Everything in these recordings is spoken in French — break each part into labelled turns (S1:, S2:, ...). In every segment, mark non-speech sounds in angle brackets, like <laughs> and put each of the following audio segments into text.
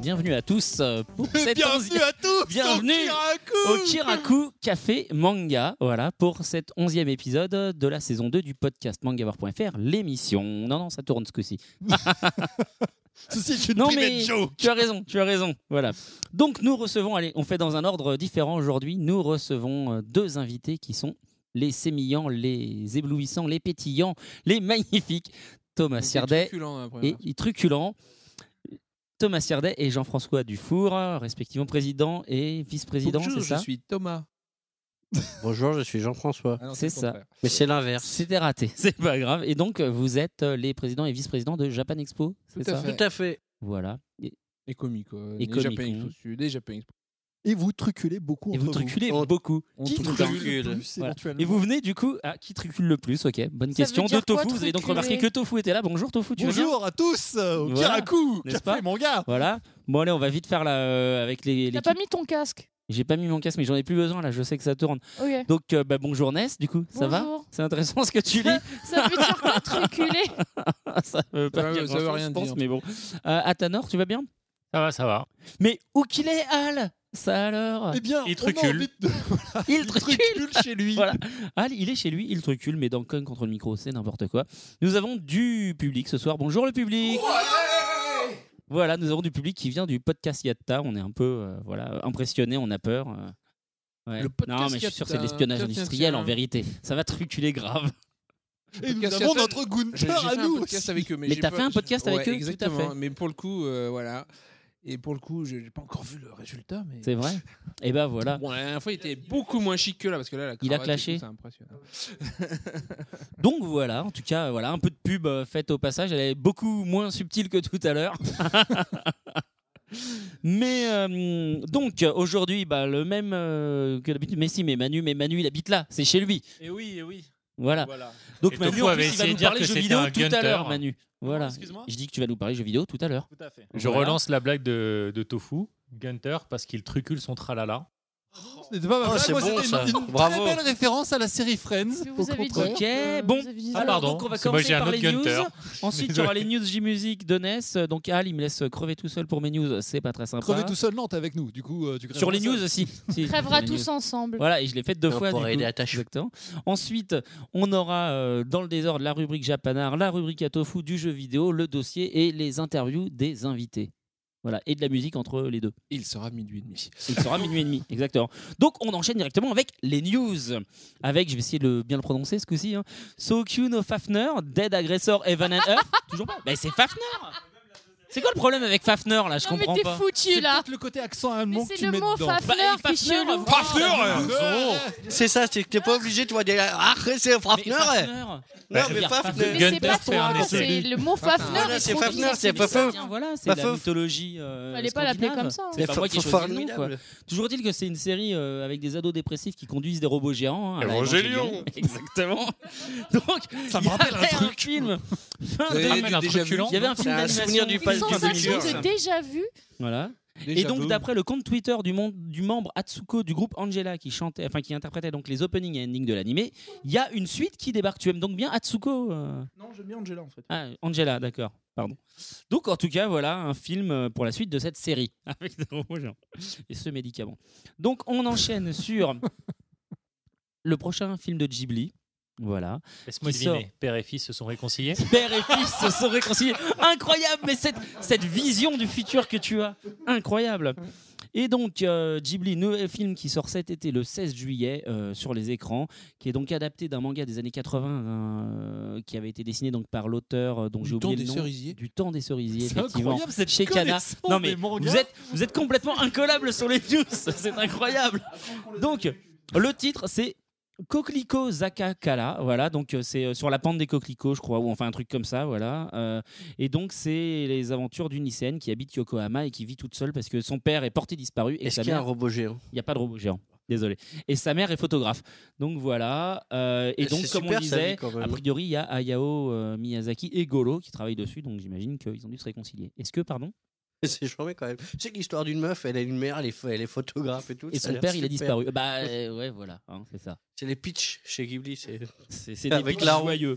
S1: Bienvenue à tous euh, pour cette
S2: Bienvenue à tous
S1: Bienvenue au Kiraku Café Manga. Voilà pour cet onzième épisode de la saison 2 du podcast Mangavar.fr, l'émission. Non, non, ça tourne ce coup-ci. <laughs>
S2: Ceci est une
S1: Non,
S2: private
S1: mais-
S2: joke
S1: Tu as raison, tu as raison. Voilà. Donc nous recevons, allez, on fait dans un ordre différent aujourd'hui. Nous recevons euh, deux invités qui sont les sémillants, les éblouissants, les pétillants, les <laughs> magnifiques Thomas Sierdet et les truculents. Thomas Sierdet et Jean-François Dufour, respectivement président et vice-président,
S3: Bonjour,
S1: c'est ça
S3: je suis Thomas.
S4: Bonjour, je suis Jean-François.
S3: Ah non,
S1: C'est
S3: ton
S1: ça.
S3: frère.
S4: Mais c'est l'inverse.
S1: C'était raté, <laughs> c'est pas grave. Et donc, euh, vous êtes euh, les présidents et vice-présidents de Japan Expo, c'est
S3: à
S1: ça
S3: fait.
S4: Tout à fait.
S1: Voilà. Et,
S3: Et comique. euh, les
S1: Et comique,
S3: Japan Expo
S1: hein.
S3: Sud, les Japan Expo.
S5: Et vous truculez beaucoup
S1: et
S5: entre
S1: vous truculez
S4: On-
S1: beaucoup.
S3: On
S5: Qui
S3: trouve
S4: trucule
S3: ça-
S5: trucule le
S4: Trucule.
S5: plus
S1: Voilà.
S5: éventuellement
S1: Et vous venez du coup à qui trucule le plus Ok, bonne
S6: Ça
S1: question.
S6: veut
S1: De
S6: dire quoi,
S1: Tofu, vous avez donc
S6: truculer
S1: remarqué que Tofu était là. Bonjour Tofu, tu vas bien
S5: Bonjour à tous euh, au
S1: Voilà,
S5: Kirakou,
S1: n'est-ce
S5: café
S1: pas
S5: manga.
S1: Voilà. Bon, allez, on va vite faire la, euh, avec les.
S6: T'as
S1: l'équipe.
S6: pas mis ton casque
S1: J'ai pas mis mon casque, mais j'en ai plus besoin là, je sais que ça tourne.
S6: Ok.
S1: Donc, euh, bah, bonjour Ness, du coup, ça va
S6: Bonjour.
S1: C'est intéressant ce que tu lis.
S6: <laughs> Ça veut dire quoi truculé
S1: <laughs> ça veut pas
S3: Ça veut-
S1: dire
S3: ça veut
S1: grand-chose,
S3: rien
S1: je pense,
S5: hein.
S3: dire.
S1: mais bon. Euh, Atanor, tu vas bien
S4: Ça va, ça va.
S1: Mais où qu'il est, Al Ça alors
S5: Eh bien,
S4: Il
S5: on a
S4: trucule.
S5: envie de- <laughs>
S1: Il
S5: il trucule chez
S1: <laughs>
S5: lui.
S1: Voilà. Al, il est chez lui, il trucule, mais dans Con contre le micro, c'est n'importe quoi. Nous avons du public ce soir. Bonjour le public Voilà, nous avons du public qui vient du podcast Yatta. On est un peu euh, voilà, impressionné, on a peur. euh. Ouais.
S3: Le podcast
S1: non, mais je suis sûr que c'est
S3: Yatta.
S1: de l'espionnage
S3: Tiens, tiens,
S1: industriel
S3: tiens.
S1: en vérité. Ça va
S3: <laughs>
S1: truculer grave.
S5: Et nous
S3: Podcast
S5: avons
S3: Yatta.
S5: notre
S3: J'ai j'ai
S5: Gunther à
S3: fait un
S5: nous.
S3: podcast
S5: aussi.
S3: avec eux. Mais,
S1: Mais
S3: j'ai
S1: t'as
S3: pas-
S1: fait un podcast
S3: j'ai-
S1: avec
S3: ouais,
S1: eux, tout à
S3: exactement.
S1: fait.
S3: Mais pour le coup, euh, voilà. Et pour le coup, je n'ai pas encore vu le résultat. Mais...
S1: C'est vrai Et ben voilà.
S3: Bon, la dernière fois, il était beaucoup moins chic que là. Parce que là, la
S1: Il a
S3: cravate et
S1: clashé.
S3: tout, C'est
S1: <laughs>
S3: impressionnant.
S1: Donc voilà, en tout cas, euh, voilà un peu de pub euh, faite au passage. Elle est beaucoup moins subtile que tout à l'heure. <laughs> mais euh, donc euh, aujourd'hui, bah, le même euh, que d'habitude. Mais si, mais Manu, mais Manu, il habite là, c'est chez lui.
S7: Et oui, et oui.
S1: Voilà.
S7: Voilà.
S1: Donc
S4: Et
S1: Manu,
S4: Tofu
S1: en
S4: avait
S1: plus, il va
S4: essayé
S1: nous
S4: de dire
S1: parler
S4: que
S1: jeux
S4: c'était
S1: vidéo
S4: un
S1: tout à l'heure,
S4: gunter.
S1: Manu. Voilà.
S7: Excuse-moi.
S1: Je dis que tu vas nous parler jeux vidéo tout à l'heure.
S7: Tout à fait.
S4: Je
S1: Voilà.
S4: relance la blague de, de Tofu, Gunter, parce qu'il trucule son tralala.
S5: C'était pas ma
S4: Oh,
S5: blague,
S4: c'est
S5: moi,
S4: bon,
S5: c'était
S4: ça.
S5: une- une
S4: Bravo.
S5: très belle référence à la série Friends.
S6: Vous
S5: au
S6: avez dit,
S5: contraire.
S1: Ok,
S6: euh,
S1: bon.
S6: vous avez dit-
S4: Ah,
S1: Alors,
S4: pardon,
S1: donc on va
S4: parce que moi,
S1: commencer
S4: j'ai un
S1: par
S4: autre
S1: les <laughs>
S4: Gunter.
S1: news.
S4: <laughs>
S1: Ensuite, il y aura les news J-Music de Ness. Donc Al, il me laisse crever tout seul pour mes news. C'est pas très sympa.
S5: Crever tout seul, non, t'es avec nous. Du coup, euh, tu crèves
S1: Sur les
S5: tout seul.
S1: news
S6: <laughs>
S7: <laughs>
S1: aussi.
S6: On
S1: Si, sur
S6: Crèvera
S1: les news.
S6: tous ensemble.
S1: Voilà, et je l'ai faite deux
S4: On
S1: fois.
S4: pourra
S1: du
S4: aider
S1: coup.
S4: à tâche.
S1: Exactement. Ensuite, on aura euh, dans le désordre la rubrique Japanard, la rubrique à tofu du jeu vidéo, le dossier et les interviews des invités. Voilà, et de la musique entre les deux.
S3: Il sera minuit et demi.
S1: Il sera minuit et demi, exactement. Donc, on enchaîne directement avec les news. Avec, je vais essayer de bien le prononcer ce coup-ci, hein. Sokyu no Fafner, Dead Aggressor Evan and Earth. <laughs> Toujours pas Mais c'est Fafner C'est quoi le problème avec Fafner là Je
S6: non Ah, mais
S1: comprends
S6: t'es
S1: pas.
S6: foutu
S5: C'est
S6: là.
S5: peut-être le côté accent
S6: Mais
S5: allemand que
S6: c'est
S5: tu
S6: le
S5: mets
S6: mot
S5: dedans.
S6: Fafner
S1: Bah, et
S6: qui est
S1: Fafner,
S6: chelou. Ah,
S1: Fafner,
S4: C'est ça, c'est que t'es pas obligé, tu vas dire Ah, c'est
S1: Mais
S8: eh.
S1: Fafner
S4: Non,
S1: je veux
S4: mais Fafner.
S1: dire, Fafner.
S6: Mais c'est
S4: Gunther
S6: pas
S4: fait un
S6: toi, c'est
S4: essai.
S6: le mot
S8: Ah,
S6: Fafner.
S4: Voilà,
S6: est
S4: c'est
S6: trop
S4: Fafner,
S6: bizarre,
S4: c'est pas
S6: bizarre.
S4: Fafner.
S1: Tiens, voilà, c'est
S4: Bah,
S1: la
S4: faut-
S1: mythologie. euh,
S6: Fallait pas l'appeler
S1: scandinave.
S6: comme ça. hein.
S1: C'est pas moi qui ai choisi le nom, quoi.
S4: formidable.
S1: Toujours dit que c'est une série euh, avec des ados dépressifs qui conduisent des robots géants. hein, à la
S4: Evangelion.
S1: Evangelion. <laughs> Exactement. Donc,
S5: Ça me
S1: il y
S5: rappelle un
S1: avait
S5: truc.
S1: film. Fin
S3: Et
S1: de-
S3: tu l'as déjà vu
S1: Il y avait un film
S4: C'est un
S1: d'animation.
S4: souvenir du
S6: Une
S4: passé.
S6: sensation
S4: futur.
S6: de déjà vu.
S1: Voilà.
S3: Déjà
S1: Et donc
S3: deux.
S1: d'après le compte Twitter du, monde, du membre Atsuko du groupe Angela qui chantait, enfin qui interprétait donc les openings et endings de l'animé, il y a une suite qui débarque. Tu aimes donc bien Atsuko euh,
S7: Non, j'aime bien Angela en fait.
S1: Ah, Angela, d'accord. Pardon. Donc, en tout cas, voilà un film euh, pour la suite de cette série <laughs> Ah, avec des robots géants et ce médicament. Donc, on enchaîne sur le prochain film de Ghibli. Voilà.
S4: Laisse-moi
S1: Qui
S4: deviner, père et fils se sont réconciliés.
S1: Père et fils se sont réconciliés. Incroyable, mais cette, cette vision du futur que tu as. Incroyable. Et donc, euh, Ghibli, nouveau film qui sort cet été, le 16 juillet, euh, sur les écrans, qui est donc adapté d'un manga des années 80, euh, qui avait été dessiné donc par l'auteur euh, dont j'ai
S3: Du temps
S1: oublié le
S3: des
S1: nom.
S3: cerisiers.
S1: Du temps des cerisiers,
S5: C'est
S1: effectivement.
S5: incroyable cette
S1: Chez Kana.
S5: connaissance
S1: Non mais
S5: des mangas.
S1: vous êtes, vous êtes <laughs> complètement incollable sur les news, c'est incroyable. Donc le titre c'est Coquelicot Zakakala, voilà, donc euh, c'est euh, sur la pente des coquelicots, je crois, ou enfin un truc comme ça, voilà. Euh, et donc c'est les aventures d'une lycéenne qui habite Yokohama et qui vit toute seule parce que son père est porté disparu et
S8: Est-ce
S1: sa
S8: qu'il y a un
S1: mère.
S8: robot géant
S1: Il n'y a pas de robot géant, désolé. Et sa mère est photographe. Donc voilà. euh, et
S8: Et
S1: donc,
S8: c'est
S1: comme on
S8: super, sa vie,
S1: disait,
S8: quand même.
S1: a priori, il y a Hayao euh, Miyazaki et Golo qui travaillent dessus, donc j'imagine qu'ils ont dû se réconcilier. Est-ce que, pardon
S8: <laughs> C'est charmé quand même. C'est l'histoire d'une meuf, elle a une mère, elle est, elle est photographe et tout.
S1: Et
S8: ça
S1: son
S8: l'air
S1: père, il
S8: super. <laughs>
S1: a disparu. Bah euh, ouais, voilà, hein, c'est ça.
S8: C'est les pitchs chez Ghibli. C'est
S1: C'est
S8: <laughs>
S1: c'est des
S8: avec
S1: pitchs
S8: la roue.
S1: joyeux.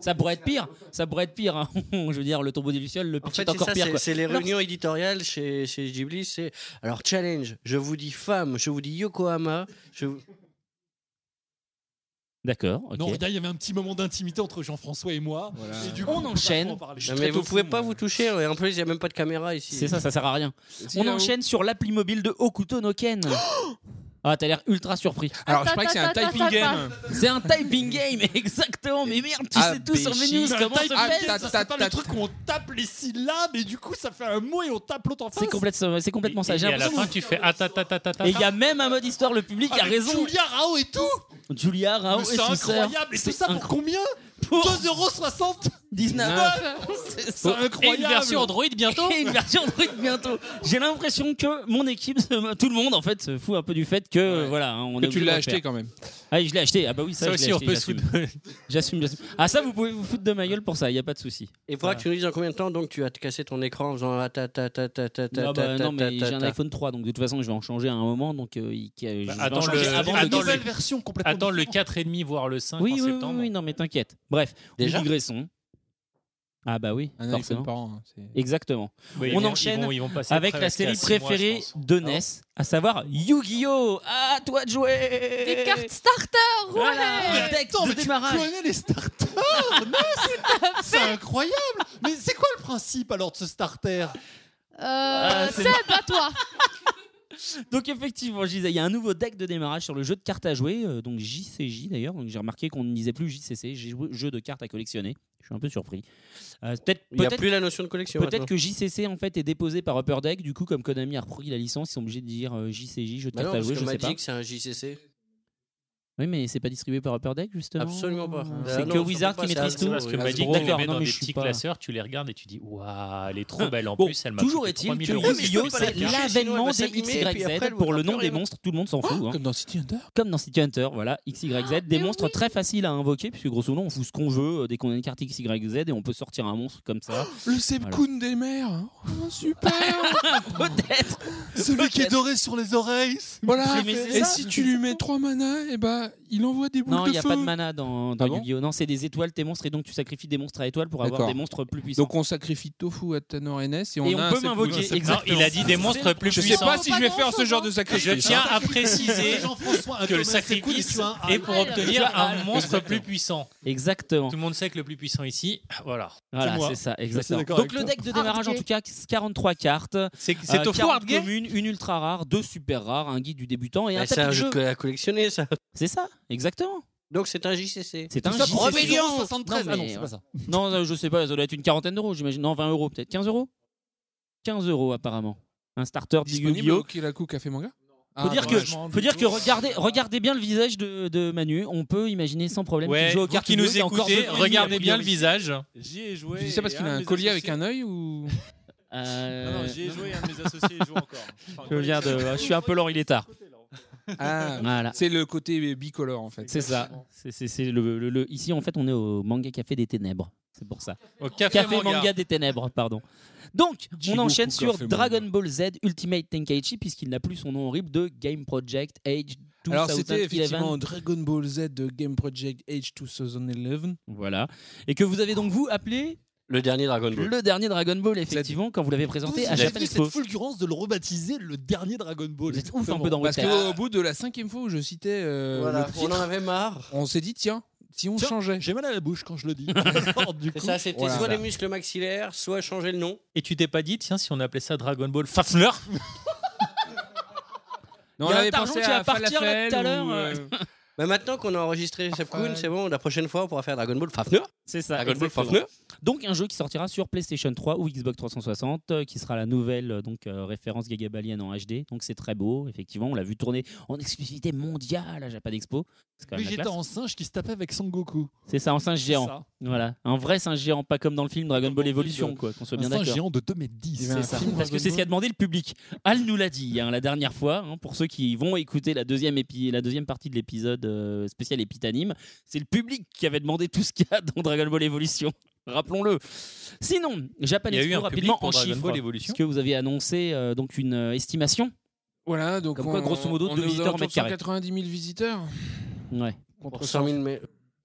S1: Ça pourrait être pire, ça pourrait être pire. hein. <laughs> Je veux dire, le tombeau des Lucioles, le
S8: En
S1: pitch
S8: fait,
S1: est
S8: c'est
S1: encore
S8: ça,
S1: pire.
S8: c'est-
S1: quoi.
S8: c'est les
S1: Alors,
S8: réunions éditoriales chez, chez Ghibli. C'est alors challenge. Je vous dis femme, je vous dis Yokohama. Je... vous-
S1: D'accord, ok. Euh,
S5: Non, regarde, il y avait un petit moment d'intimité entre Jean-François et moi.
S3: Voilà.
S5: Et du coup,
S6: Oh,
S1: On
S5: peut
S1: enchaîne.
S5: vachement en parler.
S8: Non, mais vous pouvez
S1: euh.
S8: pas vous toucher. Et en plus, il y a même pas de caméra ici.
S1: C'est ça, ça sert à rien.
S3: Si,
S1: On
S3: là où-
S1: enchaîne sur l'appli mobile de Hokuto no Ken. Ah, t'as l'air ultra surpris.
S3: Alors, je crois que c'est un
S6: Attends,
S3: typing
S6: attends,
S3: game.
S1: C'est un typing game, <laughs> exactement. Mais merde, tu
S3: Ah,
S1: sais tout sur mes
S3: béchi.
S1: news.
S5: C'est un
S1: Comment
S5: type
S1: se
S3: ah,
S1: fait
S5: game,
S3: ta-
S5: ça, c'est pas
S3: ta-
S5: le truc où on tape les syllabes et du coup ça fait un mot et on tape l'autre en face.
S1: C'est complètement, c'est complètement ça.
S4: Et,
S1: J'ai
S4: et à la
S1: l'impression
S4: fin, tu fais
S1: que-
S4: atatatatata.
S1: Et il y a même un mode histoire, le public a
S5: Avec
S1: raison.
S5: Julia Rao et tout.
S1: Julia Rao
S5: Mais
S1: et
S5: c'est
S1: son sœur.
S5: incroyable. Et tout
S1: C'est
S5: ça pour combien
S1: Pour
S5: 2,60€
S1: 19
S8: Ah,
S5: C'est incroyable.
S4: Et une version Android bientôt
S1: et une version de truc bientôt. J'ai l'impression que mon équipe, <laughs> se- tout le monde en fait, se fout un peu du fait que
S3: Ouais.
S1: voilà, hein, on
S3: Que
S1: est
S3: tu
S1: obligé de
S3: l'as
S1: le
S3: acheté
S1: faire.
S3: quand même.
S1: Ah, je l'ai acheté. Ah bah oui,
S4: Ça
S1: ça, je l'ai
S4: aussi, on
S1: acheté,
S4: peut se
S1: j'assume.
S4: foutre. de-
S1: <laughs> J'assume, j'assume. Ah ça, vous pouvez vous foutre de ma gueule pour ça. Il y a pas de souci.
S8: Et faudra que tu nous dises en combien de temps donc tu as cassé ton écran en faisant ah, ta, ta, ta, ta, ta, ta,
S1: Non, bah,
S8: ta,
S1: non,
S8: ta,
S1: mais
S8: Bah
S1: j'ai un
S8: ta.
S1: iPhone 3, donc de toute façon, je vais en changer à un moment. Donc, euh, il- que- je vais en
S4: attends
S1: changer
S4: le-
S1: avant
S4: attends
S1: le-
S4: le-
S5: nouvelle version complètement.
S4: Attends le
S5: différente.
S4: 4,5 voire le 5
S1: Oui,
S4: en
S1: oui, oui,
S4: septembre.
S1: oui, non, mais t'inquiète. Bref,
S8: Déjà
S1: on digressons. Ah bah oui,
S3: Un
S1: forcément.
S3: iPhone par an. hein, c'est-
S1: Exactement.
S4: Bah, ils
S1: On
S4: vont- ils
S1: enchaîne
S4: vont- ils vont passer
S1: Avec
S4: très
S1: la
S4: vite à
S1: série
S4: six mois, je
S1: préférée
S4: pense.
S8: Ah
S1: de NES, à savoir Yu-Gi-Oh! Ah, À toi de jouer
S6: Des cartes starter, ouais
S1: Voilà.
S5: Mais
S1: Texte
S5: attends,
S1: de
S5: mais tu
S1: démarrage.
S5: connais les starters Ness
S1: <laughs>
S5: C'est incroyable. Mais c'est quoi le principe alors de ce starter
S6: Euh, c'est pas toi
S1: Donc effectivement, je disais, il y a un nouveau deck de démarrage sur le jeu de cartes à jouer, euh, donc JCJ d'ailleurs. Donc j'ai remarqué qu'on ne disait plus JCC, j'ai joué- jeu de cartes à collectionner. Je suis un peu surpris. Euh, peut-être
S8: Il n'y a
S1: peut-être-
S8: plus la notion de collection.
S1: peut-être
S8: maintenant.
S1: que JCC en fait est déposé par Upper Deck. Du coup, comme Konami a repris la licence, ils sont obligés de dire euh, JCJ, jeu de
S8: Bah non,
S1: cartes à
S8: parce
S1: jouer.
S8: que
S1: Je sais pas.
S8: Magic, c'est un JCC.
S1: Oui, mais c'est pas distribué par Upper Deck justement.
S8: Absolument pas.
S1: C'est
S8: Ah non,
S1: que
S8: surtout
S1: Wizard
S8: pas,
S1: qui
S8: c'est
S1: maîtrise
S4: C'est
S1: tout.
S8: Hasbro,
S1: Ah,
S4: parce que
S8: oui.
S4: Magic,
S1: Hasbro.
S4: tu les
S1: D'accord,
S4: mets
S1: non,
S4: dans
S1: mais
S4: des
S1: je suis
S4: petits
S1: pas-
S4: classeurs, tu les regardes et tu dis Waouh, elle est trop belle. En
S1: Bon,
S4: plus, elle m'a
S1: Toujours
S4: coûté
S1: est-il
S4: 3000
S1: que
S4: euros.
S1: Yu-Gi-oh
S8: pas la
S1: c'est
S8: faire chier, sinon elle
S1: l'avènement
S8: va
S1: des
S8: s'abîmer, et puis après,
S1: XYZ
S8: elle va
S1: pour le
S8: faire
S1: nom des
S8: pleurer.
S1: montres, tout le monde s'en fout. hein.
S3: Comme dans City Hunter.
S1: comme dans City Hunter, voilà, XYZ, des
S6: mais
S1: monstres
S6: oui.
S1: très faciles à invoquer, puisque grosso modo, on fout ce qu'on veut euh, dès qu'on a une carte XYZ et on peut sortir un monstre comme ça.
S3: Le Sepkoun des
S5: hein.
S3: mers. <laughs> Oh, super.
S1: <laughs> Peut-être
S5: Celui qui est doré sur les oreilles.
S3: Voilà.
S1: Mais c'est
S3: Et
S1: ça.
S3: si tu lui mets 3 manas, et bah, il envoie des boules
S1: Non,
S3: de
S1: il n'y a
S3: feu.
S1: pas de mana dans, dans
S3: Ah bon
S1: Yu-Gi-Oh! Non, c'est des étoiles, tes monstres, et donc tu sacrifies des monstres à étoiles pour avoir
S3: D'accord.
S1: des monstres plus puissants.
S3: Donc on sacrifie Tofu à Tanor et Ness et on
S1: et
S3: a
S1: on
S3: un
S1: peut
S3: Sepkoun.
S1: m'invoquer.
S3: Je
S4: Non,
S1: exactement.
S4: il a dit des monstres plus
S1: Je
S3: sais
S4: puissants.
S3: pas si je vais faire ce genre de
S4: Je
S3: sacrifice.
S4: tiens à
S3: <laughs>
S4: préciser
S5: Jean-François,
S4: que le sacrifice est pour
S6: Ah,
S4: obtenir
S1: alors.
S4: un monstre plus puissant.
S1: Exactement.
S4: Tout le monde sait que le plus puissant ici, voilà.
S1: Voilà,
S5: moi.
S1: c'est ça,
S5: suis
S1: exactement. Ah,
S5: d'accord
S1: Donc
S5: avec
S1: le
S5: toi.
S1: deck de démarrage, en
S6: Hard
S1: tout cas, 43 cartes.
S4: C'est
S1: euh,
S4: c'est au
S1: 40
S4: forward game
S1: communes, une ultra rare, deux super rares, un guide du débutant et un
S8: Bah, C'est
S1: tapis
S8: un
S1: de
S8: jeu
S1: jeu.
S8: que- à collectionner, ça.
S1: C'est ça, exactement.
S8: Donc c'est un JCC.
S1: C'est un
S5: ça pour
S1: JCC.
S5: 73.
S1: Non,
S5: Ah non,
S1: mais,
S5: c'est pas ça.
S1: Non, euh, je sais pas, ça doit être une quarantaine d'euros, j'imagine. Non, 20 euros peut-être. 15 euros 15 euros apparemment. Un starter du
S3: Disponible
S1: Yu-Gi-Oh!
S3: au Kilaku Café Manga Ah, bah,
S1: Faut dire que, faut dire que regardez, regardez bien le visage de, de Manu, on peut imaginer sans problème qu'il
S4: Ouais,
S1: joue aux
S4: vous
S1: cartes
S4: qui
S1: bleues,
S4: nous
S1: il y a encore
S4: écoutez,
S1: deux minutes,
S4: regardez
S1: a
S4: bien le
S1: priori.
S4: visage.
S7: J'y ai joué.
S3: Tu dis ça parce
S7: et
S3: qu'il a
S7: de
S3: un
S7: mes
S3: collier avec
S7: associés-
S3: un œil ou
S1: Euh,
S7: Non, non, j'y ai joué et un de mes associés y joue encore. Enfin,
S1: je viens
S3: Euh,
S1: de- je suis un peu lent, il est tard.
S3: Ah,
S1: Voilà.
S3: c'est le côté bicolore en fait.
S1: C'est ça. C'est- c'est- c'est le- le- le- Ici, en fait, on est au Manga Café des Ténèbres. C'est pour ça.
S4: Au café,
S1: Café manga.
S4: manga.
S1: des ténèbres, pardon. Donc, on
S3: Jigoku
S1: enchaîne
S3: Café
S1: sur
S3: Manga.
S1: Dragon Ball Z Ultimate Tenkaichi, puisqu'il n'a plus son nom horrible de Game Project Age 2011.
S3: Alors c'était effectivement Dragon Ball Z de Game Project Age 2011.
S1: Voilà. Et que vous avez donc, vous, appelé
S8: Le dernier Dragon Ball.
S1: le dernier Dragon Ball, effectivement, quand vous l'avez présenté à
S5: J'ai
S1: Japan
S5: vu
S1: Expo.
S5: cette fulgurance de le rebaptiser le dernier Dragon Ball.
S1: Vous êtes ouf hein, un peu dans vos
S3: Parce
S1: têtes.
S3: qu'au bout de la cinquième fois où je citais euh,
S8: Voilà,
S3: le
S8: on en
S3: titre,
S8: avait marre.
S3: on s'est dit tiens, si on
S5: Tiens,
S3: changeait.
S5: J'ai mal à la bouche quand
S3: <laughs>
S5: je le dis. du
S8: C'est
S5: coup,
S8: ça, c'était
S3: voilà.
S8: soit les muscles maxillaires, soit changer le nom.
S4: Et tu t'es pas dit, tiens, si on appelait ça Dragon Ball Fafner
S3: Non,
S1: Il y a un targeon qui va partir, là, tout à
S3: Falafel
S1: l'heure,
S3: ou,
S8: <laughs>
S1: euh.
S3: euh,
S8: Mais maintenant qu'on a enregistré Sapkun,
S3: ouais.
S8: c'est bon, la prochaine fois on pourra faire Dragon Ball Fafner.
S1: C'est ça.
S9: Dragon Ball
S1: exactement.
S9: Fafneu.
S1: Donc un jeu qui sortira sur PlayStation 3 ou Xbox 360, euh, qui sera la nouvelle euh, donc euh, référence gagabalienne en HD. Donc c'est très beau, effectivement. On l'a vu tourner en exclusivité mondiale à Japan Expo. C'est quand même la
S5: Vegeta
S1: classe.
S5: en singe qui se tapait avec Son Goku.
S1: C'est ça, en singe
S5: C'est
S1: géant.
S5: ça.
S1: Voilà, un vrai singe géant, pas comme dans le film Dragon Ball Evolution, quoi. Qu'on soit
S5: Un
S1: bien
S5: singe
S1: d'accord.
S5: géant de 2m10.
S3: Il y avait un
S1: C'est ça.
S3: film
S1: Parce que
S3: Dragon
S1: c'est ce
S3: Ball.
S1: qu'a demandé le public. Al nous l'a dit hein, la dernière fois. hein, pour ceux qui vont écouter la deuxième, épi- la deuxième partie de l'épisode euh, spécial Épitanime, c'est le public qui avait demandé tout ce qu'il y a dans Dragon Ball Evolution. <laughs> Rappelons-le. Sinon, Japan
S9: Il y a eu
S1: Expo
S9: un public
S1: rapidement
S9: pour
S1: en
S9: Dragon
S1: chiffres.
S9: Ball Evolution
S1: Parce que vous avez annoncé euh, donc une euh, estimation.
S3: Voilà, donc
S1: Comme quoi,
S3: on-
S1: grosso modo,
S3: on
S1: deux
S3: est aux
S1: visiteurs au
S3: alentours
S1: mètre
S3: de 190
S1: carré.
S3: 000 visiteurs
S1: Ouais.
S3: contre
S8: Pour 100 000 mais-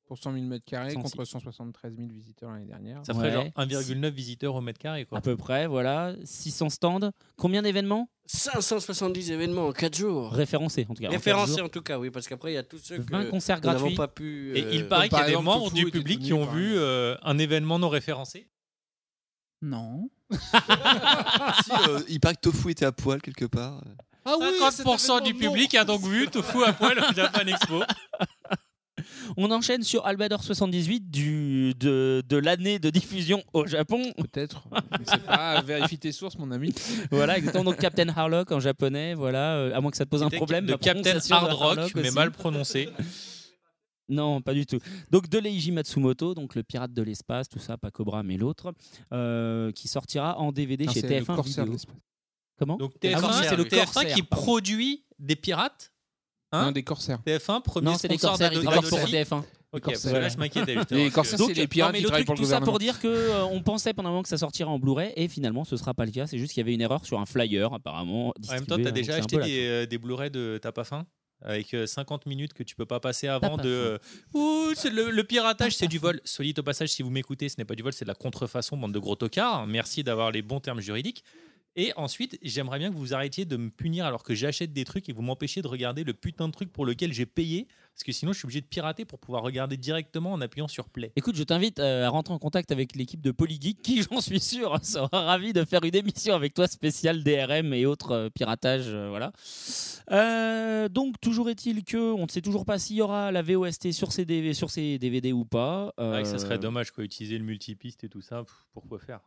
S3: pour 100 000 mètres carrés
S1: 106.
S3: contre 173 000 visiteurs l'année dernière.
S1: Ça
S4: Ça
S1: ferait
S4: ferait
S1: Ouais. genre
S4: genre 1,9 visiteurs au mètre carré.
S1: À
S4: Quoi.
S1: peu près, voilà. 600 stands. Combien d'événements
S8: 570 événements en 4 jours.
S1: Référencés en tout cas. en quatre
S8: Référencés
S1: jours.
S8: en tout cas, oui, parce qu'après il y a tous ceux que
S1: 20 concerts
S8: nous n'avons
S1: gratuits.
S8: pas pu.
S4: Et
S8: euh,
S4: il paraît
S3: Comme par
S4: qu'il y a des
S3: exemple,
S4: membres
S3: Tofu
S4: du
S3: était
S4: public qui
S3: devenu
S4: ont
S3: par
S4: vu euh, un événement non référencé.
S2: Non.
S9: Si, euh, il paraît que Tofu était à poil quelque part.
S5: Ah oui, cet
S4: 50% du
S5: événement, non.
S4: public a donc vu Tofu à poil au Japan Expo.
S1: On enchaîne sur Albador 78 du, de, de l'année de diffusion au Japon.
S3: Peut-être, je ne sais pas, Ah, vérifie tes sources, mon ami.
S1: <laughs> Voilà, exactement. Donc Captain Harlock en japonais, voilà. euh, à moins que ça te pose un problème.
S4: de
S1: bah, la
S4: Captain
S1: prononciation de
S4: Hard Rock,
S1: Harlock
S4: mais
S1: aussi.
S4: mal prononcé.
S1: <laughs> Non, pas du tout. Donc de Leiji Matsumoto, donc le pirate de l'espace, tout ça, pas Cobra mais l'autre, euh, qui sortira en DVD
S3: Non,
S1: chez
S3: c'est le
S1: TF1
S3: corsaire de
S1: Vidéo.
S3: l'espace.
S1: Comment
S4: Donc
S1: Ah oui,
S4: TF1,
S1: c'est
S4: c'est
S1: le
S4: le TF1
S1: corsaire,
S4: qui
S1: pardon.
S4: produit des pirates. Hein
S3: Non, des corsaires.
S4: TF1, premier
S1: Non, c'est les
S4: sponsor
S1: corsaires, ils
S4: d'Ado-
S1: travaillent pour
S4: d'Adochi.
S1: TF1.
S3: Corsair.
S4: Ok, parce que là, je m'inquiétais. justement,
S3: Les
S4: parce
S3: corsaires,
S4: que-
S1: Donc,
S3: c'est les
S1: non,
S3: pirates
S1: mais
S3: qui
S1: le
S3: travaillent
S1: truc,
S3: pour le
S1: tout ça
S3: gouvernement.
S1: pour dire que euh, on pensait pendant un moment que ça sortira en Blu-ray et finalement ce sera pas le cas. C'est juste qu'il y avait une erreur sur un flyer apparemment.
S4: En même temps, t'as déjà acheté
S1: des
S4: des, euh, des Blu-ray de T'as pas faim avec euh, 50 minutes que tu peux pas passer avant
S1: pas
S4: de euh, Ouh, c'est le, le piratage c'est du vol solide au passage si vous m'écoutez ce n'est pas du vol c'est de la contrefaçon bande de gros tocards merci d'avoir les bons termes juridiques et ensuite j'aimerais bien que vous arrêtiez de me punir alors que j'achète des trucs et vous m'empêchez de regarder le putain de truc pour lequel j'ai payé parce que sinon je suis obligé de pirater pour pouvoir regarder directement en appuyant sur play
S1: Écoute, je t'invite euh, à rentrer en contact avec l'équipe de Polygeek qui, j'en suis sûr, <laughs> sera ravie de faire une émission avec toi spéciale DRM et autres euh, piratages. euh, voilà. Euh, donc, toujours est-il que on ne sait toujours pas s'il y aura la VOST sur ces, DV sur ces DVD ou pas. Euh,
S4: Ah, et ça serait dommage quoi utiliser le multipiste et tout ça pff, pourquoi faire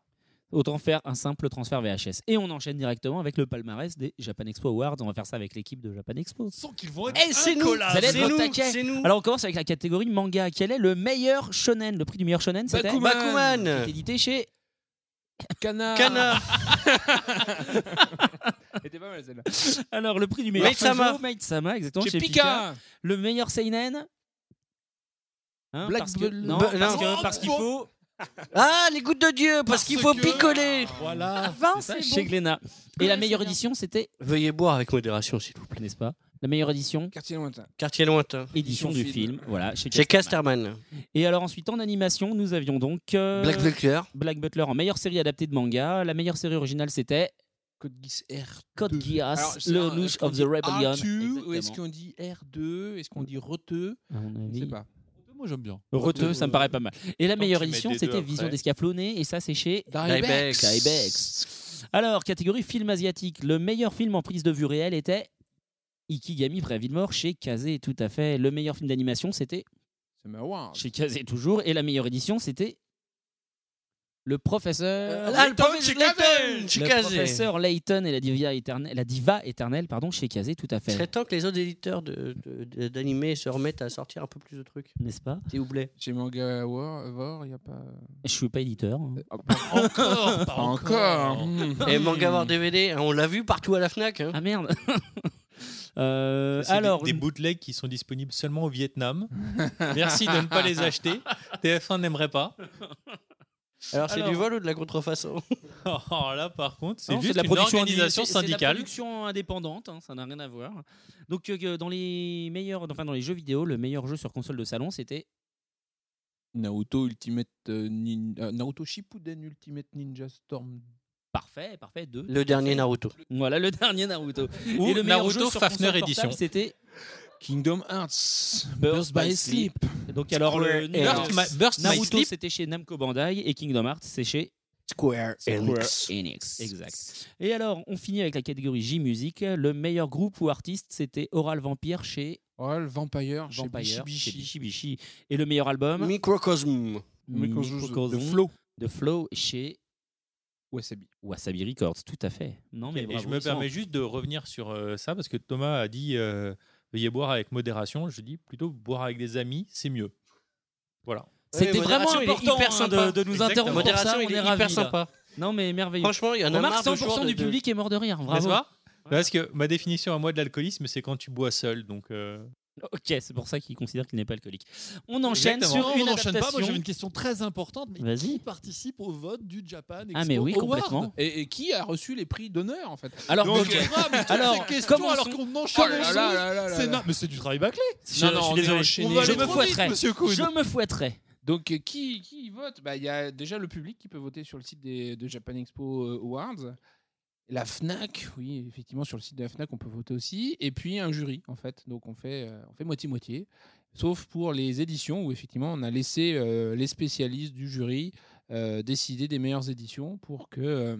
S1: Autant faire un simple transfert VHS. Et on enchaîne directement avec le palmarès des Japan Expo Awards. On va faire ça avec l'équipe de Japan Expo.
S5: Sans qu'ils vont être.
S8: Eh, c'est nous,
S1: incollable. Vous allez être
S8: c'est
S1: au
S8: nous,
S1: taquet.
S8: c'est nous.
S1: Alors, on commence avec la catégorie manga. Quel est le meilleur shonen Le prix du meilleur shonen, c'était
S3: Bakuman.
S8: Bakuman,
S1: C'est édité chez
S3: Cana
S8: Kana,
S3: <laughs> Elle était pas mal celle-là.
S1: <laughs> Alors, le prix du meilleur
S8: Maid-sama.
S1: shoujo, Maid-sama, exactement,
S3: Chez
S1: chez Pika.
S3: Pika
S1: Le meilleur seinen Hein,
S3: Black
S1: parce que,
S3: Bel-
S1: non,
S8: Be-
S1: parce
S8: non.
S1: que- parce qu'il faut
S8: <laughs> ah les gouttes de Dieu, parce qu'il faut picoler.
S5: Voilà.
S1: ça, chez Glénat. Et la meilleure édition, c'était,
S8: Veuillez boire avec modération, s'il vous plaît.
S1: n'est-ce pas La meilleure édition,
S3: Quartier lointain.
S8: Quartier lointain.
S3: Édition
S1: édition du film,
S3: film.
S1: voilà, chez,
S8: Chez
S1: Casterman.
S8: Casterman.
S1: Et alors ensuite en animation, nous avions donc euh,
S8: Black Butler.
S1: Black Butler en meilleure série adaptée de manga. La meilleure série originale, c'était
S3: Code Geass R.
S1: Code
S3: Alors,
S1: Geass,
S3: c'est
S1: Le
S3: un- euh,
S1: Louche
S3: est-ce qu'on
S1: of the
S3: dit
S1: Rebellion.
S3: R2, ou Ah, est-ce
S1: Exactement.
S3: qu'on dit R2 Est-ce qu'on dit Roteux
S1: À mon
S3: Je sais
S1: avis,
S3: pas.
S5: Moi j'aime bien.
S1: Reteux, ça me paraît pas mal. Et la
S4: euh, Tant
S1: meilleure
S4: que tu mets
S1: édition,
S4: des deux
S1: c'était
S4: après.
S1: Vision d'Escaflonné, et ça, c'est chez
S3: Daribek
S1: Skybex. Alors, catégorie film asiatique. Le meilleur film en prise de vue réelle était Ikigami Prêt à Villemort chez Kazé, tout à fait. Le meilleur film d'animation, c'était
S3: Summer Wars.
S1: chez Kazé toujours. Et la meilleure édition, c'était Le
S4: Euh,
S1: Professeur.
S8: Ah, le
S1: Layton.
S8: pauvre Chicago
S1: euh, Le
S8: Chicago
S1: Professeur Layton et la diva éternelle, la diva éternelle pardon, chez Kazé, tout à
S8: Il serait
S1: fait.
S8: temps que les autres éditeurs de- de- de- d'animés se remettent à sortir un peu plus de trucs,
S1: N'est-ce pas
S8: s'il vous plaît.
S3: Chez Manga War, il n'y a pas.
S1: Je suis pas éditeur. hein.
S3: Ah, pas
S4: Oh,
S1: <laughs>
S4: encore
S3: pas encore Hmm.
S8: Et Manga War DVD, hein, on l'a vu partout à la Fnac. hein.
S1: Ah merde
S3: <laughs>
S1: Euh,
S8: <laughs> Euh,
S4: C'est des-
S1: Alors,
S4: des, bootlegs qui sont disponibles seulement au
S1: <laughs>
S4: Vietnam. Merci de ne pas les acheter. <laughs> TF1 n'aimerait pas.
S8: Alors c'est
S1: Alors-
S8: du vol ou de la contrefaçon
S4: Alors là, Oh, par contre, c'est
S1: Non,
S4: juste
S1: de la
S4: une
S1: production
S4: organisation
S1: indi- c'est- c'est de la
S4: syndicale.
S1: production indépendante, hein, ça n'a rien à voir. Donc euh, dans les meilleurs, enfin dans les jeux vidéo, le meilleur jeu sur console de salon, c'était
S3: Naruto Ultimate euh, Nin- euh, Naruto Shippuden Ultimate Ninja Storm.
S1: parfait, parfait 2.
S8: Le dernier Naruto.
S1: Voilà le dernier Naruto.
S4: Ou
S1: Et le meilleur jeu
S4: Naruto
S1: sur
S4: Fafner
S1: console
S4: Edition.
S1: portable, c'était
S3: Kingdom Hearts
S1: Burst
S3: Burst
S1: by
S3: by Sleep.
S1: donc alors le
S8: Square
S1: alors,
S4: Burst, my, burst my
S1: Naruto
S4: Sleep.
S1: c'était chez Namco Bandai et Kingdom Hearts c'est chez
S8: Square Enix.
S1: Enix. Exact. Et alors on finit avec la catégorie J musique. Le meilleur groupe ou artiste c'était Oral Vampire chez
S3: All Vampire, chez
S1: Vampire, chez
S3: Bishibishi.
S1: Bishi Bishi. Et le meilleur album
S8: Microcosm.
S3: Mais quand je joue de
S1: Microcosm
S3: Flow.
S1: de Flow chez
S3: Wasabi.
S1: Wasabi Records, tout à fait. Non, mais
S4: et
S1: bravo,
S4: je me
S1: Vincent.
S4: permets juste de revenir sur euh, ça parce que Thomas a dit euh, veuillez boire avec modération. Je dis plutôt boire avec des amis, c'est mieux. Voilà.
S1: C'était
S8: Oui,
S1: vraiment
S8: modération, il est
S1: important
S8: hyper
S1: hein,
S8: sympa.
S1: de, de nous
S4: Exactement.
S1: interrompre. pour
S8: Modération,
S1: ça, on
S8: il est
S1: est
S8: hyper
S1: ravis, là.
S8: sympa.
S1: Non, mais merveilleux.
S8: Franchement, il y en a
S1: Remarque,
S8: marre de joueurs
S1: 100%
S8: de-
S1: du
S8: de-
S1: public est mort de rire.
S4: N'est-ce
S1: Bravo.
S4: pas Parce que ma définition à moi de l'alcoolisme, c'est quand tu bois seul. Donc, euh,
S1: Ok, c'est pour ça qu'il considère qu'il n'est pas alcoolique. On enchaîne
S4: Exactement.
S1: sur
S5: on
S1: une
S5: n'enchaîne pas.
S1: adaptation.
S5: Moi, j'avais une question très importante. Mais
S1: Vas-y.
S5: qui participe au vote du Japan Expo
S1: Ah mais oui,
S5: Award
S1: complètement.
S3: Et, et qui a reçu les prix d'honneur en fait
S1: Alors,
S5: Donc,
S1: ok.
S5: ah, mais toutes
S1: Alors,
S5: ces questions,
S1: commençons.
S5: alors
S7: Ah
S5: qu'on enchaîne
S3: là
S5: ensemble,
S3: là là là là
S5: c'est
S3: là.
S5: na- Mais c'est du travail bâclé.
S1: Je- je suis désolé.
S3: enchaîné.
S5: On va
S1: Je
S5: aller
S1: me
S5: trop vite,
S1: fouetterai.
S5: monsieur Kuhn.
S1: Je me fouetterai.
S3: Donc euh, qui, qui y vote Bah, Il y a déjà le public qui peut voter sur le site des, de Japan Expo euh, Awards. La FNAC, oui, effectivement, sur le site de la FNAC, on peut voter aussi. Et puis un jury, en fait. Donc on fait euh, on fait moitié-moitié. Sauf pour les éditions où, effectivement, on a laissé euh, les spécialistes du jury euh, décider des meilleures éditions pour que euh,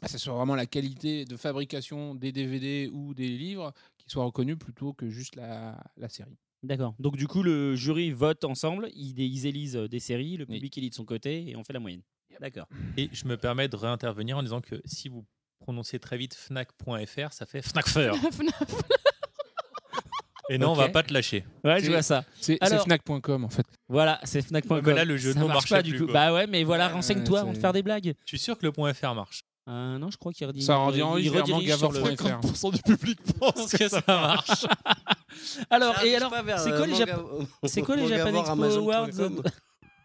S3: bah, ça soit vraiment la qualité de fabrication des DVD ou des livres qui soit reconnue plutôt que juste la, la série.
S1: D'accord. Donc du coup, le jury vote ensemble, ils, ils élisent euh, des séries, le
S3: Oui.
S1: public élit de son côté et on fait la moyenne.
S8: <laughs>
S1: D'accord.
S4: et je me permets de réintervenir en disant que si vous prononcez très vite fnac.fr, ça fait fnacfer.
S3: <laughs>
S4: Et non,
S1: Ok.
S4: on va pas te lâcher.
S1: Ouais,
S3: C'est-
S1: je vois ça.
S3: C'est c'est
S1: Alors-
S3: Fnac.com, en fait.
S1: Voilà, c'est Fnac.com.
S4: Ouais, Ah, mais là, le jeu de
S1: ça
S4: mots
S1: marche
S4: marchait
S1: pas du
S4: plus,
S1: coup.
S4: quoi.
S1: Bah ouais, mais voilà,
S3: Ouais,
S1: renseigne-toi
S3: c'est-
S1: avant de faire des blagues.
S4: Je suis sûr que le point .fr marche.
S1: Euh, non, je crois qu'il redirige.
S3: Ça rendira
S1: il
S3: légèrement
S1: redirige sur le-
S3: Gavard.
S5: 50% du public pense que ça marche.
S1: <laughs> Alors et alors,
S8: pas vers,
S1: c'est
S8: euh,
S1: quoi les
S8: manga- <laughs>
S1: c'est quoi les
S8: manga
S1: Japan
S8: voir
S1: Expo
S8: Amazon.com.
S1: Awards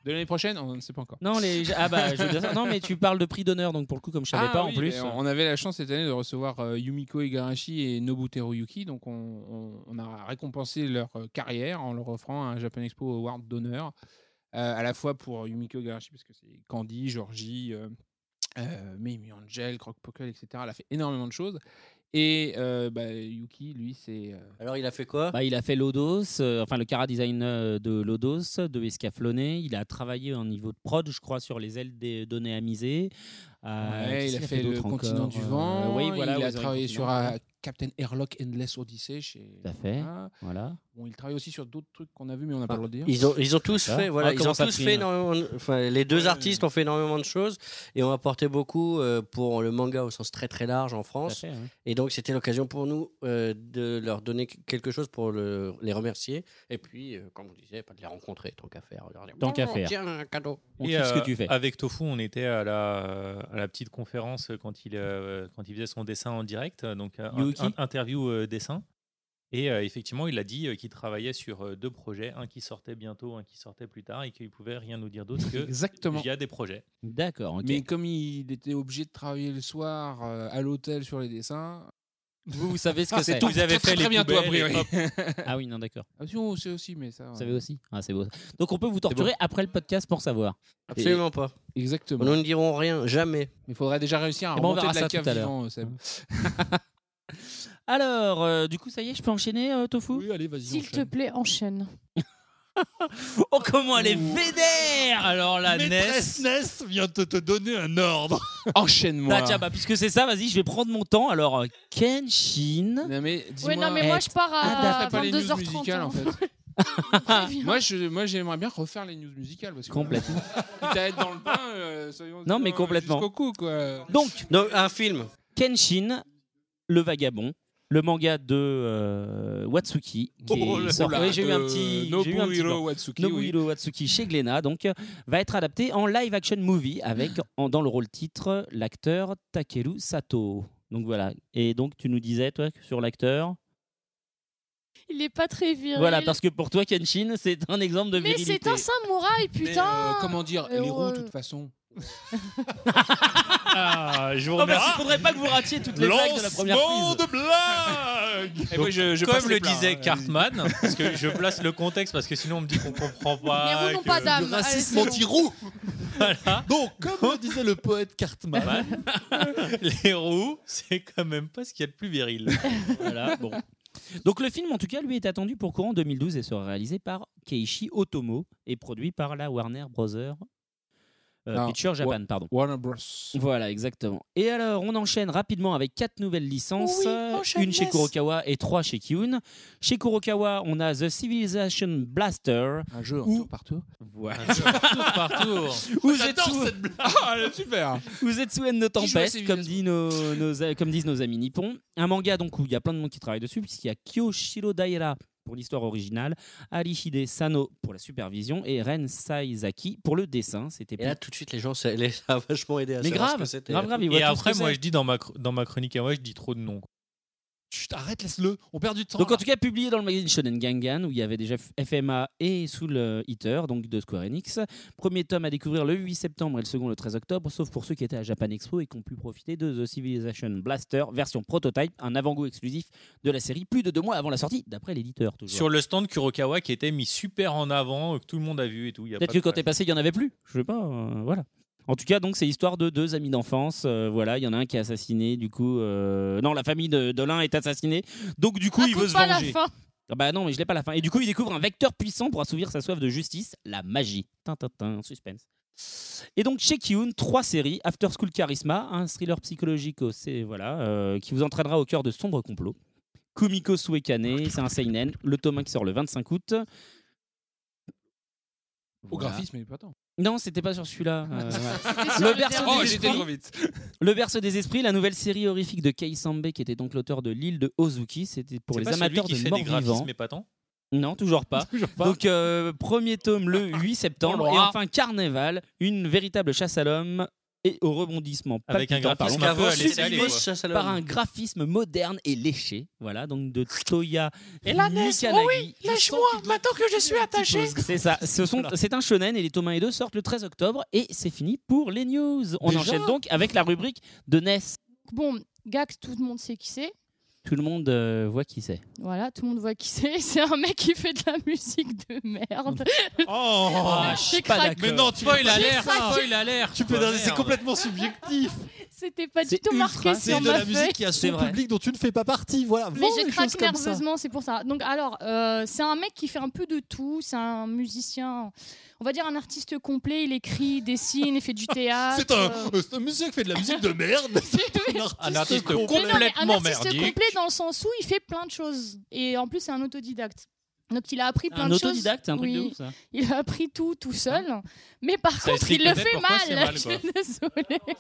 S3: De l'année prochaine, on ne sait pas encore.
S1: non les ah bah je veux dire ça. non mais tu parles de prix d'honneur donc pour le coup comme je savais
S3: Ah
S1: pas
S3: oui,
S1: en plus.
S3: mais On avait la chance cette année de recevoir euh, Yumiko Igarashi et Nobuteru Yuki, donc on, on- on a récompensé leur euh, carrière en leur offrant un Japan Expo Award d'honneur, euh, à la fois pour Yumiko Igarashi, parce que c'est Candy, Georgie, euh, euh, Mimi Angel, Croc Pockle, etc. Elle a fait énormément de choses. Et euh, bah, Yuki, lui, c'est. euh,
S8: Alors, il a fait quoi
S1: <laughs> Bah, il a fait l'Odos, euh, enfin le cara design euh, de l'Odos, de Escaflonné. Il a travaillé en niveau de prod, je crois, sur les ailes des données amisées. Euh,
S3: ouais,
S1: qu'est-ce
S3: il a
S1: qu'il
S3: fait, le
S1: d'autre
S3: continent
S1: encore
S3: du
S1: Euh,
S3: vent.
S1: oui, voilà,
S3: il a
S1: Weathering
S3: travaillé
S1: Continent,
S3: sur
S1: ouais.
S3: euh, Captain Airlock Endless Odyssey chez.
S1: Tout à fait.
S3: Voilà.
S1: Voilà.
S3: Bon, il travaille aussi sur d'autres trucs qu'on a vus, mais on n'a pas le droit de dire.
S8: Ils ont, ils ont tous
S1: Ça.
S8: fait, voilà,
S1: Ah,
S8: ils
S1: comment
S8: ont
S1: ça
S8: tous
S1: prime
S8: fait énormément. de- Enfin, les deux artistes ont fait énormément de choses et ont apporté beaucoup euh, pour le manga au sens très très large en
S1: Tout à
S8: France.
S1: fait, ouais.
S8: Et donc, c'était l'occasion pour nous euh, de leur donner quelque chose pour le- les remercier. Et puis, euh, comme on disait, pas de les rencontrer, tant qu'à faire. Leur dire,
S1: Tant qu'à
S8: Bonjour,
S1: faire.
S8: Tiens, un cadeau.
S1: On
S4: Et,
S1: kiffe ce
S4: euh,
S1: que tu fais.
S4: Avec Tofu, on était à la, à la petite conférence quand il, euh, quand il faisait son dessin en direct, euh, donc euh,
S1: Yuki.
S4: in- interview euh, dessin. Et euh, effectivement, il a dit euh, qu'il travaillait sur euh, deux projets, un qui sortait bientôt, un qui sortait plus tard, et qu'il pouvait rien nous dire
S1: <laughs>
S4: d'autre que
S3: Exactement.
S4: il y a des projets.
S1: D'accord. ok.
S3: Mais comme il était obligé de travailler le soir euh, à l'hôtel sur les dessins. Ah,
S1: vous, vous savez ce que c'est.
S4: Vous avez fait
S3: très
S4: les
S3: bientôt, a
S4: poubelles, et
S3: priori.
S4: hop.
S3: <laughs>
S1: Ah oui, non, d'accord.
S3: Ah, si, on sait aussi, mais ça. euh,
S1: Vous
S3: ouais.
S1: savez aussi. Ah, c'est beau. ça. Donc on peut vous torturer après le podcast pour savoir.
S8: Absolument pas.
S3: Exactement.
S8: Nous ne dirons rien, jamais.
S3: Il faudrait déjà réussir à
S1: Eh ben, on
S3: remonter
S1: verra
S3: Ah, de la
S1: ça tout
S3: cave
S1: à l'heure.
S3: vivant,
S1: Hein.
S3: euh, Seb.
S1: Alors, euh, du coup, ça y est, je peux enchaîner, euh, Tofu
S5: Oui, allez, vas-y.
S6: S'il te
S5: enchaîne.
S6: plaît, enchaîne.
S1: Oh, comment elle est vénère Alors la NES.
S5: Maîtresse Ness vient de te donner un ordre.
S3: <laughs> Enchaîne-moi.
S1: Ah, tiens, bah, puisque c'est ça, vas-y, je vais prendre mon temps. Alors, euh, Kenshin.
S3: Non, mais dis-moi.
S6: Ouais, non, mais moi,
S1: eh,
S6: je pars
S3: Ah,
S6: à
S3: t'as pas les news
S6: 22h30.
S3: musicales
S6: hein.
S3: en fait. moi, je, moi, j'aimerais bien refaire les news musicales parce que.
S1: Complètement.
S3: Quitte à être dans le pain, euh, soyons.
S1: Non, mais
S3: soyons
S1: complètement.
S3: Jusqu'au cou, quoi.
S1: Donc,
S8: Donc, un film.
S1: Kenshin, le vagabond, le manga de euh, Watsuki. qui est
S3: Oh,
S1: sorti- oui, j'ai eu un petit. j'ai eu
S3: euh,
S1: un petit blanc.
S3: Nobuhiro Watsuki. oui.
S1: Nobuhiro Watsuki chez Glénat, donc, euh, va être adapté en live action movie avec, en- dans le rôle titre, l'acteur Takeru Sato. Donc voilà. Et donc, tu nous disais, toi, que sur l'acteur.
S6: Il est pas très viril.
S1: Voilà, parce que pour toi, Kenshin, c'est un exemple de
S6: Mais
S1: virilité.
S6: c'est un samouraï,
S3: Mais,
S6: putain
S3: euh, comment dire,
S6: Et
S3: les
S6: on,
S3: roues,
S6: euh,
S3: de toute façon.
S4: Ah, je vous
S1: Oh, parce
S4: remercie.
S1: qu'il faudrait pas que vous ratiez toutes les blagues de la première prise.
S4: de blague
S3: Et moi, je, je passe
S4: Comme
S3: les
S4: le
S3: plats,
S4: disait
S3: hein.
S4: Cartman, parce que je place le contexte, parce que sinon on me dit qu'on comprend
S6: Mais
S4: pas.
S6: roulons
S4: que-
S6: pas d'âme.
S5: Le racisme
S6: Allez, c'est
S5: anti-roux.
S4: Voilà.
S5: Donc, comme le disait le poète Cartman,
S4: Bah, <laughs> les roues, c'est quand même pas ce qu'il y a de plus viril.
S1: <laughs> Voilà, bon. Donc le film, en tout cas, lui est attendu pour courant 2012 et sera réalisé par Keiichi Otomo et produit par la Warner Brothers Euh,
S3: Non,
S1: Picture Japan,
S3: Ah, Wa-
S1: pardon.
S3: Warner Bros.
S1: Voilà, exactement. Et alors, on enchaîne rapidement avec quatre nouvelles licences,
S3: Oui,
S1: euh,
S3: enchaîne,
S1: une chez
S3: yes.
S1: Kurokawa et trois chez Kiun. Chez Kurokawa, on a The Civilization Blaster.
S3: Un jeu
S1: où...
S3: partout.
S1: Voilà.
S3: Un jeu en tour par tour.
S1: Où
S3: J'adore
S1: Zetsu-
S3: cette blague. Ah, elle est super.
S1: Où Zetsuen no
S3: Qui joue à
S1: Tempest, comme, dit nos, nos- comme disent nos amis nippons. Un manga donc où il y a plein de monde qui travaille dessus, puisqu'il y a Kyoshiro Daira pour l'histoire originale, Arishide Sano pour la supervision et Ren Saizaki pour le dessin. C'était
S8: Et là, tout de suite, les gens, ça les a vachement aidé à
S1: Mais
S8: savoir
S1: grave,
S8: ce que c'était.
S1: grave, grave, ils voient
S4: Et
S1: tout ce
S4: après,
S1: que
S4: moi,
S1: c'est.
S4: je dis dans ma, chr- dans ma chronique à moi, je dis trop de noms.
S5: Chut, arrête, laisse-le. On perd du temps.
S1: Donc
S5: là.
S1: en tout cas publié dans le magazine Shonen Gangan où il y avait déjà FMA et Soul euh, Eater donc de Square Enix. Premier tome à découvrir le 8 septembre et le second le 13 octobre sauf pour ceux qui étaient à Japan Expo et qui ont pu profiter de The Civilization Blaster version prototype, un avant-goût exclusif de la série plus de deux mois avant la sortie d'après l'éditeur toujours.
S4: Sur le stand Kurokawa qui était mis super en avant, que tout le monde a vu et tout. il y a
S1: Peut-être
S4: pas
S1: que
S4: de
S1: quand t'es passé, il y en avait plus. Je sais pas. euh, voilà. En tout cas, donc c'est l'histoire de deux amis d'enfance. euh, voilà, il y en a un qui est assassiné. Du coup, euh, non, la famille de, de l'un est assassinée. Donc du coup, il veut se
S6: pas la
S1: venger.
S6: fin.
S1: Ah bah non, mais je l'ai pas la fin. Et du coup, il découvre un vecteur puissant pour assouvir sa soif de justice, la magie. Tin, tin, tin, suspense. Et donc chez Kiun, trois séries After School Charisma, un thriller psychologique, au- c'est voilà, euh, qui vous entraînera au cœur de sombres complots. Kumiko Suekane, c'est un seinen, le tome 1 qui sort le 25 août.
S3: Au
S1: Voilà.
S3: graphisme, il est pas tant.
S1: Non, c'était pas sur celui-là. Euh, voilà.
S3: C'était sur le dernier. Oh, j'étais trop vite.
S1: Le berceau des esprits, la nouvelle série horrifique de Kei Sambe, qui était donc l'auteur de l'île de Ozuki. C'était pour
S4: C'est
S1: les
S4: pas celui
S1: amateurs
S4: qui
S1: de
S4: fait des
S1: morts-vivants.
S4: graphismes épatants
S1: Non,
S4: <laughs>
S1: toujours pas. Donc, euh, premier tome
S4: Ah,
S1: le 8 septembre.
S4: On
S1: et
S4: l'aura.
S1: enfin, Carnaval, une véritable chasse à l'homme et au rebondissement.
S4: Avec un
S1: palpitant,
S4: graphisme
S1: pardon,
S4: un peu à laisser aller,
S1: sublimé
S4: quoi. Chasse à l'homme.
S1: par un graphisme moderne et léché. Voilà, donc de Toya
S10: Et la NES,
S1: Mikanagi.
S10: oh oui, lâche-moi, maintenant que je suis attaché.
S1: C'est ça, ce sont, c'est un shonen et les tomes 1 et 2 sortent le 13 octobre et c'est fini pour les news. On
S6: Déjà
S1: enchaîne donc avec la rubrique de Ness.
S6: Bon, Gax, tout le monde sait qui c'est.
S1: Tout le monde euh, voit qui c'est.
S6: Voilà, tout le monde voit qui c'est. <laughs> C'est un mec qui fait de la musique de merde.
S4: Ah,
S6: J'ai
S4: je suis pas
S6: craqué.
S4: d'accord. Mais non, tu spoil
S6: J'ai
S4: alert,
S6: craqué.
S4: spoil alert.
S5: Tu peux
S4: Merde.
S5: donner- c'est complètement subjectif.
S6: C'était pas du tout marqué sur
S5: C'est de
S6: ma
S5: la musique
S6: feuille.
S5: qui a son public dont tu ne fais pas partie. Voilà.
S6: Mais
S5: Vends
S6: j'ai
S5: les choses
S6: craqué
S5: comme ça.
S6: nerveusement, c'est pour ça. Donc alors, euh, c'est un mec qui fait un peu de tout. C'est un musicien, on va dire un artiste complet. Il écrit, dessine, il fait
S5: <laughs>
S6: du théâtre.
S5: C'est un,
S6: euh,
S5: euh, c'est un musicien qui fait de la musique de merde. C'est
S4: Un artiste
S6: Mais non, mais
S4: complètement
S6: un artiste
S4: merdique.
S6: complet dans le sens où il fait plein de choses. Et en plus, c'est un autodidacte. Donc il a appris plein
S1: Un
S6: de choses.
S1: autodidacte, c'est un truc de
S6: Oui.
S1: ouf, ça. Hein
S6: Il a appris tout tout seul. Mais par
S3: Ça
S6: contre, il
S3: explique
S6: le
S3: peut-être
S6: fait
S3: pourquoi
S6: mal. <laughs>
S3: c'est mal,
S6: je
S3: quoi.
S6: suis désolée.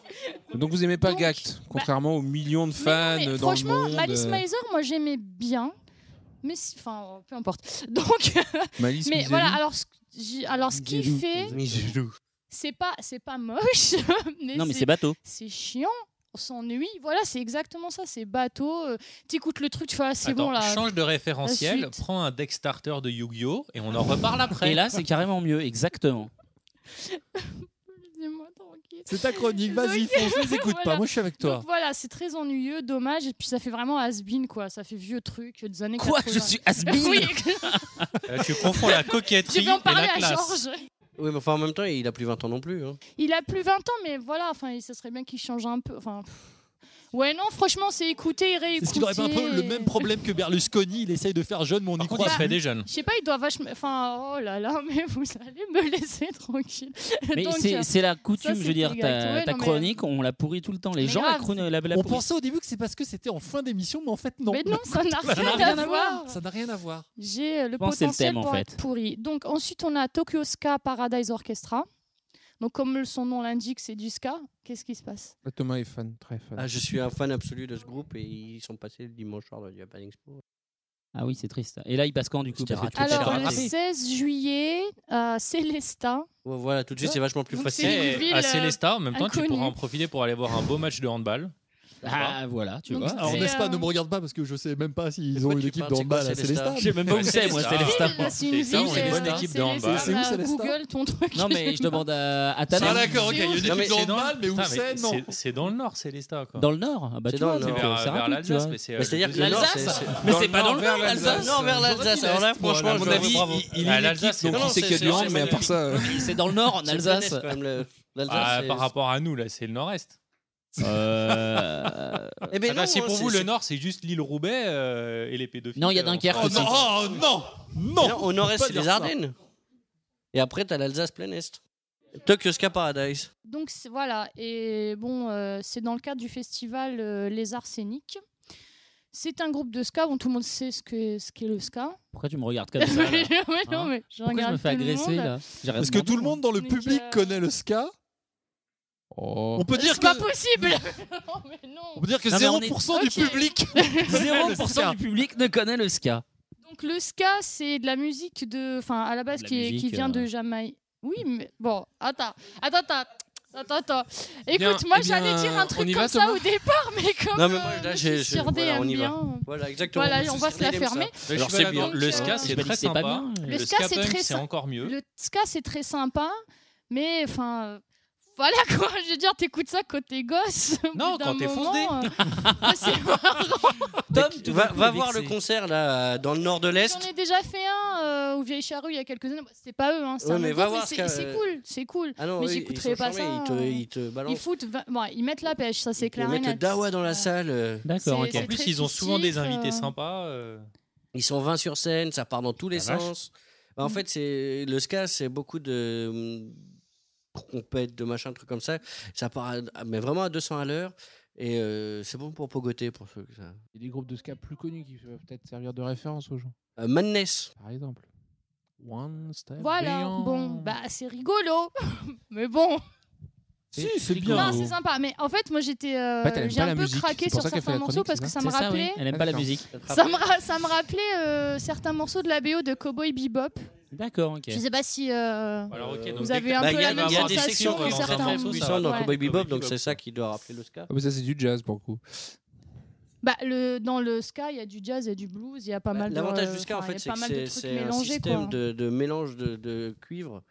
S3: Donc vous aimez pas Gact, contrairement aux millions de fans
S6: bah, Mais
S3: euh, dans le
S6: franchement,
S3: monde.
S6: Malice
S3: euh,
S6: Mizer, moi j'aimais bien. Mais si- enfin, euh, peu importe. <laughs> Donc,
S3: Malice
S6: mais
S3: Mizelou.
S6: voilà, alors, ce que j'ai- alors ce qu'il fait, c'est pas, c'est pas moche. <laughs> mais
S1: Non, mais c'est bateau.
S6: C'est chiant. On s'ennuie. Voilà, c'est exactement ça. C'est bateau. euh, T'écoutes le truc, tu vois, c'est
S4: Attends,
S6: bon là.
S4: change de
S6: La
S4: référentiel,
S6: suite.
S4: prends un deck starter de Yu-Gi-Oh! et on en reparle après.
S1: Et là, c'est carrément mieux,
S6: <laughs>
S1: exactement.
S5: C'est ta
S6: <laughs>
S5: chronique, vas-y,
S6: Donc,
S5: fonce, les
S6: <laughs>
S5: écoute pas,
S6: voilà.
S5: moi je suis avec toi.
S6: Donc voilà, c'est très ennuyeux, dommage, et puis ça fait vraiment has-been, quoi. Ça fait vieux truc des années
S1: Quoi,
S6: 80.
S1: je suis has-been
S6: Oui,
S4: Euh, tu confonds
S6: <laughs>
S4: la
S6: je
S4: coquetterie
S6: vais en
S4: et la
S6: parler à
S4: classe.
S6: Georges.
S8: Oui, mais enfin, en même temps, il a plus 20 ans non plus. hein.
S6: Il a plus 20 ans, mais voilà, enfin, ça serait bien qu'il change un peu. Enfin, pff. ouais, non, franchement, c'est écouter et réécouter.
S5: Est-ce qu'il aurait pas un peu le
S6: euh,
S5: même problème que Berlusconi Il essaye de faire jeune, mais on y
S4: contre,
S5: croit.
S4: il se fait des jeunes.
S6: Bah, Je sais pas, il doit vachement. Enfin, oh là <laughs> là, mais vous allez me laisser tranquille.
S1: Mais
S6: Donc,
S1: c'est
S6: euh,
S1: c'est la
S6: ça,
S1: coutume, je veux
S6: c'était
S1: dire,
S6: exact.
S1: ta,
S6: Ouais,
S1: ta
S6: non, mais-
S1: chronique, on la pourrit tout le temps. Les
S6: Mais
S1: gens la,
S6: grave.
S1: chroni- la, la
S5: On
S1: pourrissent.
S5: pensait au début que c'est parce que c'était en fin d'émission, mais en fait, non.
S6: Mais non, ça n'a
S5: <laughs> Ça
S6: rien à voir.
S5: Ça n'a rien à voir.
S6: J'ai euh, le
S1: Je pense que c'est le
S6: potentiel
S1: thème, en
S6: pour
S1: fait.
S6: être pourri. Donc ensuite on a Tokyo Ska Paradise Orchestra. Donc comme son nom l'indique, c'est du ska. Qu'est-ce qui se passe
S3: Thomas est fan, très fan.
S8: Ah, je suis un fan absolu de ce groupe et ils sont passés le dimanche soir de Japan Expo.
S1: Ah oui, c'est triste. Et là, il passe quand du coup
S8: C'était
S1: Parce que tu-
S8: raté.
S6: Alors
S8: l'as
S6: le
S8: raté.
S6: 16 juillet, euh, Célestin.
S8: Ouais, Voilà, tout de suite, c'est vachement plus
S6: Donc,
S8: facile.
S6: c'est une
S4: Eh,
S6: ville,
S4: à
S6: euh,
S4: Célesta, en même temps, tu
S6: inconnue.
S4: pourras en profiter pour aller voir un beau match de handball.
S1: Ah voilà, tu
S6: Donc,
S1: vois.
S6: c'est-
S5: Alors,
S6: Et
S5: n'est-ce
S6: euh,
S5: pas, ne me regarde pas parce que je sais même pas s'ils
S8: Mais
S5: ont
S8: quoi,
S5: une
S8: tu
S5: équipe
S8: parles,
S5: de
S8: c'est quoi,
S5: handball à
S8: Célestat
S5: Célestat.
S1: Je sais même pas où c'est, moi,
S4: Célestat.
S1: Célestat.
S6: Ville, c'est une
S4: Célestin,
S6: ville.
S4: on est une bonne
S6: euh,
S4: équipe de
S6: Célestin,
S4: handball.
S5: C'est où,
S6: euh,
S5: Célestin
S6: Google ton truc.
S1: Non, mais je demande à, à Tana.
S5: Ah, d'accord, ok, il y a une
S8: Non, mais
S5: équipe de
S8: c'est
S5: handball, mais où
S4: Putain, mais
S5: c'est Non.
S4: c'est- C'est dans le nord, Célesta. quoi.
S1: Dans le Nord Ah, bah,
S8: C'est
S1: tu vois,
S8: dans le
S4: C'est
S1: donc,
S8: Nord.
S1: euh,
S4: vers,
S1: c'est
S4: vers
S1: rapide, tu
S4: l'Alsace,
S1: vois.
S4: mais c'est.
S8: Bah, C'est-à-dire que le Nord, c'est-
S1: L'Alsace
S8: c'est-
S1: Mais
S3: Dans
S1: c'est
S3: le
S1: pas dans
S3: nord,
S1: le
S3: vers
S1: Nord, l'Alsace.
S3: l'Alsace.
S8: Non, vers l'Alsace. Alors là, franchement,
S4: à mon
S8: je-
S4: avis,
S8: bravo.
S4: il- il- il est
S3: l'Alsace,
S4: Ah, l'Alsace,
S3: donc
S4: non,
S3: il sait qu'il y a
S8: c'est-
S3: du hand,
S8: c'est-
S3: mais à part ça. euh,
S1: C'est dans le Nord, en
S8: c'est
S1: Alsace.
S8: planète, quand même, le-
S4: Ah,
S8: L'Alsace.
S4: Par rapport à nous, là, c'est le nord-est. <laughs>
S1: Euh,
S8: Eh ben
S4: Ah, bah,
S8: non,
S4: si
S8: hein,
S4: pour
S8: c'est-
S4: vous, le
S8: c'est-
S4: nord, c'est juste l'île Roubaix euh, et les pédophiles.
S1: Non, il y a
S4: euh,
S1: Dunkerque
S5: Oh
S1: aussi.
S5: non, oh non
S8: Non,
S5: Non
S8: au nord-est,
S5: pas
S8: c'est
S5: dire
S8: les
S5: ça.
S8: Ardennes. Et après, t'as l'Alsace plein est. Tokyoska Paradise.
S6: Donc c'est- voilà, et bon, euh, c'est dans le cadre du festival euh, Les Arts Scéniques. C'est un groupe de ska, bon, tout le monde sait ce qu'est ce qu'est le ska.
S1: Pourquoi tu me regardes
S6: <laughs>
S1: comme ça là
S6: Ouais, non,
S1: Hein
S6: mais je
S1: Pourquoi je
S6: regarde
S1: me fais
S6: tout le
S1: agresser
S6: monde.
S1: là J'ai rien
S5: Est-ce que
S1: demandé,
S5: tout le monde dans le
S6: Donc,
S5: public
S6: euh,
S5: connaît le ska On peut dire
S6: C'est
S5: que
S6: pas possible Non, mais non.
S5: on peut dire que
S1: Non, mais on est-
S5: 0% du
S6: Ok.
S1: <laughs>
S5: public
S1: 0% du public ne connaît le ska.
S6: Donc le ska, c'est de la musique de, enfin à la base
S1: De la
S6: qui, est- qui
S1: musique,
S6: vient
S1: euh.
S6: de Jamaïque. Oui, mais bon, attends, attends, attends, attends, attends.
S8: Eh bien-
S6: Écoute, moi
S8: eh bien,
S6: j'allais dire un
S8: on
S6: truc
S8: y
S6: comme
S8: va,
S6: ça
S8: Thomas
S6: au départ, mais comme
S8: Non, mais moi, là,
S6: euh, Monsieur
S8: j'ai- je-
S6: Sirdé
S8: voilà,
S6: aime
S8: on y va.
S6: bien.
S8: Voilà, exactement.
S6: Voilà,
S8: Monsieur
S6: on va se
S8: Sirdé,
S6: la
S8: il aime ça.
S6: fermer.
S8: Mais je
S4: Alors
S8: suis
S4: c'est
S8: pas
S4: bien.
S8: d'accord.
S4: Le
S8: Donc,
S4: ska,
S8: euh,
S4: c'est
S8: j'ai pas
S4: très
S8: dit que
S4: sympa.
S8: c'est pas bien.
S4: Le,
S6: Le ska,
S4: ska
S6: c'est
S4: punk,
S6: très
S4: c'est
S6: sy-
S4: encore mieux.
S6: Le ska, c'est très sympa, mais enfin, euh, voilà <laughs> quoi. Je veux dire, t'écoutes ça quand t'es gosse. au
S4: Non,
S6: bout d'un
S4: quand t'es
S6: moment,
S4: foncedé.
S6: euh, ouais, c'est marrant.
S8: Tom, va,
S4: coup,
S8: va
S4: est
S8: voir le
S4: vexé.
S8: concert là dans le nord de l'Est.
S6: J'en ai déjà fait un euh, au Vieille Charrue il y a quelques années. Bah, C'était pas eux, hein, c'est
S8: Ouais,
S6: un
S8: mais
S6: autre
S8: va
S6: groupe,
S8: voir ce
S6: c'est
S8: qu'a-
S6: c'est cool, c'est cool.
S8: Ah non,
S6: mais
S8: eux, ils
S6: j'écouterai
S8: sont
S6: pas
S8: charmés,
S6: ça.
S8: Ils te,
S6: euh,
S8: ils te
S6: Ils
S8: balancent.
S6: foutent vingt- bon, ils mettent la pêche, ça c'est
S8: Ils
S6: clair. et
S8: mettent le
S6: net.
S8: dawa dans la salle. euh.
S1: D'accord,
S6: C'est-
S1: ok.
S4: En plus, ils ont souvent
S6: festif,
S4: des invités
S6: euh.
S4: sympas. euh.
S8: Ils sont 20 sur scène, ça part dans tous les
S4: La vache.
S8: sens. Bah,
S6: Mm.
S8: en fait, c'est le ska, c'est beaucoup de hum, trompettes, de machin, trucs comme ça. Ça part, à- mais vraiment à 200 à l'heure. Et euh, c'est bon pour pogoter pour ceux que ça.
S3: Il y a des groupes de ska plus connus qui peuvent peut-être servir de référence aux gens.
S8: Euh, Madness.
S3: Par exemple. One step
S6: Voilà,
S3: beyond.
S6: bon, bah c'est rigolo, <laughs> mais bon.
S3: Si, c'est
S1: rigolo.
S3: bien.
S6: Non, c'est sympa. Mais en fait, moi j'étais, euh,
S3: Pat, elle aime
S6: j'ai
S3: pas
S6: un
S3: la
S6: peu
S3: musique,
S6: craqué
S3: c'est
S6: sur
S3: pour ça qu'elle fait
S6: certains
S3: la
S6: morceaux
S3: chronique,
S6: parce que
S3: c'est
S6: ça me
S1: C'est ça, oui.
S6: rappelait,
S1: Elle aime pas la
S3: D'accord.
S1: musique.
S6: ça me, ra- ça me rappelait euh, certains morceaux de la BO de Cowboy Bebop.
S1: D'accord, ok.
S6: Je sais pas si. euh,
S4: Alors, ok,
S8: Euh,
S4: donc
S6: Vous
S4: dès
S6: avez
S4: que
S6: un
S4: t'as-
S8: Bah,
S6: peu
S8: Il y, a-
S6: la même
S8: il y a des
S6: sensation
S8: sections
S6: que
S8: qui sont
S6: certains
S8: très
S6: morceaux.
S8: puissantes dans
S6: Ouais.
S8: Cowboy Bebop, donc
S4: Bebop.
S8: c'est ça qui doit rappeler le ska.
S3: Ah, mais ça, c'est du jazz pour le coup.
S6: Bah, le, dans le ska, il y a du jazz et du blues, il y a pas mal de.
S8: Bah, L'avantage du ska, en
S6: enfin, il y
S8: fait,
S6: a
S8: c'est
S6: pas
S8: que
S6: mal de
S8: c'est
S6: trucs
S8: c'est un
S6: mélangés, quoi.
S8: système de, de mélange de, de cuivre.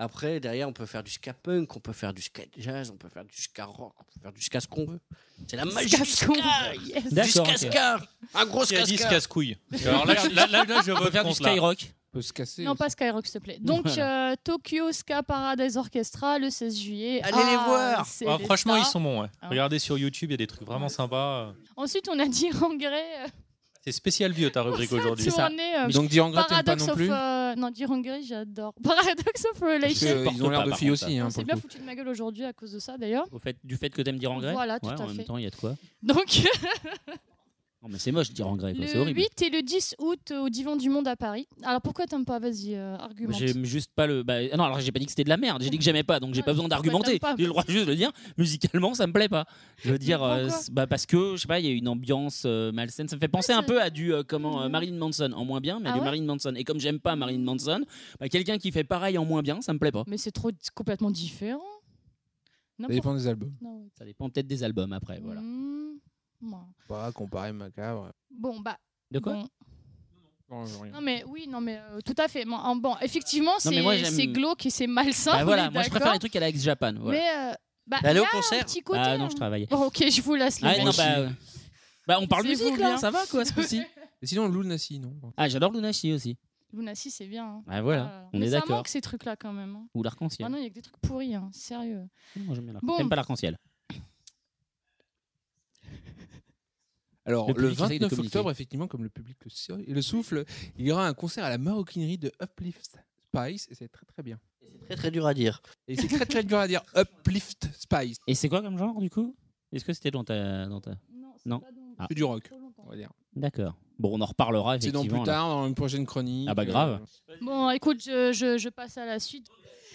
S8: Après, derrière, on peut faire du ska punk, on peut faire du ska jazz, on peut faire du ska rock, on peut faire du ska ce qu'on veut. C'est la magie du ska. yes. Du
S1: D'accord,
S8: ska
S1: ok.
S8: ska. Un gros
S4: Qui a
S8: ska
S4: dit
S8: ska.
S4: casse-couille
S8: <laughs>
S4: Alors là, je- là, là, là, je
S1: On peut
S4: vote
S1: faire du
S4: contre. là.
S1: skyrock.
S3: On peut se casser.
S6: Non, pas Skyrock, s'il te plaît. Donc, euh, Tokyo Ska Paradise Orchestra, le 16 juillet.
S8: Allez les voir.
S6: c'est
S4: Ah,
S6: les
S4: franchement, ils
S6: stars.
S4: sont bons. ouais.
S6: Ah.
S4: Regardez sur YouTube, il y a des trucs vraiment sympas.
S6: Ensuite, on a dit euh, Rangré.
S4: C'est spécial vieux ta rubrique aujourd'hui.
S6: Tournée, euh,
S3: Donc, Diangra, t'aimes pas
S6: Paradox
S3: non
S6: of...
S3: plus
S6: euh, non, Dirangré, j'adore. <laughs> Paradox of
S3: Parce que,
S6: Relation.
S3: euh,
S4: porte
S3: Ils ont l'air
S4: pas,
S3: de
S4: par
S3: filles
S4: contre,
S3: aussi. hein,
S6: On s'est
S3: pour
S6: bien
S3: le coup.
S6: foutu de ma gueule aujourd'hui à cause de ça, d'ailleurs.
S1: Au fait, du fait que t'aimes dire engrais
S6: Voilà, tout
S1: ouais,
S6: à
S1: en
S6: fait.
S1: même temps, il y a de quoi.
S6: Donc, euh,
S1: Non, mais c'est moche de dire
S3: bah,
S1: engrais, quoi, c'est
S6: le
S1: horrible.
S6: 8 et le 10 août euh, au Divan du Monde à Paris. Alors, pourquoi t'aimes pas Vas-y, euh, argumente.
S1: J'aime juste pas le. bah, ah non, alors j'ai pas dit que c'était de la merde, j'ai dit que j'aimais pas, donc j'ai
S6: Ouais,
S1: pas besoin
S6: bah, t'aimes
S1: d'argumenter.
S6: pas.
S1: J'ai le droit juste de le dire, musicalement ça me plaît pas. Je veux dire, euh,
S6: pourquoi
S1: c'est- bah, parce que, je sais pas, il y a une ambiance euh, malsaine. Ça me fait penser un
S6: c'est-
S1: peu à du euh, comment, euh,
S6: Mhm.
S1: Marilyn Manson, en moins bien, mais à
S6: Ah
S1: du
S6: ouais
S1: Marilyn Manson. Et comme j'aime pas Marilyn Manson, bah, quelqu'un qui fait pareil en moins bien, ça me plaît pas.
S6: Mais c'est trop c'est complètement différent.
S3: Ça dépend des albums.
S6: Non, ouais.
S1: Ça dépend peut-être des albums après, voilà.
S6: Hmm, ouais.
S3: Pas comparer macabre.
S6: Bon, bah.
S1: De quoi
S6: bon.
S3: Non, rien.
S6: Non, mais oui, non, mais euh, tout à fait. Bon, en- bon, effectivement,
S1: mais moi,
S6: c'est
S1: j'aime-
S6: c'est glauque et c'est malsain.
S1: Bah,
S6: on
S1: voilà,
S6: est
S1: moi je
S6: d'accord.
S1: préfère les trucs à la ex-Japan. Voilà.
S6: Mais. euh, bah,
S8: T'es allé
S6: il y
S8: au
S6: a un
S8: concert
S6: petit côté,
S1: Ah non,
S6: hein.
S1: je travaillais.
S6: Bon, ok, je vous laisse les
S1: Ah
S6: mecs.
S1: non, bah. euh, Bah, on parle
S6: C'est
S1: musique
S6: vous,
S1: là,
S6: bien.
S1: ça va quoi ce
S6: <laughs>
S1: coup-ci
S3: Et sinon, Lunacy, non
S1: Ah, j'adore Lunashi aussi.
S6: Lunacy, c'est bien. hein.
S1: Ah voilà,
S6: Ah là là.
S1: on
S6: Mais
S1: est
S6: ça
S1: d'accord.
S6: manque ces trucs-là quand même. hein.
S1: Ou l'arc-en-ciel.
S6: Ah non, il y a que des trucs pourris, hein. sérieux.
S1: Moi, j'aime bien l'arc-
S6: Bon.
S1: T'aimes pas l'arc-en-ciel.
S3: <coughs> Alors,
S1: Le
S3: le,
S1: public essaye de
S3: 29
S1: communiquer.
S3: octobre, effectivement, comme le public le, sait et le souffle, il y aura un concert à la maroquinerie de Uplift Spice, et c'est très très bien.
S8: Très très dur à dire.
S3: Et c'est très très dur à dire, Uplift Spice.
S1: Et c'est quoi comme genre du coup Est-ce que c'était dans ta. Dans ta...
S6: c'est
S1: Non.
S6: pas dans-
S1: Ah.
S3: C'est du rock,
S6: trop longtemps.
S3: on va dire.
S1: D'accord. Bon, on en reparlera
S3: C'est
S1: Ah, effectivement.
S3: dans plus
S1: là.
S3: tard, dans une prochaine chronique.
S1: Ah bah,
S3: euh,
S1: grave.
S6: Bon, écoute, je, je- je passe à la suite.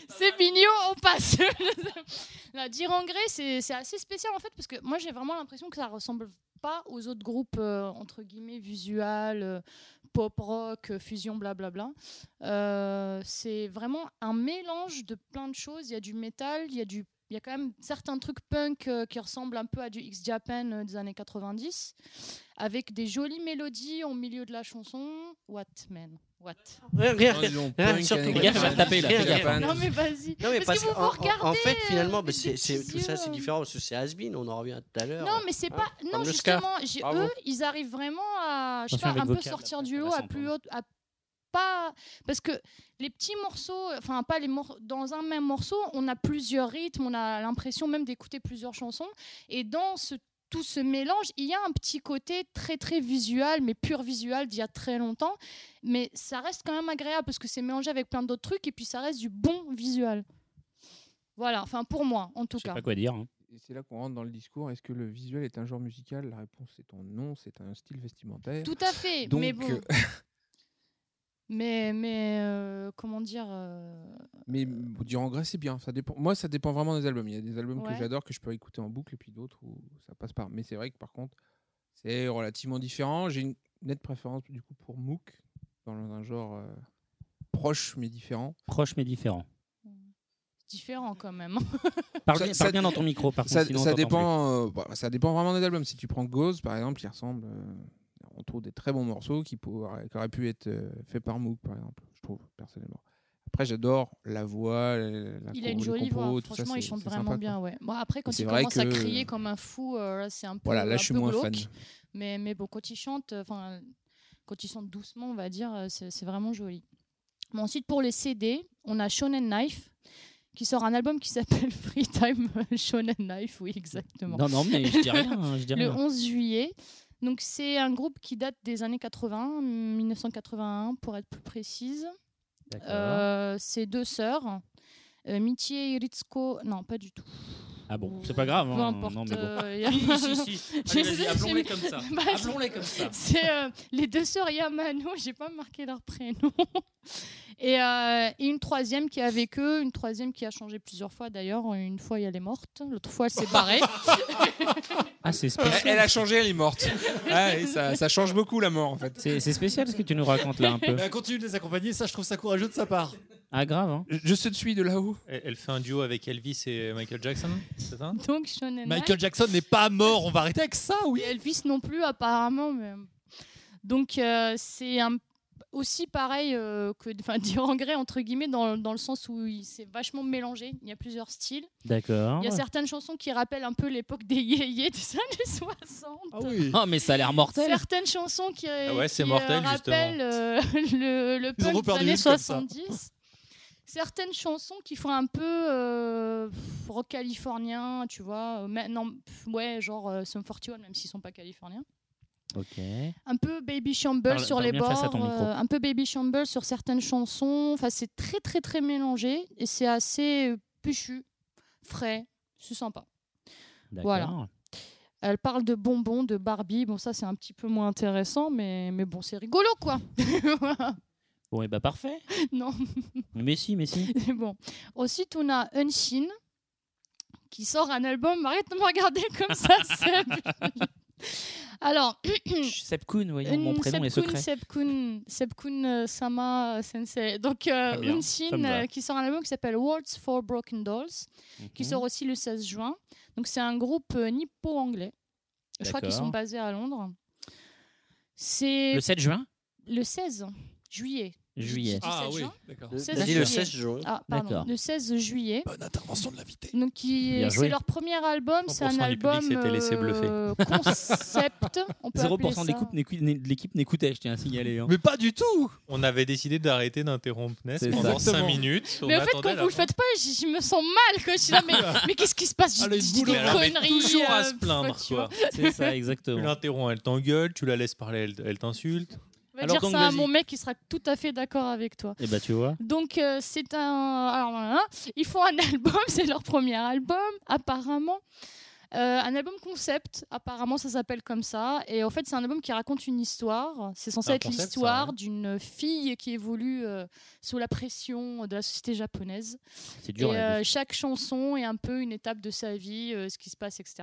S6: C'est mignon, on passe. <laughs> La Dirangré, c'est c'est assez spécial en fait, parce que moi j'ai vraiment l'impression que ça ressemble pas aux autres groupes, euh, entre guillemets, visual, euh, pop rock, euh, fusion, blablabla. Euh, c'est vraiment un mélange de plein de choses. Il y a du métal, il y a du. Il y a quand même certains trucs punk euh, qui ressemblent un peu à du X-Japan euh, des années 90, avec des jolies mélodies au milieu de la chanson. What, man What
S8: Rien, rien,
S3: non,
S8: rien.
S3: disons,
S8: Ah,
S3: punk,
S8: surtout,
S3: années
S1: regarde, elle va
S3: 90,
S1: taper, là, fais
S3: Japan.
S6: Non mais vas-y.
S8: Non, mais
S6: Parce que vous vous
S8: qu'en- en, en
S6: regardez,
S8: fait,
S6: euh,
S8: finalement,
S6: avec
S8: bah, c'est-
S6: des
S8: c'est-
S6: petits
S8: tout ça,
S6: yeux,
S8: c'est
S6: euh.
S8: différent parce que c'est has-been, on en revient tout à l'heure.
S6: Non mais c'est pas. Non
S8: Hein comme le ska.
S6: justement, j'ai-
S8: Bravo.
S6: eux, ils arrivent vraiment à, je sais
S1: Attention
S6: pas,
S1: avec
S6: un
S1: vos
S6: peu
S1: câbles,
S6: sortir
S1: après,
S6: du
S1: ça va
S6: lot à
S1: s'entendre.
S6: plus haute, à pas parce que les petits morceaux, enfin pas les mor- dans un même morceau, on a plusieurs rythmes, on a l'impression même d'écouter plusieurs chansons et dans ce tout ce mélange, il y a un petit côté très très visuel, mais pur visuel d'il y a très longtemps, mais ça reste quand même agréable parce que c'est mélangé avec plein d'autres trucs et puis ça reste du bon visuel. Voilà, enfin pour moi en tout cas.
S1: hein.
S3: Et c'est là qu'on rentre dans le discours. Est-ce que le visuel est un genre musical La réponse est en non, c'est un style vestimentaire.
S6: Tout à fait,
S3: Donc,
S6: mais bon.
S3: euh, <laughs>
S6: Mais, mais euh, comment dire euh,
S3: mais durant Grèce, c'est bien. Ça dépend. Moi, ça dépend vraiment des albums. Il y a des albums
S6: Ouais.
S3: que j'adore que je peux écouter en boucle et puis d'autres où ça passe par. Mais c'est vrai que par contre, c'est relativement différent. J'ai une nette préférence du coup pour Mook dans un genre euh, proche mais différent.
S1: Proche mais différent.
S6: Différent quand même. <laughs>
S1: Parle bien- parle bien dans ton micro, par
S3: ça,
S1: contre, sinon on
S3: ça
S1: t'entend
S3: dépend, euh, bah, ça dépend vraiment des albums. Si tu prends Ghost, par exemple, il ressemble. euh, on trouve des très bons morceaux qui, pourraient- qui auraient pu être euh, faits par Moog, par exemple, je trouve, personnellement. Après, j'adore la voix, la, la
S6: il
S3: com-
S6: a une
S3: les
S6: jolie
S3: compos,
S6: voix.
S3: tout ça,
S6: Franchement,
S3: c'est-
S6: il chante
S3: c'est
S6: vraiment
S3: sympa,
S6: bien.
S3: quoi.
S6: Ouais. Bon, après, quand
S3: C'est
S6: il
S3: vrai
S6: commence à
S3: que-
S6: crier comme un fou, euh, là, c'est un peu.
S3: Voilà, là,
S6: un
S3: je suis
S6: peu
S3: moins
S6: glauque.
S3: fan.
S6: Mais, mais bon, quand il chante, euh, enfin, quand il chante doucement, on va dire, euh, c'est c'est vraiment joli. Bon, ensuite, pour les CD, on a Shonen Knife qui sort un album qui s'appelle <laughs> Free Time Shonen Knife, oui, exactement.
S1: Non, non, mais je dis rien, hein, je dis
S6: Le
S1: rien.
S6: 11 juillet. Donc, c'est un groupe qui date des années 80, 1981 pour être plus précise.
S1: D'accord.
S6: Euh, c'est deux sœurs, euh, Michi et Ritsuko. Non, pas du tout.
S1: Ah bon, c'est pas grave.
S6: Peu
S1: hein,
S6: importe.
S1: non, mais bon.
S6: euh, y a-
S1: <laughs>
S6: <laughs>
S1: Si, si, si. Allez,
S6: Je
S1: vas-y,
S6: sais,
S1: appelons-les
S6: j'ai-
S1: comme ça.
S6: <laughs> Bah, c'est-
S1: Appelons-les comme ça.
S6: <laughs> C'est euh, les deux sœurs Yamano, <laughs> j'ai pas marqué leur prénom. <laughs> Et, euh, et une troisième qui est avec eux, une troisième qui a changé plusieurs fois d'ailleurs. Une fois, elle est morte, l'autre fois, elle s'est
S1: <laughs>
S6: barrée.
S1: Ah, c'est spécial.
S3: Elle, elle a changé, elle est morte. <laughs> Ah, et ça, ça change beaucoup la mort en fait.
S1: C'est c'est spécial ce que tu nous racontes là un peu.
S5: Bah, <laughs> continue de les accompagner, ça je trouve ça courageux de sa part.
S1: Ah, grave. Hein.
S3: Je te suis de là-haut.
S4: Elle, elle fait un duo avec Elvis et Michael Jackson, c'est ça
S6: Donc, Shonen
S5: Michael
S6: Knife.
S5: Jackson n'est pas mort, on va arrêter avec ça, oui.
S6: Et Elvis non plus, apparemment. mais- Donc, euh, c'est un- aussi pareil euh, que enfin, <laughs> dire engrais, entre guillemets, dans, dans le sens où il s'est vachement mélangé. Il y a plusieurs styles.
S5: Ah
S1: D'accord.
S6: Il y a certaines chansons qui rappellent un peu l'époque des <laughs> yéyés des années 60.
S1: Oh, mais ça a l'air mortel.
S6: Certaines chansons qui,
S1: Ah ouais,
S6: qui,
S1: c'est
S6: euh,
S1: mortel,
S6: rappellent euh, <laughs> le, le
S1: Ils en ont
S6: punk des
S1: perdu
S6: années
S1: une comme ça.
S6: 70. Certaines chansons qui font un peu euh, pff, rock californien, tu vois. euh, mais- non, pff, ouais, genre euh, Sum 41, même s'ils sont pas californiens.
S1: Ok.
S6: Un peu Baby Shamble
S1: Parle-
S6: sur
S1: parle
S6: les
S1: bien face à
S6: bords,
S1: ton micro.
S6: euh, un peu Baby Shamble sur certaines chansons. Enfin, c'est très, très, très mélangé et c'est assez euh, puchu, frais, c'est sympa.
S1: D'accord.
S6: Voilà. Elle parle de bonbons, de Barbie. Bon, ça, c'est un petit peu moins intéressant, mais, mais bon, c'est rigolo, quoi. <laughs> Voilà.
S1: Bon, et bah parfait.
S6: <laughs> non.
S1: Mais si, mais si.
S6: bon. Ensuite, on a Unshin qui sort un album. Arrête de me regarder <laughs> comme ça,
S1: <laughs>
S6: Seb. Alors, <clears throat>
S1: Sepkoun, voyons, mon
S6: Un-
S1: prénom est
S6: Sepkun,
S1: secret.
S6: Sepkun, Sepkun, euh, Sama euh, Sensei. Donc, euh,
S1: Très bien, ça
S6: Unshin
S1: me va.
S6: euh, qui sort un album qui s'appelle Words for Broken Dolls, qui
S1: Mhm.
S6: sort aussi le 16 juin. Donc, c'est un groupe euh, nippo-anglais. Je crois qu'ils
S1: D'accord.
S6: sont basés à Londres. C'est
S1: Le 7 juin
S6: Le 16 juillet.
S1: Juillet.
S6: J'ai dit
S1: Ah
S6: 16
S1: oui,
S6: juin
S1: d'accord.
S6: Le
S1: T'as
S6: 16
S1: dit le
S6: juillet.
S1: 16 juin.
S6: Ah, pardon.
S1: D'accord.
S6: Le 16 juillet. Bonne
S5: intervention de l'invité.
S6: Donc, qui-
S1: Bien joué.
S6: c'est leur premier album. C'est
S1: 100%
S6: un
S1: du public
S6: album
S1: s'était laissé bluffer.
S6: euh, concept. On
S1: <laughs>
S6: peut appeler
S1: 0%
S6: ça-
S1: des coupes n'écou- n'é- de l'équipe n'écoutait, je tiens à signaler. hein.
S5: Mais pas du tout
S4: On avait décidé d'arrêter d'interrompre Ness
S1: C'est
S4: pendant
S1: ça.
S4: 5 minutes. On
S6: Mais en fait,
S4: attendait
S6: quand
S4: la
S6: vous le
S4: fin.
S6: faites pas, je, je me sens mal. Quoi. Je suis là,
S4: <laughs>
S6: mais, mais qu'est-ce qui se passe Je
S4: Ah, le
S6: je dis des
S4: boulot. Mais elle en est
S6: conneries.
S4: toujours à
S6: euh,
S4: se plaindre,
S6: faut- tu
S4: quoi.
S6: vois.
S1: exactement.
S4: Tu l'interromps, elle t'engueule, tu la laisses parler, elle, elle t'insulte.
S6: On va dire ça à mon mec, il sera tout à fait d'accord avec toi.
S1: Eh ben,
S4: Et bah, tu vois.
S6: Donc, euh, c'est un. Alors, voilà, hein. ils font un <laughs> album, c'est leur premier album, apparemment. Euh, un album concept, apparemment ça s'appelle comme ça. Et en fait, c'est un album qui raconte une histoire. C'est censé
S10: Un
S6: être
S10: concept, ça,
S6: l'histoire d'une fille qui évolue euh, sous la pression de la société japonaise.
S1: C'est dur, hein,
S6: Et
S1: la
S6: euh, chaque chanson est un peu une étape de sa vie, euh, ce qui se passe, etc.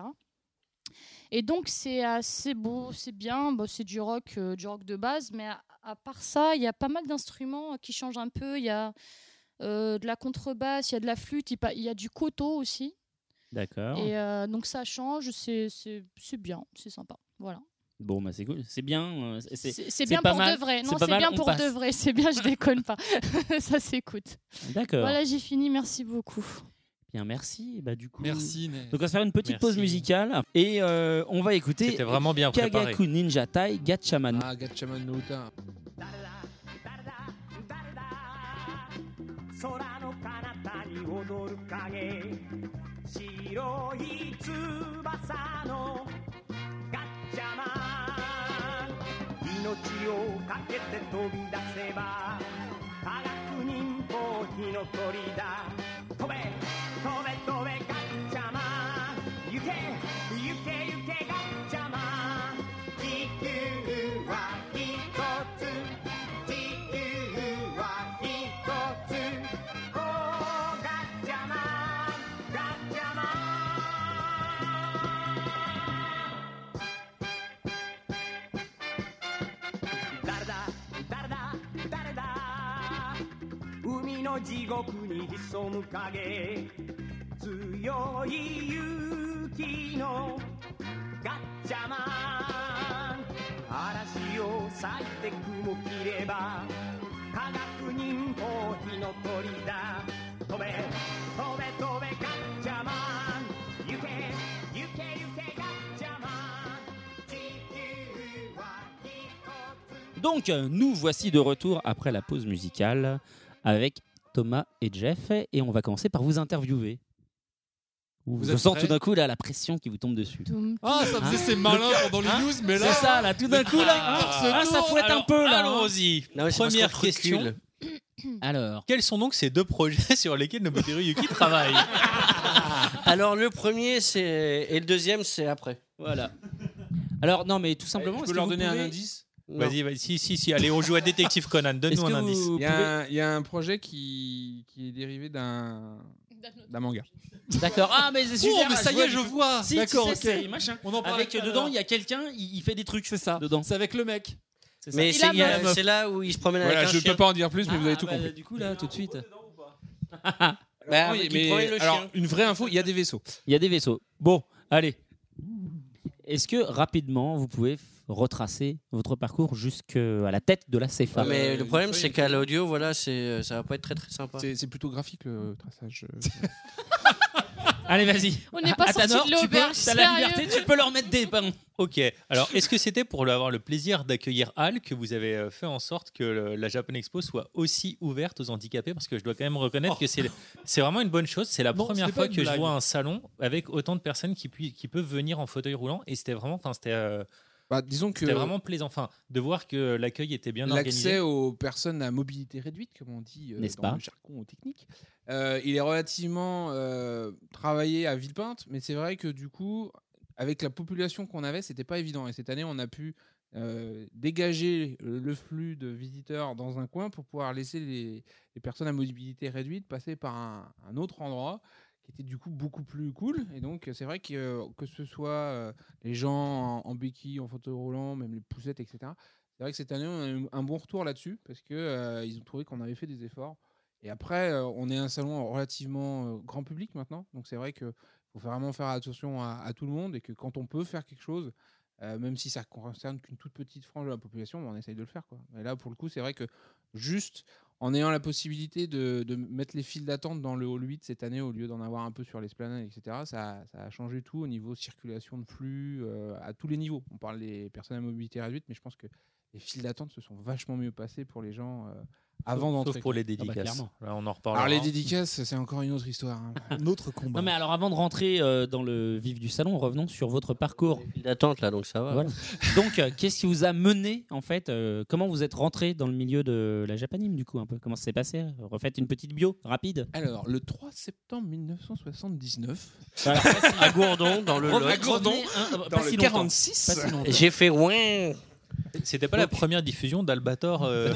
S6: Et donc c'est assez beau, c'est bien, Bon, c'est du rock, euh, du rock de base, mais à, à part ça, il y a pas mal d'instruments euh, qui changent un peu. Il y a euh, de la contrebasse, il y a de la flûte, il pa- il y a du koto aussi.
S1: D'accord.
S6: Et euh, donc ça change, c'est c'est- c'est bien, c'est sympa. Voilà.
S1: Bon, bah c'est cool. C'est bien. euh, C'est
S6: C'est
S1: c'est
S6: c'est bien
S1: pas
S6: pour
S1: mal.
S6: de vrai. Non,
S1: pas
S6: c'est
S1: mal,
S6: bien
S1: on
S6: pour
S1: passe.
S6: de vrai. C'est bien, je déconne pas. <laughs> ça s'écoute.
S1: D'accord.
S6: Voilà, j'ai fini. Merci beaucoup.
S1: Bien, merci. Et Bah, du coup,
S5: Merci, Ness.
S1: Donc, on va se faire une petite
S4: Merci.
S1: pause musicale et euh, on va écouter
S4: C'était vraiment bien préparé.
S1: Kagaku Ninja Tai Gatchaman.
S3: Ah, Gatchaman no Uta.
S10: 空の彼方に踊る影白い翼のガッチャマン命をかけて飛び出せば科学忍法火の鳥だ飛べ飛べの地獄に潜む影強い勇気のガッチャマン嵐を裂いて雲切れば科学忍法火の鳥だ飛べ飛べ飛べガッチャマン行け行け行けガッチャマン地球は
S1: Donc, euh, nous voici de retour après la pause musicale avec Thomas et Jeff. Et on va commencer par vous interviewer. Ouh,
S5: Vous
S1: je
S5: êtes
S1: sens
S5: prêts
S1: tout d'un coup là, la pression qui vous tombe dessus.
S5: Ah, ça faisait
S1: Hein
S5: ces malins pendant les
S1: Hein
S5: news, mais là.
S1: C'est ça, là, tout d'un coup, là. hein, ah, ça fouette un peu, là. hein.
S4: Allons-y.
S8: Non, mais c'est parce
S4: Première
S8: qu'on recule.
S4: question.
S1: Alors.
S4: Quels sont donc ces deux projets sur lesquels Nobuteru Yuki travaille
S8: <laughs> Alors, le premier, c'est. Et le deuxième, c'est après.
S1: Voilà. Alors, non, mais tout simplement.
S3: Je
S1: est-ce
S3: Eh, peux
S1: que
S3: leur
S1: vous
S3: donner
S1: pouvez-
S3: un indice
S8: Non.
S4: Vas-y, vas-y. Si, si, si. Allez, on joue à Détective Conan. Donne-nous
S1: Est-ce
S4: un
S1: que
S4: indice.
S1: vous
S3: Il y, a un- il y a un projet qui, qui est dérivé d'un d'un manga.
S1: D'accord. Ah, mais c'est super.
S5: Oh, mais
S1: là,
S5: ça y est, je
S1: du coup.
S5: vois.
S1: Si,
S5: D'accord,
S1: tu
S5: ok.
S1: sais, c'est machin.
S5: On en parlait
S1: Avec euh,
S5: tout à
S1: dedans,
S5: l'heure.
S1: il y a quelqu'un, il, il fait des trucs.
S5: C'est ça.
S1: Dedans.
S5: C'est avec le mec.
S1: C'est ça.
S8: Mais
S1: Et
S8: c'est
S1: la
S8: il y a-
S1: meuf.
S8: c'est là où il se promène
S3: Voilà,
S8: avec un
S3: je
S8: chien.
S3: peux pas en dire plus, mais vous avez
S1: Ah,
S3: tout
S1: bah,
S3: compris.
S1: Du coup, là, tout de suite.
S8: Bah,
S3: Oui,
S8: avec- il
S3: mais-
S8: promène le chien.
S3: alors, une vraie info, il y a des vaisseaux.
S1: Il y a des vaisseaux. Bon, allez. Est-ce que rapidement vous pouvez f- retracer votre parcours jusqu'à la tête de la CFA
S8: Ah, mais le
S3: Euh, une
S8: problème,
S3: feuille,
S8: c'est
S3: une
S8: qu'à
S3: feuille.
S8: l'audio, voilà, c'est euh, ça va pas être très très sympa.
S3: C'est c'est plutôt graphique le traçage. euh.
S1: Allez, <laughs> vas-y.
S6: On n'est pas
S1: Ah,
S6: sortis
S1: Tanor,
S6: de
S1: tu peux,
S6: l'auberge,
S1: t'as la
S6: sérieux.
S1: liberté, tu peux leur mettre des pains.
S4: Ok. Alors, est-ce que c'était pour le- avoir le plaisir d'accueillir Al que vous avez euh, fait en sorte que le- la Japan Expo soit aussi ouverte aux handicapés Parce que je dois quand même reconnaître que c'est c'est vraiment une bonne chose. C'est la
S5: Non,
S4: première
S5: c'était pas
S4: fois
S5: une
S4: que je
S5: blague.
S4: vois un salon avec autant de personnes qui, pui- qui peuvent venir en fauteuil roulant. Et c'était vraiment, enfin, c'était euh,
S3: Bah, disons que
S4: c'était vraiment plaisant. Enfin, de voir que l'accueil était bien
S3: l'accès
S4: organisé.
S3: aux personnes à mobilité réduite, comme on dit euh,
S1: N'est-ce
S3: dans
S1: pas
S3: le jargon technique, euh, il est relativement euh, travaillé à Villepinte, mais c'est vrai que du coup, avec la population qu'on avait, c'était pas évident. Et cette année, on a pu euh, dégager le flux de visiteurs dans un coin pour pouvoir laisser les, les personnes à mobilité réduite passer par un, un autre endroit qui était du coup beaucoup plus cool. Et donc, c'est vrai que, euh, que ce soit euh, les gens en, en béquille, en fauteuil roulant, même les poussettes, etc. C'est vrai que cette année, on a eu un bon retour là-dessus parce que euh, ils ont trouvé qu'on avait fait des efforts. Et après, euh, on est un salon relativement euh, grand public maintenant, donc c'est vrai que faut vraiment faire attention à, à tout le monde et que quand on peut faire quelque chose, euh, même si ça concerne qu'une toute petite frange de la population, on essaye de le faire. Quoi. Et là, pour le coup, c'est vrai que juste en ayant la possibilité de, de mettre les files d'attente dans le hall 8 cette année, au lieu d'en avoir un peu sur l'esplanade, etc., ça, ça a changé tout au niveau circulation de flux, euh, à tous les niveaux. On parle des personnes à mobilité réduite, mais je pense que les files d'attente se sont vachement mieux passées pour les gens euh, avant d'entrer.
S4: Sauf pour
S3: quoi.
S4: les
S1: bah,
S4: dédicaces.
S1: clairement.
S4: Là, on en reparlera.
S3: Alors les dédicaces, c'est encore une autre histoire. hein.
S5: <laughs> Un autre combat.
S1: Non, mais alors avant de rentrer euh, dans le vif du salon, revenons sur votre parcours.
S8: Il d'attente là, donc ça va.
S1: Voilà. Donc, euh, qu'est-ce qui vous a mené en fait euh, Comment vous êtes rentré dans le milieu de la Japanime du coup un peu Comment ça s'est passé Refaites une petite bio rapide.
S3: Alors, le 3 septembre 1979, <laughs>
S1: Voilà.
S8: À Gourdon, dans le
S1: Revenez-
S8: Lot.
S1: revenez un-
S3: euh,
S1: pas si longtemps. Pas
S3: 46,
S1: si longtemps.
S8: J'ai fait ouin.
S4: C'était pas la première diffusion d'Albator. euh,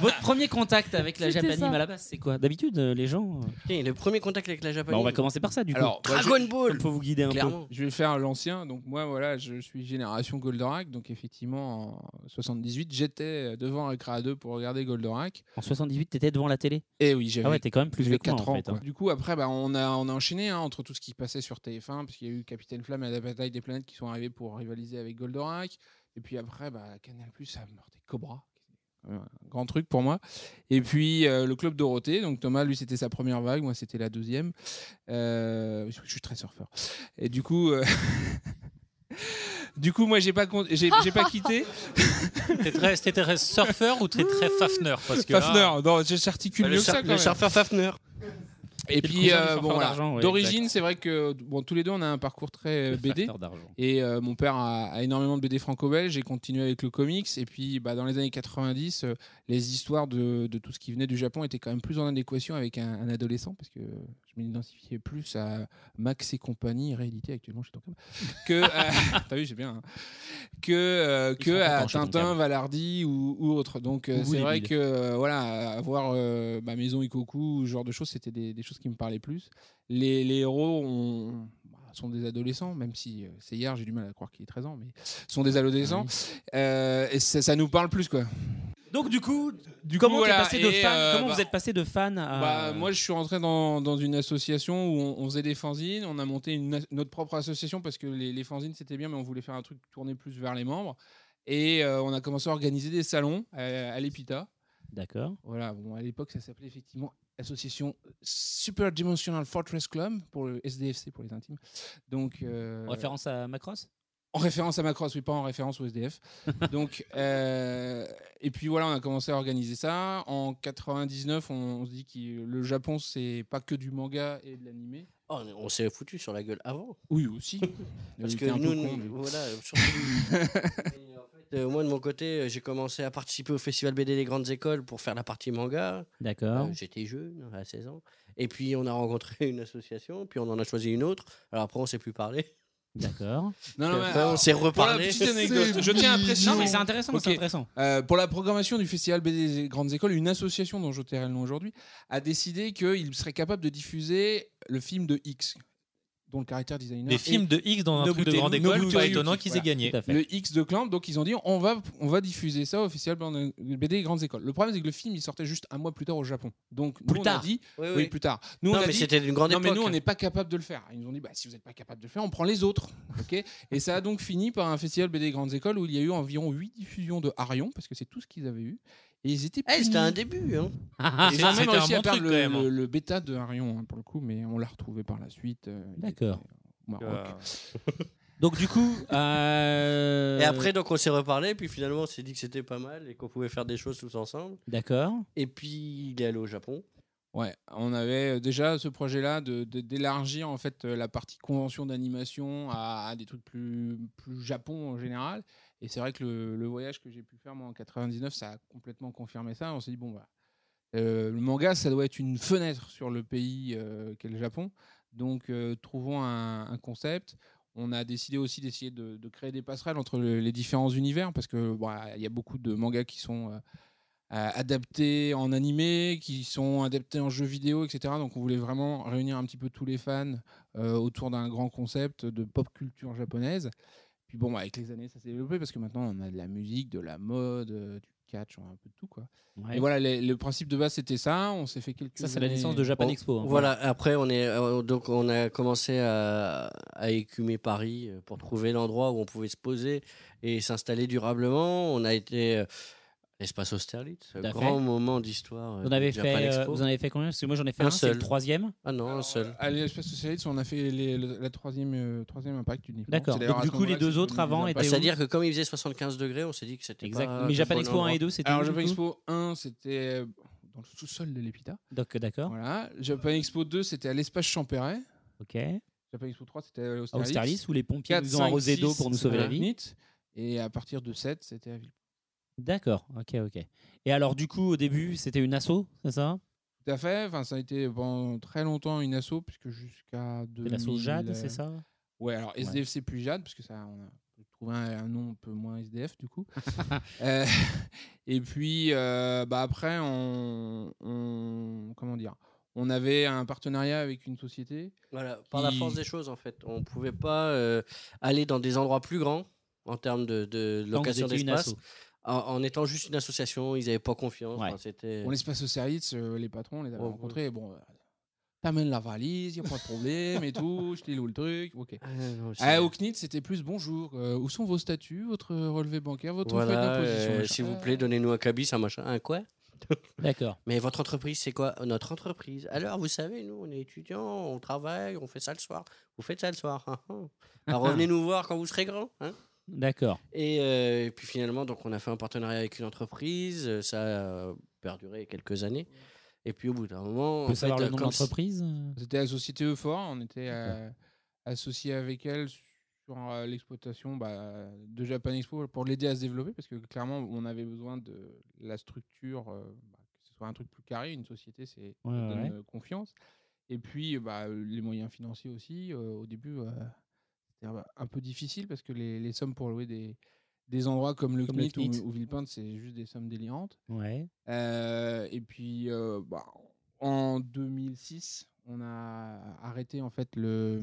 S1: Votre premier contact avec la
S6: C'était
S1: Japanime
S6: ça.
S1: à la base, c'est <laughs> quoi D'habitude, euh, les gens. euh,
S8: Tiens, le premier contact avec la
S1: bah,
S8: japonaise.
S1: on va commencer par ça du coup.
S3: Alors, moi,
S8: Dragon
S1: Il
S8: Ball.
S1: faut vous guider un peu.
S8: Clairement.
S3: je vais faire l'ancien. Donc, moi, voilà, je suis génération Goldorak. Donc, effectivement, en 78, j'étais devant Recra 2 pour regarder Goldorak.
S1: En 78, t'étais devant la télé.
S3: Et Eh oui, j'avais
S1: Ah ouais, t'es quand même plus
S3: J'avais
S1: vieux que moi
S3: quatre
S1: en
S3: ans,
S1: fait.
S3: quoi.
S1: hein.
S3: Du coup, après, bah, on, a, on a enchaîné hein, entre tout ce qui passait sur TF1, parce qu'il y a eu Capitaine Flamme et la bataille des planètes qui sont arrivés pour rivaliser avec Goldorak. Et puis après, bah, Canal Plus a morté Cobra. qui est Euh, Un grand truc pour moi. Et puis euh, le club Dorothée. Donc Thomas, lui, c'était sa première vague. Moi, c'était la deuxième. Euh, je suis très surfeur. Et du coup, euh, <laughs> du coup, moi, j'ai pas, con- j'ai j'ai pas quitté.
S4: T'es très, t'es très surfeur ou t'es très fafner parce que là-
S3: Fafner, non, j'articule mieux
S8: bah, Le,
S3: que ça.
S8: sur-
S3: quand
S8: le
S3: même.
S8: surfeur Fafner.
S3: Et
S1: le
S3: puis,
S1: concert du
S3: euh,
S1: surfeur
S3: bon, voilà.
S1: d'argent, ouais,
S3: D'origine, c'est vrai que bon, tous les deux, on a un parcours très euh, BD.
S1: Facteur d'argent.
S3: Et euh, mon père a, a énormément de BD franco-belge. J'ai continué avec le comics. Et puis, bah, dans les années 90, euh, les histoires de, de tout ce qui venait du Japon étaient quand même plus en adéquation avec un, un adolescent, parce que je m'identifiais plus à Max et compagnie, réalité actuellement chez Tonkam, que
S1: <laughs>
S3: à- <laughs> t'as vu, j'ai bien, hein, que euh,
S1: Ils
S3: que
S1: sont
S3: à
S1: contents chez
S3: Tintin,
S1: Tonkam.
S3: Valardi ou, ou autre. Donc, euh,
S1: Ou
S3: c'est
S1: les
S3: vrai
S1: Bill.
S3: que euh, voilà, avoir euh, ma maison Ikoku, ce genre de choses, c'était des, des choses qui me parlaient plus. Les, les héros ont- bah, sont des adolescents, même si euh, c'est <laughs>
S1: Ah
S3: hier, j'ai du mal à croire qu'il est 13 ans, mais sont des adolescents. Euh, et ça, ça nous parle plus, quoi.
S1: Donc du coup,
S3: Du
S1: comment,
S3: coup,
S1: t'es
S3: voilà,
S1: passé de
S3: et,
S1: fan-
S3: euh,
S1: comment
S3: bah-
S1: vous êtes passé de fan à...
S3: Bah, moi, je suis rentré dans, dans une association où on, on faisait des fanzines. On a monté une as- notre propre association parce que les, les fanzines, c'était bien, mais on voulait faire un truc tourné plus vers les membres. Et euh, on a commencé à organiser des salons euh, à l'EPITA.
S1: D'accord.
S3: Voilà, bon, à l'époque, ça s'appelait effectivement Association Super Dimensional Fortress Club pour le SDFC, pour les intimes. Donc, euh,
S1: En référence à Macross
S3: en référence à Macross, oui, pas en référence au
S1: <laughs>
S3: SDF. Donc, euh, et puis voilà, on a commencé à organiser ça. En 99, on, on se dit que le Japon, c'est pas que du manga et de l'animé.
S8: Oh, on on s'est foutu sur la gueule avant.
S3: Oui,
S8: <laughs>
S3: aussi.
S8: Parce
S3: Il
S8: que
S3: était un peu
S8: nous,
S3: con,
S8: nous-
S3: mais- <laughs>
S8: voilà, surtout- Et en fait, euh, moi, de mon côté, euh, j'ai commencé à participer au festival BD des grandes écoles pour faire la partie manga.
S1: D'accord.
S8: Euh, J'étais jeune, à 16 ans. Et puis, on a rencontré <laughs> une association, puis on en a choisi une autre. Alors après, on s'est plus parlé. <laughs>
S1: D'accord.
S3: Non, non, mais
S8: Après, on
S3: alors,
S8: s'est
S3: pour la
S8: reparlé.
S3: petite anecdote, je tiens à préciser.
S1: Non, mais c'est intéressant, c'est
S3: Ok.
S1: intéressant.
S3: Euh, pour la programmation du Festival BD des Grandes Écoles, une association dont je tairai le nom aujourd'hui a décidé qu'il serait capable de diffuser le film de X, dont le caractère designer.
S4: Des films de X dans un truc de grande école, pas étonnant qu'ils aient gagné. Tout à fait.
S3: Le X de Clamp, donc ils ont dit on va, on va diffuser ça au Festival BD des Grandes Écoles. Le problème, c'est que le film il sortait juste un mois plus tard au Japon. Donc nous,
S8: Plus
S3: on
S8: tard.
S3: a dit
S8: Oui,
S3: oui,
S8: oui.
S3: plus tard. Nous,
S8: Non,
S3: on a
S8: mais
S3: dit,
S8: c'était d'une grande
S3: non, mais nous,
S8: époque.
S3: on n'est pas capable de le faire. Ils nous ont dit bah, si vous n'êtes pas capable de le faire, on prend les autres. <laughs> ok et ça a donc fini par un festival BD Grandes Écoles où il y a eu environ 8 diffusions de Harion, parce que c'est tout ce qu'ils avaient eu. Et ils étaient.
S8: Eh, c'était
S3: punis.
S8: un début,
S4: <laughs>
S8: hein.
S3: Et Ils ont même
S4: Ah, C'était un
S3: réussi à
S4: bon
S3: perdre
S4: truc, quand
S3: le,
S4: même.
S3: le- le bêta de Harion, hein, pour le coup, mais on l'a retrouvé par la suite. euh, il
S1: D'accord.
S3: était au Maroc.
S4: Euh.
S1: Donc du coup...
S8: <laughs>
S1: euh,
S8: Et après, donc, on s'est reparlé. Puis finalement, on s'est dit que c'était pas mal et qu'on pouvait faire des choses tous ensemble.
S1: D'accord.
S8: Et puis, il est allé au Japon.
S3: Ouais, on avait euh, déjà ce projet-là de- de- d'élargir en fait euh, la partie convention d'animation à, à des trucs plus, plus Japon en général. Et c'est vrai que le, le voyage que j'ai pu faire moi en 99, ça a complètement confirmé ça. On s'est dit bon bah, euh, le manga, ça doit être une fenêtre sur le pays euh, qu'est le Japon. Donc euh, trouvons un, un concept. On a décidé aussi d'essayer de, de créer des passerelles entre le- les différents univers parce que bon, ah, il y a beaucoup de mangas qui sont euh, euh, adaptés en animé, qui sont adaptés en jeux vidéo, etc. Donc on voulait vraiment réunir un petit peu tous les fans euh, autour d'un grand concept de pop culture japonaise. Puis bon, avec les années, ça s'est développé parce que maintenant on a de la musique, de la mode, euh, du catch, on a un peu de tout quoi.
S1: Ouais.
S3: Et voilà, les- le principe de base c'était ça. Ah, On s'est fait quelques.
S1: Ça, c'est la
S3: années-
S1: naissance de Japan
S3: Oh,
S1: Expo, hein.
S8: Voilà, après, on, est, euh, donc on a commencé à, à écumer Paris euh, pour trouver l'endroit où on pouvait se poser et s'installer durablement. On a été euh, à l'espace Austerlitz,
S1: Tout à
S8: grand
S1: fait.
S8: moment d'histoire. euh,
S1: Vous en avez
S8: du Japan
S1: fait, euh,
S8: Expo.
S1: vous en avez fait combien Parce que moi j'en ai fait
S8: Un
S1: un, c'est le
S8: seul.
S1: troisième.
S8: Ah non, un seul.
S3: À l'espace socialiste, on a fait les- le- la troisième, euh, troisième impact uniquement.
S1: D'accord.
S3: C'est d'ailleurs
S1: Donc,
S3: à
S1: du
S3: ce
S1: coup,
S3: moment-là
S1: les
S3: que
S1: deux
S3: c'est
S1: autres
S3: devenu
S1: avant
S3: les
S8: Bah,
S3: impacts.
S8: C'est-à-dire que comme il faisait 75 degrés, on s'est dit que c'était
S1: Exact.
S8: pas-
S1: Mais
S8: pas
S1: Japan
S8: bon
S1: Expo 1 et
S8: endroit.
S1: 2, c'était
S3: Alors,
S1: où,
S3: Japan
S1: du coup
S3: Expo 1, c'était euh, dans le sous-sol de l'Epita.
S1: Donc d'accord.
S3: Voilà. Japan Expo 2, c'était à l'espace Champéret.
S1: Ok.
S3: Japan Expo 3, c'était à
S1: À
S3: Austerlitz.
S1: Austerlitz où les pompiers
S3: 4,
S1: nous ont
S3: 5,
S1: arrosé d'eau
S3: 6,
S1: pour nous sauver la
S3: c'était à
S1: vie.
S3: Leibniz. Et à partir de 7, c'était à Ville.
S1: D'accord, ok, ok. Et alors, du coup, au début, c'était une asso, c'est ça
S3: Tout à fait. Enfin, ça a été pendant très longtemps une asso, puisque jusqu'à 2000...
S1: l'asso Jade, c'est ça
S3: Ouais, alors
S1: Ouais.
S3: SDFC plus Jade, parce que ça, on a trouvé un, un nom un peu moins SDF, du
S1: <laughs>
S3: coup. Euh, <laughs> et puis, euh, bah, après, on, on- Comment dire On avait un partenariat avec une société.
S8: Voilà, par la
S3: qui-
S8: force des choses, en fait. On pouvait pas euh, aller dans des endroits plus grands en termes de, de
S1: Tant que
S8: location
S1: vous étiez une
S8: d'espace.
S1: asso.
S8: En, en étant juste une association, ils n'avaient pas confiance. Enfin, c'était...
S3: Bon, l'espace Austerlitz, euh, les patrons, on les avait
S8: Oh,
S3: rencontrés. et Bon, euh, t'amènes la valise, y a pas de problème
S8: <laughs>
S3: et tout, je t'ai loué le truc. Ok.
S1: Euh,
S8: non, c'est-
S3: Ah, au CNIT, c'était plus bonjour. euh, où sont vos statuts, votre relevé bancaire, votre
S8: Voilà,
S3: feuille d'imposition
S8: euh,
S3: machin.
S8: s'il vous plaît, donnez-nous un cabis, un machin, un quoi <laughs>
S1: D'accord.
S8: Mais votre entreprise, c'est quoi Notre entreprise. Alors, vous savez, nous, on est étudiants, on travaille, on fait ça le soir. Vous faites ça le soir. <laughs> hein, hein. Alors, revenez nous voir quand vous serez grand. hein.
S1: D'accord.
S8: Et, euh, et puis finalement, donc, on a fait un partenariat avec une entreprise. euh, Ça a perduré quelques années. Et puis au bout d'un moment,
S1: On
S8: en
S1: peut
S8: fait,
S1: savoir le
S8: euh,
S1: nom de
S8: comme si-
S1: l'entreprise
S3: C'était la société Euphor, on était euh, associé avec elle sur euh, l'exploitation bah, de Japan Expo pour l'aider à se développer parce que clairement on avait besoin de la structure, euh, bah, que ce soit un truc plus carré, une société c'est ça
S1: Ouais, ouais,
S3: donne
S1: ouais.
S3: euh, confiance. Et puis euh, bah, euh, les moyens financiers aussi, euh, au début euh, c'était un- un peu difficile parce que les, les sommes pour louer des, des endroits comme le
S1: Comme le
S3: CNIT,
S1: CNIT.
S3: ou, ou Villepinte c'est juste des sommes délirantes.
S1: Ouais.
S3: Euh, et puis, euh, bah, en 2006, on a arrêté en fait le,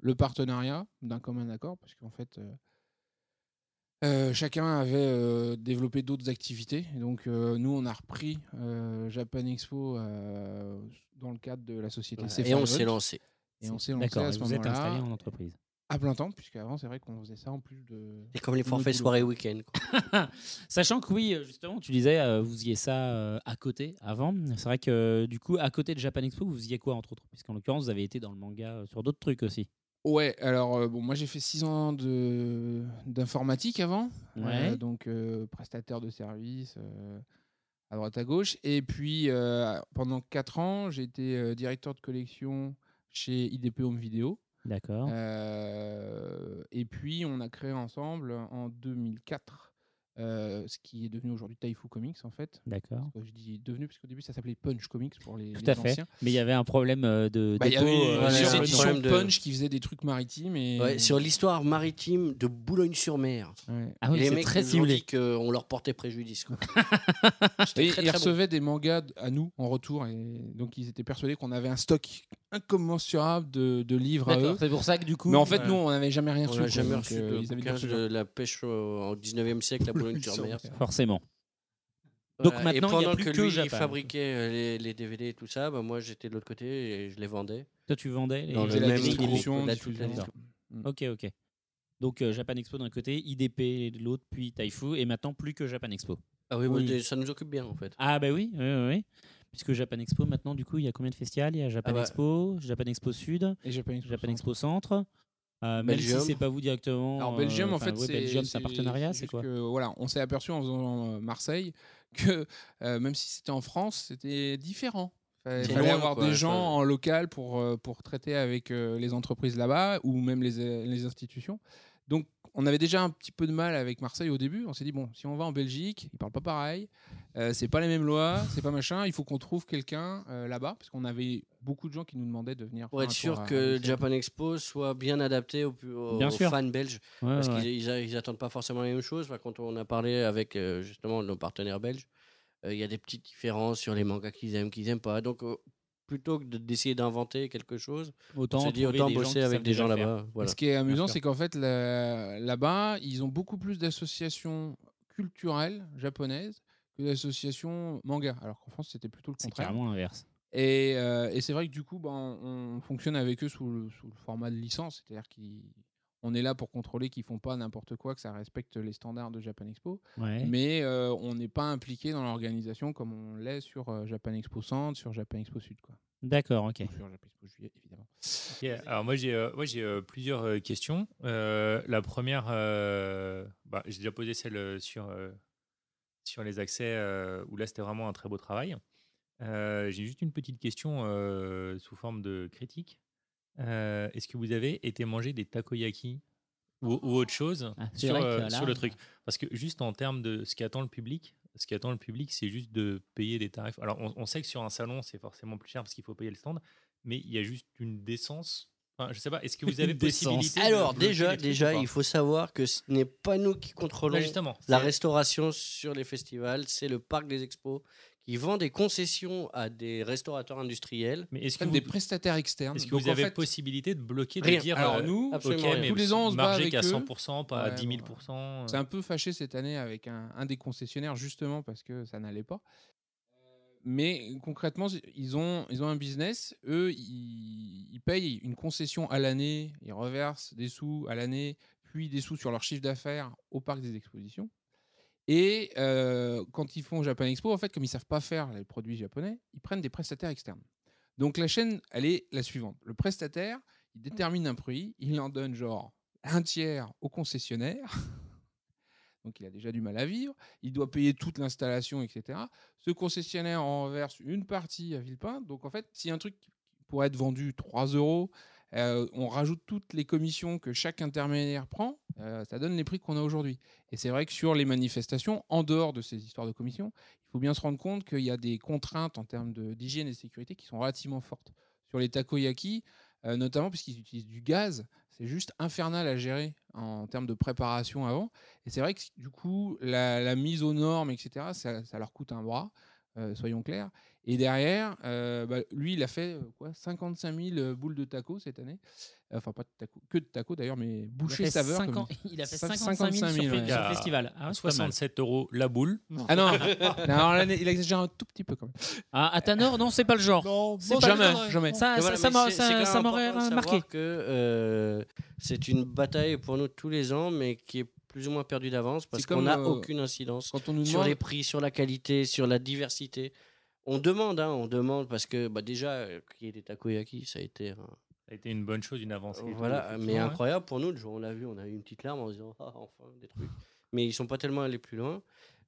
S3: le partenariat d'un commun accord parce qu'en fait, euh, Euh, chacun avait euh, développé d'autres activités. Et donc, euh, nous, on a repris euh, Japan Expo euh, dans le cadre de la société
S8: Voilà,
S3: Safe
S8: et on
S3: Revolt.
S8: s'est lancé.
S3: Et on s'est lancé
S1: D'accord,
S3: à
S1: et
S3: ce
S1: vous êtes
S3: moment-là.
S1: installé en entreprise.
S3: À plein temps, puisqu'avant, c'est vrai qu'on faisait ça en plus de.
S8: Et comme les
S3: de notre
S8: forfaits
S3: boulot.
S8: soirée week-end.
S1: <laughs> Sachant que oui, euh, justement, tu disais, euh, vous faisiez ça euh, à côté avant. C'est vrai que euh, du coup, à côté de Japan Expo, vous faisiez quoi entre autres Puisqu'en l'occurrence, vous avez été dans le manga euh, sur d'autres trucs aussi.
S3: Ouais, alors euh, bon, moi j'ai fait 6 ans de d'informatique avant,
S1: Ouais.
S3: Euh, donc euh, prestataire de services euh, à droite à gauche. Et puis euh, pendant 4 ans, j'ai été euh, directeur de collection chez IDP Home Video.
S1: D'accord.
S3: Euh, et puis on a créé ensemble en 2004 euh, ce qui est devenu aujourd'hui Taifu Comics en fait.
S1: D'accord.
S3: Parce que Je dis devenu parce qu'au début ça s'appelait Punch Comics pour les,
S1: Tout
S3: les
S1: à fait.
S3: anciens.
S1: Mais il y avait un problème euh, de
S3: Bah, il y
S1: dépôt,
S3: avait
S1: euh,
S3: une
S1: sur-
S3: édition
S1: sur-
S3: Punch qui faisait des trucs maritimes et
S8: Ouais, sur l'histoire maritime de Boulogne-sur-Mer.
S1: Ah oui,
S8: les
S1: c'est
S8: mecs
S1: très
S8: nous ont
S1: ciblé.
S8: dit qu'on leur portait
S3: <laughs>
S8: préjudice. quoi.
S3: Et
S8: C'était très,
S3: ils
S8: très bon.
S3: recevaient des mangas d- à nous en retour, et donc ils étaient persuadés qu'on avait un stock incommensurable de, de livres à
S1: D'accord,
S3: eux.
S1: c'est pour ça que du coup-
S3: Mais en fait,
S1: Ouais.
S3: nous, on n'avait jamais rien
S8: On
S3: reçu.
S8: n'a
S3: quoi,
S8: jamais
S3: donc,
S8: reçu
S3: euh,
S8: de,
S3: ils avaient
S8: bouquin
S3: perçu
S8: de
S3: le-
S8: la pêche au- au 19e
S3: <laughs>
S8: siècle à
S1: <laughs>
S8: Boulogne-sur-Mer.
S1: Forcément.
S8: Voilà,
S1: Donc maintenant,
S8: et
S1: il y a
S8: pendant
S1: plus
S8: que,
S1: que
S8: lui
S1: Japan.
S8: fabriquait euh, les, les DVD et tout ça, bah, moi j'étais de l'autre côté et je les vendais.
S1: Toi, tu vendais les-
S8: Dans le
S1: C'est la
S8: même
S1: distribution,
S8: groupe, la-
S1: diffusion.
S8: la- la-
S1: D'accord.
S3: Mm.
S1: Ok, ok. Donc euh, Japan Expo d'un côté, IDP de l'autre, puis Taifu, et maintenant plus que Japan Expo.
S8: Ah oui, mais ça nous occupe bien en fait.
S1: Ah bah oui, oui, oui, oui. Puisque Japan Expo, maintenant, du coup, il y a combien de festivals Il y a Japan
S8: Ah bah.
S1: Expo, Japan Expo Sud,
S3: Et Japan Expo
S1: Centre. Euh, même si
S3: Belgium.
S1: c'est pas vous directement.
S3: Alors Belgium,
S1: euh,
S3: en
S1: enfin,
S3: fait,
S1: ouais,
S3: c'est
S1: Belgium, c'est un partenariat, c'est
S3: juste
S1: quoi
S3: que, Voilà, on s'est aperçu en faisant euh, Marseille <laughs> que euh, même si c'était en France, c'était différent. Il
S5: C'est
S3: fallait
S5: loin,
S3: avoir
S5: quoi,
S3: des
S5: ça.
S3: gens en local pour, euh, pour traiter avec euh, les entreprises là-bas ou même les, euh, les institutions. Donc, on avait déjà un petit peu de mal avec Marseille au début. On s'est dit, bon, si on va en Belgique, ils parlent pas pareil, euh, c'est pas les mêmes lois, c'est pas machin, il faut qu'on trouve quelqu'un euh, là-bas, parce qu'on avait beaucoup de gens qui nous demandaient de venir.
S8: Pour
S3: faire
S8: être
S3: un tour
S8: sûr
S3: à-
S8: que Japan Expo soit bien adapté aux, pu- aux-
S3: Bien
S8: aux
S3: sûr.
S8: fans belges.
S3: Ouais,
S8: parce
S3: ouais.
S8: qu'ils ils a- ils attendent pas forcément la même chose. Enfin, quand on a parlé avec euh, justement nos partenaires belges, euh, il y a des petites différences sur les mangas qu'ils aiment, qu'ils aiment pas. Donc euh, plutôt que de- d'essayer d'inventer quelque chose,
S1: Autant
S8: on s'est dit
S1: trouver
S8: autant
S1: des gens qui
S8: bosser avec
S1: savent
S8: des gens
S1: déjà faire.
S8: là-bas. Voilà.
S3: Ce qui est amusant,
S1: Bien sûr.
S3: c'est qu'en fait, là- là-bas, ils ont beaucoup plus d'associations culturelles japonaises que d'associations manga. Alors qu'en France, c'était plutôt le
S1: C'est
S3: contraire.
S1: carrément l'inverse.
S3: Et, euh, et c'est vrai que du coup, ben, on fonctionne avec eux sous le, sous le format de licence, c'est-à-dire qu'on est là pour contrôler qu'ils font pas n'importe quoi, que ça respecte les standards de Japan Expo,
S1: Ouais.
S3: mais euh, on n'est pas impliqué dans l'organisation comme on l'est sur euh, Japan Expo Centre, sur Japan Expo Sud, quoi.
S1: D'accord, ok.
S3: Sur Japan Expo Juillet, évidemment.
S4: Ok, Alors moi j'ai euh, ouais, j'ai euh, plusieurs euh, questions. Euh, la première, euh, bah, j'ai déjà posé celle euh, sur, euh, sur les accès euh, où là c'était vraiment un très beau travail. Euh, j'ai juste une petite question euh, sous forme de critique. Euh, Est-ce que vous avez été manger des takoyaki ou, ou autre chose
S1: Ah, c'est
S4: sur,
S1: vrai que
S4: euh,
S1: là-
S4: sur le truc Parce que juste en termes de ce qu'attend le public, ce qu'attend le public, c'est juste de payer des tarifs. Alors on, on sait que sur un salon, c'est forcément plus cher parce qu'il faut payer le stand, mais il y a juste une décence. Enfin, je sais pas, est-ce que
S8: <laughs>
S4: vous avez
S8: Une décence.
S4: possibilité de
S8: Alors
S4: bloquer
S8: déjà,
S4: les trucs
S8: déjà,
S4: ou pas
S8: il faut savoir que ce n'est pas nous qui contrôlons
S4: Bah, justement,
S8: la
S4: c'est-
S8: restauration sur les festivals, c'est le parc des expos qui vend des concessions à des restaurateurs industriels.
S4: Mais est-ce
S3: Même des prestataires externes.
S4: Est-ce que
S3: Donc,
S4: vous
S3: en
S4: avez
S3: fait-
S4: possibilité de bloquer, de
S3: Rien.
S4: dire
S3: Alors
S4: euh,
S3: nous,
S4: ok,
S3: absolument rien.
S4: mais
S3: tous les ans, on se bat
S4: margez
S3: avec
S4: qu'à
S3: eux.
S4: 100%, pas à
S3: Ouais,
S4: 10 000
S3: bon,
S4: euh.
S3: C'est un peu fâché cette année avec un, un des concessionnaires justement parce que ça n'allait pas. Mais concrètement, ils ont, ils ont un business. Eux, ils, ils payent une concession à l'année, ils reversent des sous à l'année, puis des sous sur leur chiffre d'affaires au parc des expositions. Et euh, quand ils font Japan Expo, en fait, comme ils savent pas faire les produits japonais, ils prennent des prestataires externes. Donc la chaîne, elle est la suivante. Le prestataire, il détermine un prix, il en donne genre un tiers au concessionnaire. Donc il a déjà du mal à vivre, il doit payer toute l'installation, etc. Ce concessionnaire en reverse une partie à Villepin. Donc en fait, si un truc pourrait être vendu 3 euros, euh, on rajoute toutes les commissions que chaque intermédiaire prend, euh, ça donne les prix qu'on a aujourd'hui. Et c'est vrai que sur les manifestations, en dehors de ces histoires de commissions, il faut bien se rendre compte qu'il y a des contraintes en termes de- d'hygiène et de sécurité qui sont relativement fortes. Sur les takoyaki, euh, notamment parce qu'ils utilisent du gaz, c'est juste infernal à gérer en termes de préparation avant. Et c'est vrai que du coup, la, la mise aux normes, etc., ça, ça leur coûte un bras, euh, soyons clairs. Et derrière, euh, bah, lui, il a fait euh, quoi 55 000 euh, boules de tacos cette année. Enfin, pas de tacos, que de tacos d'ailleurs, mais bouchées
S1: fait
S3: saveur.
S1: 50
S3: comme-
S1: <laughs> il a fait
S3: Cin-
S1: 55 000 sur
S3: ouais.
S1: Fe- sur Festival. Ah ouais, c'est pas mal.
S4: 67 euros la boule.
S3: Ah non, <laughs> non, alors là, il exagère un tout petit peu quand même.
S1: Ah, Atanor, non, c'est pas le genre.
S3: C'est moi, pas jamais, le genre. jamais.
S1: Ça,
S8: Mais
S1: ça-
S8: voilà,
S1: ça
S8: mais
S1: m'a-
S8: c'est-
S1: ça-
S8: c'est quand même
S1: ça m'aurait
S8: important de
S1: marqué.
S8: savoir que euh, c'est une bataille pour nous tous les ans, mais qui est plus ou moins perdue d'avance parce
S3: C'est comme,
S8: qu'on n'a
S3: euh,
S8: aucune incidence
S3: quand on nous
S8: sur
S3: demande-
S8: les prix, sur la qualité, sur la diversité. On demande, hein, on demande parce que bah, déjà euh, qu'il y ait des takoyaki, ça a été un-
S4: Ça a été une bonne chose, une avancée. et tout,
S8: voilà, mais
S4: effectivement, ouais.
S8: incroyable pour nous. Le jour où on l'a vu, on a eu une petite larme en se disant ah, enfin des trucs. Mais ils sont pas tellement allés plus loin.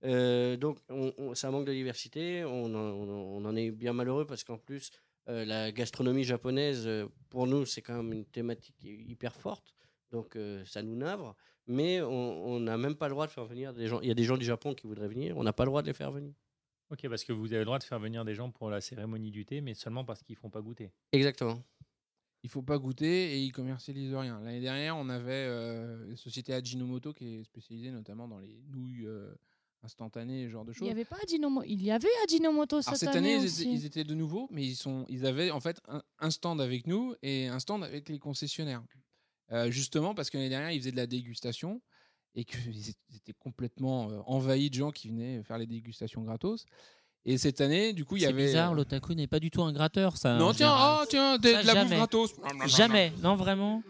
S8: Euh, donc on- on- ça manque de diversité. On en, on en- on en est bien malheureux parce qu'en plus euh, la gastronomie japonaise euh, pour nous c'est quand même une thématique qui est hyper forte. Donc euh, ça nous navre. Mais on on n'a même pas le droit de faire venir des gens. Il y a des gens du Japon qui voudraient venir. On n'a pas le droit de les faire venir.
S4: Ok, parce que vous avez le droit de faire venir des gens pour la cérémonie du thé, mais seulement parce qu'ils font pas goûter.
S8: Exactement.
S3: Il faut pas goûter et ils commercialisent rien. L'année dernière, on avait euh, la société Ajinomoto qui est spécialisée notamment dans les nouilles euh, instantanées, ce genre de
S6: Il
S3: choses.
S6: y avait pas Ajinomoto. Il y avait Ajinomoto cette,
S3: Alors, cette année, ils
S6: aussi.
S3: étaient, ils étaient de nouveau, mais ils, sont, ils avaient en fait un, un stand avec nous et un stand avec les concessionnaires. Euh, justement parce que l'année dernière, ils faisaient de la dégustation et qu'ils étaient complètement euh, envahis de gens qui venaient faire les dégustations gratos. Et cette année, du coup, il y
S1: C'est
S3: avait. euh,
S1: bizarre, l'otaku n'est pas du tout un gratteur, ça.
S3: Non,
S1: en
S3: tiens,
S1: général.
S3: oh, tiens, des-
S1: Ça,
S3: de la bouffe
S1: jamais.
S3: gratos. Blablabla.
S1: Jamais, non, vraiment.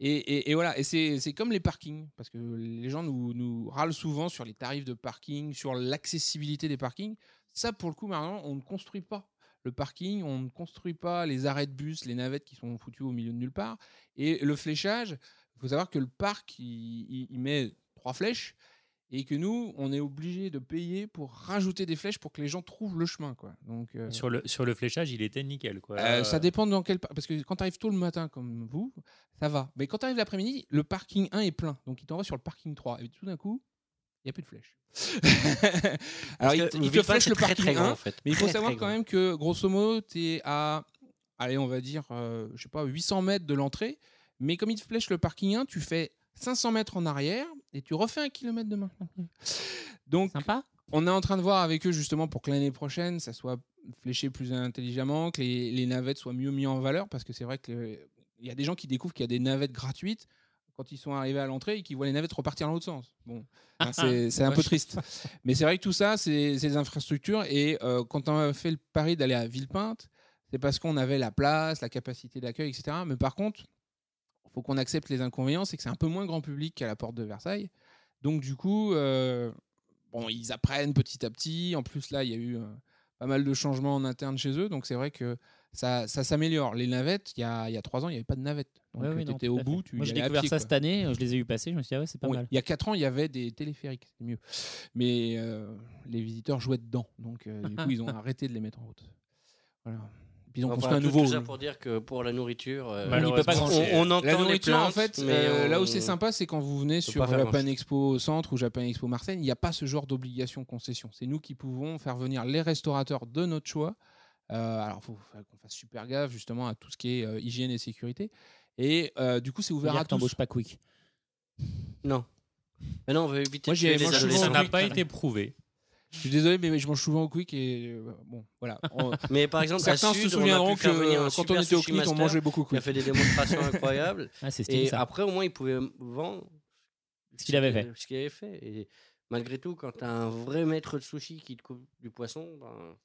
S3: Et, et- et voilà, et c'est c'est comme les parkings, parce que les gens nous, nous râlent souvent sur les tarifs de parking, sur l'accessibilité des parkings. Ça, pour le coup, maintenant, on ne construit pas le parking, on ne construit pas les arrêts de bus, les navettes qui sont foutues au milieu de nulle part. Et le fléchage, il faut savoir que le parc, il, il- il met trois flèches, et que nous, on est obligé de payer pour rajouter des flèches pour que les gens trouvent le chemin. Quoi. Donc, euh,
S4: Sur, le, sur le fléchage, il était nickel. Quoi.
S3: euh,
S4: Euh,
S3: ça dépend dans quel par- parce que quand tu arrives tôt le matin comme vous, ça va. Mais quand tu arrives l'après-midi, le parking 1 est plein. Donc il t'envoie sur le parking 3 et tout d'un coup, il n'y a plus de <laughs> flèche. Alors
S8: Parce
S3: il,
S8: que
S3: te-
S8: le
S3: il te
S8: Vieux-Parc,
S3: flèche
S8: c'est
S3: le
S8: très,
S3: parking
S8: très grand,
S3: 1,
S8: en fait.
S3: mais il faut
S8: Très,
S3: savoir
S8: très
S3: quand
S8: grand.
S3: même que grosso modo, tu es à allez, on va dire euh, je sais pas 800 mètres de l'entrée, mais comme il te flèche le parking 1, tu fais 500 mètres en arrière et tu refais un kilomètre de marche. Donc, on est en train de voir avec eux justement pour que l'année prochaine, ça soit fléché plus intelligemment, que les, les navettes soient mieux mises en valeur, parce que c'est vrai qu'il y a des gens qui découvrent qu'il y a des navettes gratuites quand ils sont arrivés à l'entrée et qu'ils voient les navettes repartir dans l'autre sens. Bon, hein, c'est c'est un peu
S1: Vache.
S3: triste. Mais c'est vrai que tout ça, c'est c'est des infrastructures. Et euh, quand on a fait le pari d'aller à Villepinte, c'est parce qu'on avait la place, la capacité d'accueil, etc. Mais par contre, il faut qu'on accepte les inconvénients, c'est que c'est un peu moins grand public qu'à la porte de Versailles. Donc du coup, euh, bon, ils apprennent petit à petit. En plus, là, il y a eu euh, pas mal de changements en interne chez eux. Donc c'est vrai que ça, ça s'améliore. Les navettes, il y a, il y a trois ans, il n'y avait pas de navettes. Donc
S1: Ouais, oui,
S3: tu
S1: non,
S3: étais
S1: tout
S3: au
S1: à
S3: bout.
S1: fait.
S3: Tu
S1: Moi,
S3: y
S1: j'ai
S3: allais à
S1: découvert
S3: pied,
S1: ça
S3: quoi.
S1: cette année, euh, je les ai eu passer, je me suis dit, ah ouais, c'est pas
S3: Oui,
S1: mal.
S3: Il y a 4 ans, il y avait des téléphériques, c'était mieux. Mais euh, les visiteurs jouaient dedans. Donc, euh,
S1: <laughs>
S3: du coup, ils ont arrêté de les mettre en route. Voilà. Puis ils ont
S8: Enfin,
S3: construit un
S8: tout-
S3: nouveau.
S8: Tout ça pour dire que pour la nourriture, euh,
S3: grand-chose.
S8: On, on entend
S3: la
S8: les
S3: nourriture, en
S8: plaintes,
S3: fait,
S8: mais
S3: euh,
S8: on-
S3: là où c'est sympa, c'est quand vous venez
S8: peut
S3: sur
S8: pas faire
S3: Japan
S8: grand-chose.
S3: Expo Centre ou Japan Expo Marseille, il n'y a pas ce genre d'obligation concession. C'est nous qui pouvons faire venir les restaurateurs de notre choix. Euh, alors, il faut faire qu'on fasse super gaffe justement à tout ce qui est euh, hygiène et sécurité. Et euh, du coup, c'est ouvert
S1: Dire
S3: à
S1: que t'embauches
S3: tous.
S1: pas Quick.
S8: Non. Mais non, on veut éviter.
S3: Moi,
S8: de
S3: j'y
S8: tuer
S3: ai- moi,
S8: les
S3: je
S8: adolescents.
S3: mange souvent au quick.
S4: prouvé.
S3: Je suis désolé, mais je mange souvent au quick et euh, bon, voilà. On-
S8: Mais par exemple, à
S3: certains se
S8: Sud, on a
S3: souviendront
S8: pu faire venir un
S3: que quand on
S8: super
S3: était au
S8: sushi
S3: quick, on
S8: master
S3: mangeait beaucoup
S8: qui
S3: quick.
S8: a fait
S3: <laughs>
S8: des démonstrations incroyables.
S1: Ah, c'est stylé,
S8: et
S1: ça.
S8: après, au moins, il pouvait vendre
S1: Ce qu'il avait fait.
S8: Ce qu'il avait fait. Et malgré tout, quand t'as un vrai maître de sushi qui te coupe du poisson, ben,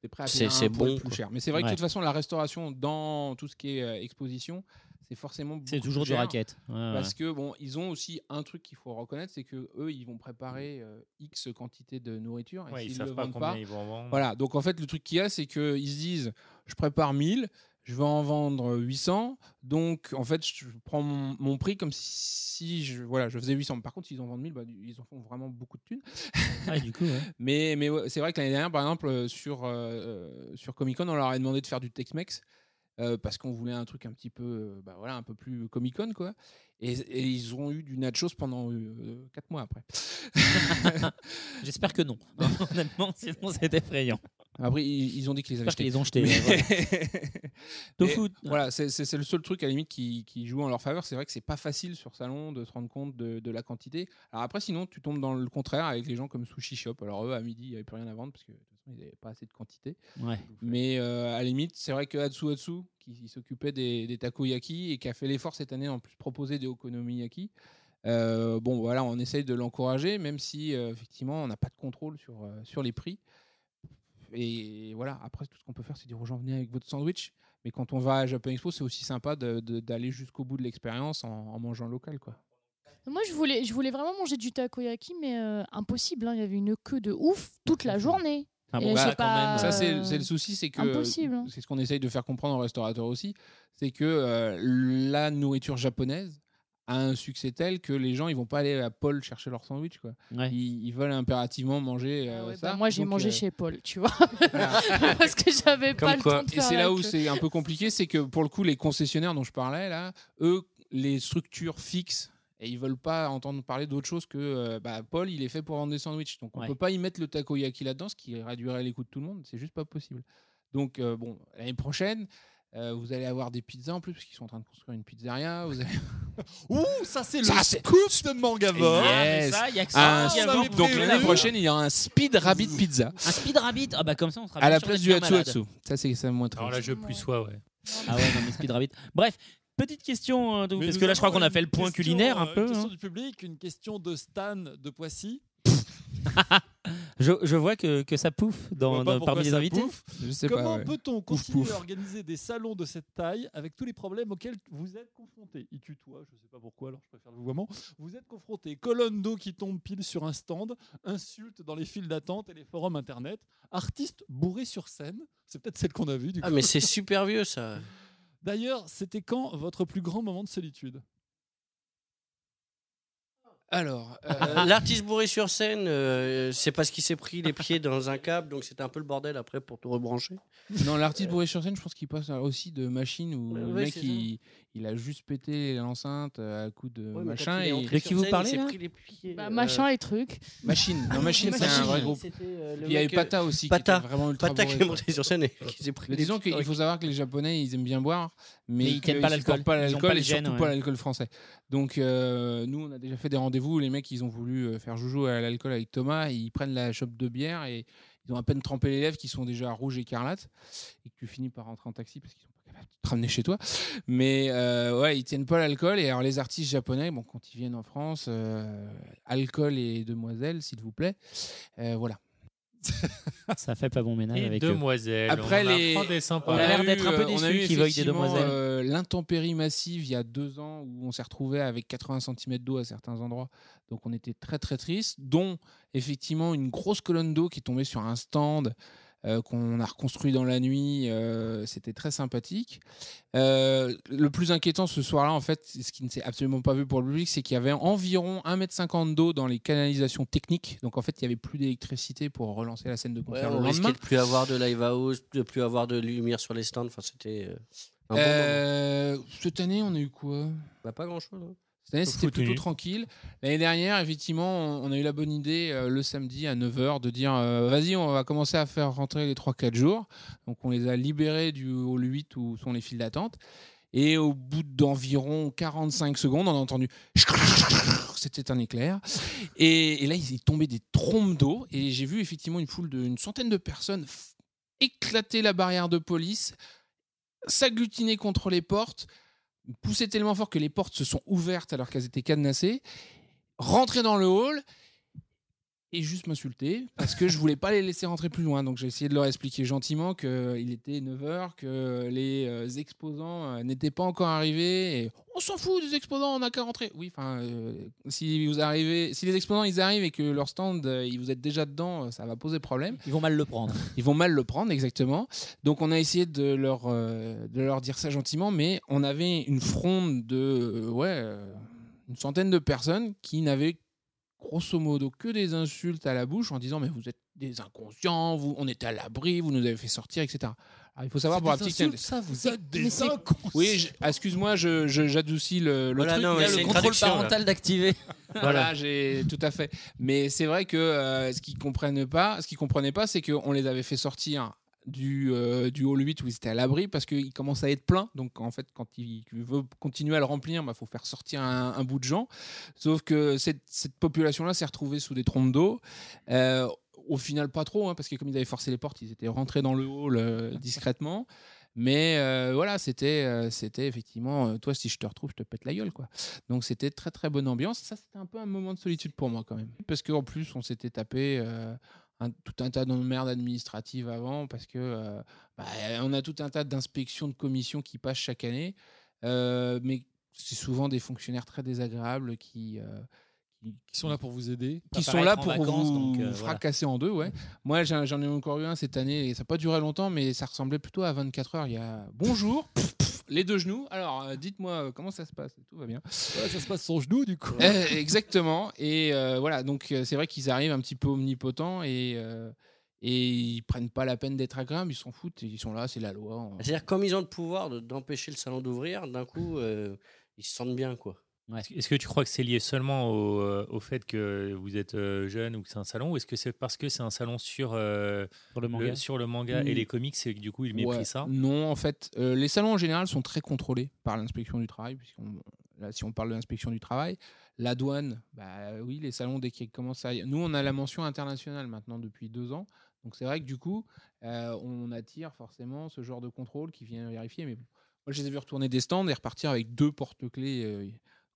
S3: T'es prêt à
S8: c'est
S3: payer un
S8: c'est
S3: poil
S8: bon.
S3: plus
S8: quoi.
S3: cher. Mais c'est vrai que
S8: Ouais.
S3: de toute façon, la restauration dans tout ce qui est euh, exposition, c'est forcément
S1: C'est
S3: beaucoup
S1: toujours
S3: plus
S1: du
S3: cher.
S1: racket. Ouais, ouais.
S3: parce que bon, ils ont aussi un truc qu'il faut reconnaître, c'est que eux, ils vont préparer euh, x quantité de nourriture. Et
S4: Ouais, ils
S3: s'ils
S4: savent
S3: le
S4: pas
S3: vendent
S4: combien ils vont en vendre.
S3: Voilà. Donc en fait, le truc qu'il y a, c'est que ils se disent, je prépare 1000. Je vais en vendre 800, donc en fait je prends mon, mon prix comme si je voilà je faisais 800. Par contre, s'ils en vendent 1000, bah, ils en font vraiment beaucoup de thunes.
S1: <laughs> Ah, du coup, ouais.
S3: Mais, mais ouais, c'est vrai que l'année dernière, par exemple, euh, sur, euh, euh, sur Comic Con, on leur avait demandé de faire du Tex-Mex. euh, parce qu'on voulait un truc un petit peu, euh, bah voilà, un peu plus Comic Con quoi. Et, et ils ont eu du nachos pendant 4 mois après.
S1: <laughs> J'espère que non. <laughs> Honnêtement, sinon c'est effrayant.
S3: Après, ils, ils ont dit qu'ils les avaient
S1: J'espère qu'ils les ont
S3: jetés.
S1: jetés, ouais, voilà.
S3: <laughs> Mais
S1: Tofu.
S3: voilà, c'est- c'est c'est le seul truc à la limite qui, qui joue en leur faveur. C'est vrai que c'est pas facile sur salon de se rendre compte de, de la quantité. Alors après, sinon, tu tombes dans le contraire avec les gens comme Sushi Shop. Alors eux, à midi, il n'y avait plus rien à vendre parce que de toute façon, ils n'avaient pas assez de quantité.
S1: Ouais.
S3: Mais euh, à la limite, c'est vrai que Hatsu Hatsu, qui s'occupait des, des takoyaki et qui a fait l'effort cette année en plus proposer des okonomiyaki, euh, bon voilà, on essaye de l'encourager, même si euh, effectivement on n'a pas de contrôle sur, euh, sur les prix. Et voilà, après tout ce qu'on peut faire, c'est dire aux gens venez avec votre sandwich. Mais quand on va à Japan Expo, c'est aussi sympa de- de- d'aller jusqu'au bout de l'expérience en, en mangeant local, quoi.
S6: Moi, je voulais, je voulais vraiment manger du takoyaki, mais euh, impossible. hein. Il y avait une queue de ouf toute la journée.
S3: Ah
S6: Et c'est pas,
S3: Ça, c'est
S6: euh,
S3: c'est le souci, c'est que
S6: impossible, hein.
S3: c'est ce qu'on essaye de faire comprendre aux restaurateurs aussi, c'est que euh, la nourriture japonaise a un succès tel que les gens ils vont pas aller à Paul chercher leur sandwich quoi. Ils, ils veulent impérativement manger euh,
S6: Ouais,
S3: ça.
S6: bah, moi, j'ai
S3: Donc,
S6: mangé
S3: euh,
S6: chez Paul, tu vois. <laughs> Parce que j'avais pas le temps de
S3: Et
S6: faire
S3: c'est
S6: la
S3: là où
S6: queue.
S3: c'est un peu compliqué, c'est que pour le coup, les concessionnaires dont je parlais, là, eux, les structures fixes, et ils veulent pas entendre parler d'autre chose que euh, bah, Paul, il est fait pour vendre des sandwichs. Donc on
S1: Ouais.
S3: peut pas y mettre le takoyaki là-dedans, ce qui réduirait les coûts de tout le monde. C'est juste pas possible. Donc euh, bon, l'année prochaine. euh, vous allez avoir des pizzas en plus, parce qu'ils sont en train de construire une pizzeria.
S1: <laughs>
S3: Vous allez...
S5: Ouh, ça c'est
S3: Ça,
S5: le
S3: c'est-
S5: scoop de
S1: Eh
S5: Mangavor.
S3: Yes. Un scoop. Donc l'année prochaine, il y aura un Speed Rabbit Pizza.
S1: Un speed rabbit Ah bah comme ça on sera
S3: Mmh. À la
S1: bien sûr
S3: place
S1: d'être
S3: du
S1: bien
S3: Hatsu
S1: malade.
S3: Hatsu. Ça, c'est ça moins
S4: Alors là, je plus soi, ouais.
S1: Ah ouais, non mais speed rabbit. Bref, petite question euh, de vous,
S7: Mais
S1: parce
S7: nous
S1: que là je crois
S7: avons
S1: qu'on a
S7: une
S1: fait le point
S7: question,
S1: culinaire un
S7: euh,
S1: peu.
S7: Une question
S1: hein.
S7: du public, une question de Stan de Poissy.
S1: Je, je vois que, que ça pouffe dans,
S7: Je vois pas
S1: dans-
S7: Bah, pourquoi
S1: parmi les
S7: ça
S1: invités.
S7: pouffe. Comment peut-on continuer à organiser des salons de cette taille avec tous les problèmes auxquels vous êtes confrontés Il tutoie, je ne sais pas pourquoi, alors je préfère le vouvoiement. Vous êtes confrontés. Colonne d'eau qui tombe pile sur un stand, insultes dans les files d'attente et les forums internet, artistes bourrés sur scène. C'est peut-être celle qu'on a vue du
S8: Ah,
S7: coup.
S8: mais c'est super
S3: <laughs>
S8: vieux ça.
S7: <laughs> D'ailleurs, c'était quand votre plus grand moment de solitude
S3: Alors,
S8: <laughs> Euh, L'artiste bourré sur scène, euh, c'est parce qu'il s'est pris les pieds dans un câble, donc c'était un peu le bordel après pour tout rebrancher.
S3: Non, l'artiste bourré sur scène, je pense qu'il passe aussi de machine où
S8: Ouais,
S3: le
S8: ouais,
S3: mec
S8: c'est
S3: il, il a juste pété l'enceinte à coup de
S8: mais
S3: machin.
S8: quand il est
S3: Et...
S8: entré De qui sur vous scène, il parlez, s'est là pris les pieds, euh,
S6: Bah, machin et truc.
S3: Machine, non, machine, c'est un vrai groupe.
S8: C'était, euh, le
S3: Il y avait
S8: mec, euh,
S3: Pata aussi,
S8: Pata.
S3: qui était vraiment ultra
S8: Pata qui
S3: bourré,
S8: est
S3: quoi.
S8: monté sur scène et qui s'est pris
S3: Mais
S8: les
S3: disons qu'il faut savoir que les Japonais, ils aiment bien boire, mais,
S1: Mais ils tiennent
S3: que
S1: pas
S3: supportent
S1: l'alcool.
S3: pas
S1: Ils ont
S3: l'alcool
S1: pas le
S3: et
S1: gène,
S3: surtout
S1: ouais.
S3: pas l'alcool français. Donc euh, nous, on a déjà fait des rendez-vous où les mecs, ils ont voulu euh, faire joujou à l'alcool avec Thomas, et ils prennent la chope de bière et ils ont à peine trempé les lèvres qui sont déjà rouges écarlates et que tu finis par rentrer en taxi parce qu'ils sont pas capables de te ramener chez toi. Mais euh, ouais, ils tiennent pas l'alcool et alors les artistes japonais, bon, quand ils viennent en France, euh, alcool et demoiselles, s'il vous plaît, Euh, voilà.
S1: Ça fait pas bon ménage
S4: Et
S1: avec eux.
S4: demoiselles.
S3: Après
S4: on en
S3: les,
S4: apprend des sympas.
S3: on
S1: On a l'air d'être un peu
S3: eu, euh, on a
S1: déçus
S3: eu
S1: qu'ils veuillent des
S3: effectivement,
S1: demoiselles.
S3: euh, L'intempérie massive il y a deux ans où on s'est retrouvé avec 80 cm d'eau à certains endroits, donc on était très très triste, dont effectivement une grosse colonne d'eau qui est tombée sur un stand. euh, qu'on a reconstruit dans la nuit, euh, c'était très sympathique. Euh, le plus inquiétant ce soir-là, en fait, ce qui ne s'est absolument pas vu pour le public, c'est qu'il y avait environ 1m50 d'eau dans les canalisations techniques. Donc en fait, il n'y avait plus d'électricité pour relancer la scène de
S8: Ouais,
S3: concert Euh,
S8: on
S3: le
S8: risquait
S3: lendemain.
S8: de plus avoir de live house, de plus avoir de lumière sur les stands. Enfin, c'était euh, un bon moment.
S3: Euh, cette année, on a eu quoi
S8: Bah, Pas grand-chose. hein.
S3: Cette année,
S8: Sauf
S3: c'était
S8: foot
S3: plutôt
S8: nuit.
S3: tranquille. L'année dernière, effectivement, on on a eu la bonne idée euh, le samedi à 9h de dire euh, vas-y, on va commencer à faire rentrer les 3-4 jours. Donc, on les a libérés du hall 8 où sont les files d'attente. Et au bout d'environ 45 secondes, on a entendu <laughs> c'était un éclair. Et, et là, il est tombé des trompes d'eau. Et j'ai vu effectivement une foule d'une centaine de personnes f- éclater la barrière de police, s'agglutiner contre les portes, pousser tellement fort que les portes se sont ouvertes alors qu'elles étaient cadenassées, rentrer dans le hall et juste m'insulter parce que je voulais pas les laisser rentrer plus loin. Donc j'ai essayé de leur expliquer gentiment qu'il était 9h, que les euh, exposants euh, n'étaient pas encore arrivés. Et on s'en fout des exposants, on n'a qu'à rentrer. Oui, enfin, euh, si vous arrivez, si les exposants ils arrivent et que leur stand euh, ils- vous êtes déjà dedans, euh, ça va poser problème.
S1: Ils vont mal le prendre.
S3: <laughs> Ils vont mal le prendre, exactement. Donc on a essayé de leur, euh, de leur dire ça gentiment, mais on avait une fronde de euh, ouais, euh, une centaine de personnes qui n'avaient grosso modo que des insultes à la bouche en disant mais vous êtes des inconscients, vous, on était à l'abri, vous nous avez fait sortir, etc. Alors, il faut savoir
S7: C'est
S3: pour la
S7: des
S3: petite
S7: insultes, ça, vous êtes des inconscients.
S3: Oui, je- ah, excuse-moi, je- je- j'adoucis le, le
S8: Voilà,
S3: truc.
S8: non,
S3: mais
S8: mais
S3: là,
S8: c'est
S3: le
S8: une
S3: contrôle
S8: traduction, là.
S3: parental
S1: d'activer.
S3: voilà, j'ai tout à fait. Mais c'est vrai que euh, ce qu'ils comprennent pas, ce qu'ils comprenaient pas, c'est qu'on les avait fait sortir du, euh, du hall 8 où ils étaient à l'abri parce qu'ils commencent à être pleins. Donc en fait, quand il- tu veux continuer à le remplir, il faut faire sortir un, un bout de gens. Sauf que cette, cette population-là s'est retrouvée sous des trompes d'eau. Euh, au final, pas trop, hein, parce que comme ils avaient forcé les portes, ils étaient rentrés dans le hall euh, discrètement. Mais euh, voilà, c'était euh, c'était effectivement, euh, toi, si je te retrouve, je te pète la gueule. quoi. Donc c'était très très bonne ambiance. Ça, c'était un peu un moment de solitude pour moi quand même. Parce qu'en plus, on s'était tapé euh, un- tout un tas d'emmerdes administratives avant, parce que euh, bah, on a tout un tas d'inspections de commissions qui passent chaque année. Euh, mais c'est souvent des fonctionnaires très désagréables qui. euh, qui,
S7: Qui sont là pour vous aider.
S3: qui
S7: Pas
S3: sont là
S7: paraître en
S3: pour
S7: vacances,
S3: vous
S7: donc, euh, voilà.
S3: fracasser en deux. Ouais. Moi, j'en j'en ai encore eu un cette année, et ça n'a pas duré longtemps, mais ça ressemblait plutôt à 24 heures. Il y a bonjour, pff, pff, les deux genoux. Alors, euh, dites-moi euh, comment ça se passe. Tout va bien.
S7: ça se passe sans genou, du coup.
S3: Euh, exactement. Et euh, voilà, donc euh, c'est vrai qu'ils arrivent un petit peu omnipotents et. euh, et ils prennent pas la peine d'être agréables, ils s'en foutent, ils sont là, c'est la loi. hein. on-
S8: C'est-à-dire, comme ils ont le pouvoir de- d'empêcher le salon d'ouvrir, d'un coup, euh, ils se sentent bien, quoi.
S4: Est-ce que- Est-ce que tu crois que c'est lié seulement au, euh, au fait que vous êtes euh, jeune ou que c'est un salon ou est-ce que c'est parce que c'est un salon sur, euh,
S1: le manga.
S4: sur le manga
S3: Mm.
S4: et les comics et que du coup ils méprisent
S3: Ouais.
S4: ça
S3: Non, en fait, euh, les salons en général sont très contrôlés par l'inspection du travail. puisqu'on- là, si on parle de l'inspection du travail, la douane, bah oui, les salons dès qu'ils commencent à. y- Nous, on a la mention internationale maintenant depuis deux ans. Donc c'est vrai que du coup, euh, on attire forcément ce genre de contrôle qui vient vérifier. Mais bon, moi, je les ai vus retourner des stands et repartir avec deux porte-clés euh,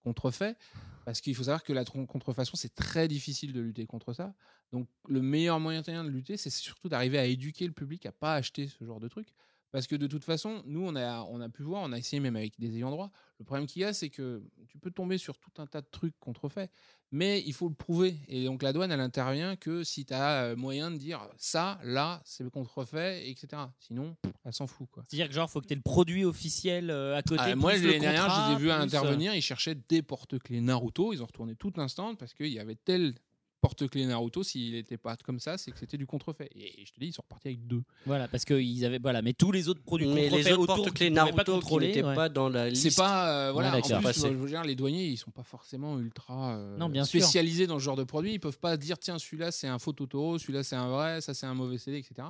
S3: contrefaits. Parce qu'il faut savoir que la tron- contrefaçon, c'est très difficile de lutter contre ça. Donc, le meilleur moyen de lutter, c'est surtout d'arriver à éduquer le public à pas acheter ce genre de truc. Parce que de toute façon, nous, on a, on a pu voir, on a essayé même avec des ayants droit. Le problème qu'il y a, c'est que tu peux tomber sur tout un tas de trucs contrefaits, mais il faut le prouver. Et donc, la douane, elle intervient que si tu as moyen de dire ça, là, c'est contrefait, etc. Sinon, elle s'en fout. Quoi.
S1: C'est-à-dire que genre, faut que tu aies le produit officiel euh, à côté.
S3: Ah, moi,
S1: plus le
S3: l'année dernière, je les ai
S1: contrat,
S3: vus
S1: plus, euh,
S3: intervenir. Ils cherchaient des porte-clés Naruto. Ils ont retourné toute l'instant parce qu'il y avait tel porte-clés Naruto. S'il n'était pas comme ça, c'est que c'était du contrefait. Et je te dis, ils sont repartis avec deux.
S1: Voilà, parce que ils avaient voilà, mais tous les autres produits
S8: Mais les
S1: contrefaits
S8: autres
S1: autour
S8: porte-clés
S1: qu'ils pouvaient pas
S8: Naruto qui
S1: contrôler,
S8: n'étaient
S1: ouais.
S8: pas dans la liste.
S3: C'est pas. euh, voilà,
S8: Ouais,
S3: en
S8: d'accord.
S3: plus, je
S8: Passé.
S3: veux dire, les douaniers, ils sont pas forcément ultra euh,
S1: Non, bien sûr.
S3: spécialisés dans ce genre de produit. Ils peuvent pas dire, tiens, celui-là, c'est un faux Totoro, celui-là, c'est un vrai, ça, c'est un mauvais CD, etc.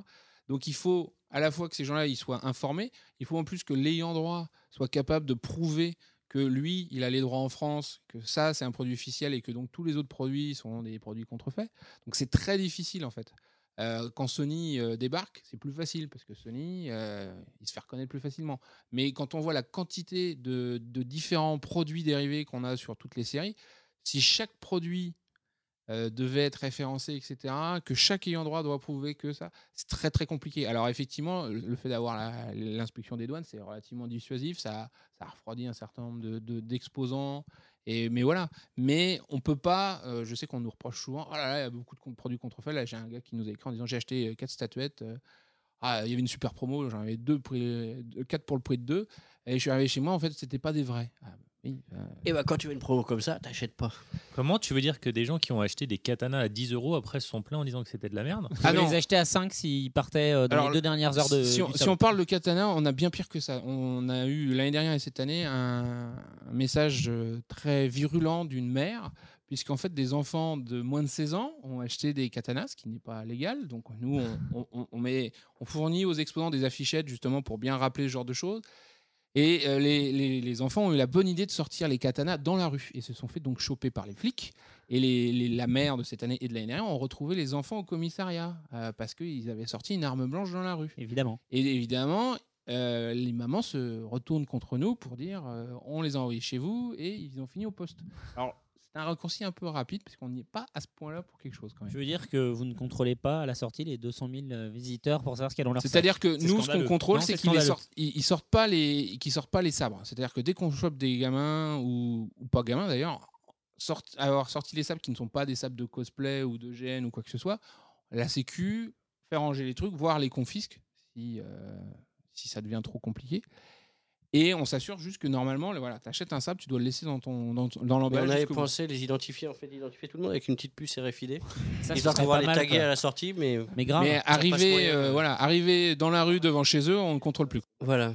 S3: Donc, il faut à la fois que ces gens-là, ils soient informés. Il faut en plus que l'ayant droit soit capable de prouver que lui, il a les droits en France, que ça, c'est un produit officiel et que donc tous les autres produits sont des produits contrefaits. Donc, c'est très difficile, en fait. Euh, quand Sony euh, débarque, c'est plus facile parce que Sony, euh, il se fait reconnaître plus facilement. Mais quand on voit la quantité de, de différents produits dérivés qu'on a sur toutes les séries, si chaque produit euh, devait être référencé, etc., que chaque ayant droit doit prouver que ça, c'est très très compliqué. Alors effectivement, le- le fait d'avoir la- l'inspection des douanes, c'est relativement dissuasif, ça, ça refroidit un certain nombre de- de- d'exposants. et, mais voilà, mais on peut pas, euh, je sais qu'on nous reproche souvent, oh là là, il y a beaucoup de con- produits contrefaits, là j'ai un gars qui nous a écrit en disant j'ai acheté euh, quatre statuettes, euh, ah, il y avait une super promo, j'en avais deux, pour- euh, quatre pour le prix de deux, et je suis arrivé chez moi, en fait c'était pas des vrais. Ah, oui, euh,
S8: Et bah, quand tu veux une promo comme ça, t'achètes pas.
S4: Comment tu veux dire que des gens qui ont acheté des katanas à 10 euros après se sont plaints en disant que c'était de la merde
S3: Ah
S1: Ils pouvaient les acheter à 5 s'ils partaient euh, dans
S4: Alors,
S1: les deux dernières heures de.
S3: Si on,
S1: du
S3: si
S1: salon.
S3: on parle de katana, on a bien pire que ça. On a eu l'année dernière et cette année un, un message euh, très virulent d'une mère, puisqu'en fait des enfants de moins de 16 ans ont acheté des katanas, ce qui n'est pas légal. Donc nous, on, on- on- on met, on fournit aux exposants des affichettes justement pour bien rappeler ce genre de choses. Et euh, les, les- les enfants ont eu la bonne idée de sortir les katanas dans la rue et se sont fait donc choper par les flics. Et les- les- la mère de cette année et de l'année dernière ont retrouvé les enfants au commissariat euh, parce qu'ils avaient sorti une arme blanche dans la rue.
S1: Évidemment.
S3: Et évidemment, euh, les mamans se retournent contre nous pour dire euh, on les a envoyés chez vous et ils ont fini au poste. Alors, c'est un raccourci un peu rapide parce qu'on n'y est pas à ce point-là pour quelque chose quand même.
S1: Je veux dire que vous ne contrôlez pas à la sortie les 200 000 euh, visiteurs pour savoir ce qu'il y a dans leur sac.
S3: C'est-à-dire que
S1: C'est
S3: nous, ce qu'on
S1: scandaleux.
S3: contrôle,
S1: Non,
S3: c'est
S1: c'est
S3: qu'ils les
S1: scandaleux.
S3: sortent, ils, ils sortent pas les, qu'ils sortent pas les sabres. C'est-à-dire que dès qu'on chope des gamins ou, ou pas gamins d'ailleurs, sort- avoir sorti les sabres qui ne sont pas des sabres de cosplay ou de GN ou quoi que ce soit, la Sécu fait ranger les trucs, voire les confisque si euh, si ça devient trop compliqué. Et on s'assure juste que normalement, le- voilà, t'achètes un sabre, tu dois le laisser dans ton dans, ton- dans
S8: Mais
S3: l'emballage.
S8: on avait
S3: jusqu'au bout.
S8: pensé les identifier, en fait, d'identifier tout le monde avec une petite puce RFID.
S1: Ça, ce
S8: Ils doivent
S1: serait
S8: pouvoir
S1: pas
S8: les
S1: mal,
S8: taguer
S1: quoi.
S8: à la sortie, mais.
S1: Mais grave.
S3: Mais arriver, euh, voilà, arriver dans la rue devant chez eux, on ne contrôle plus.
S8: Voilà.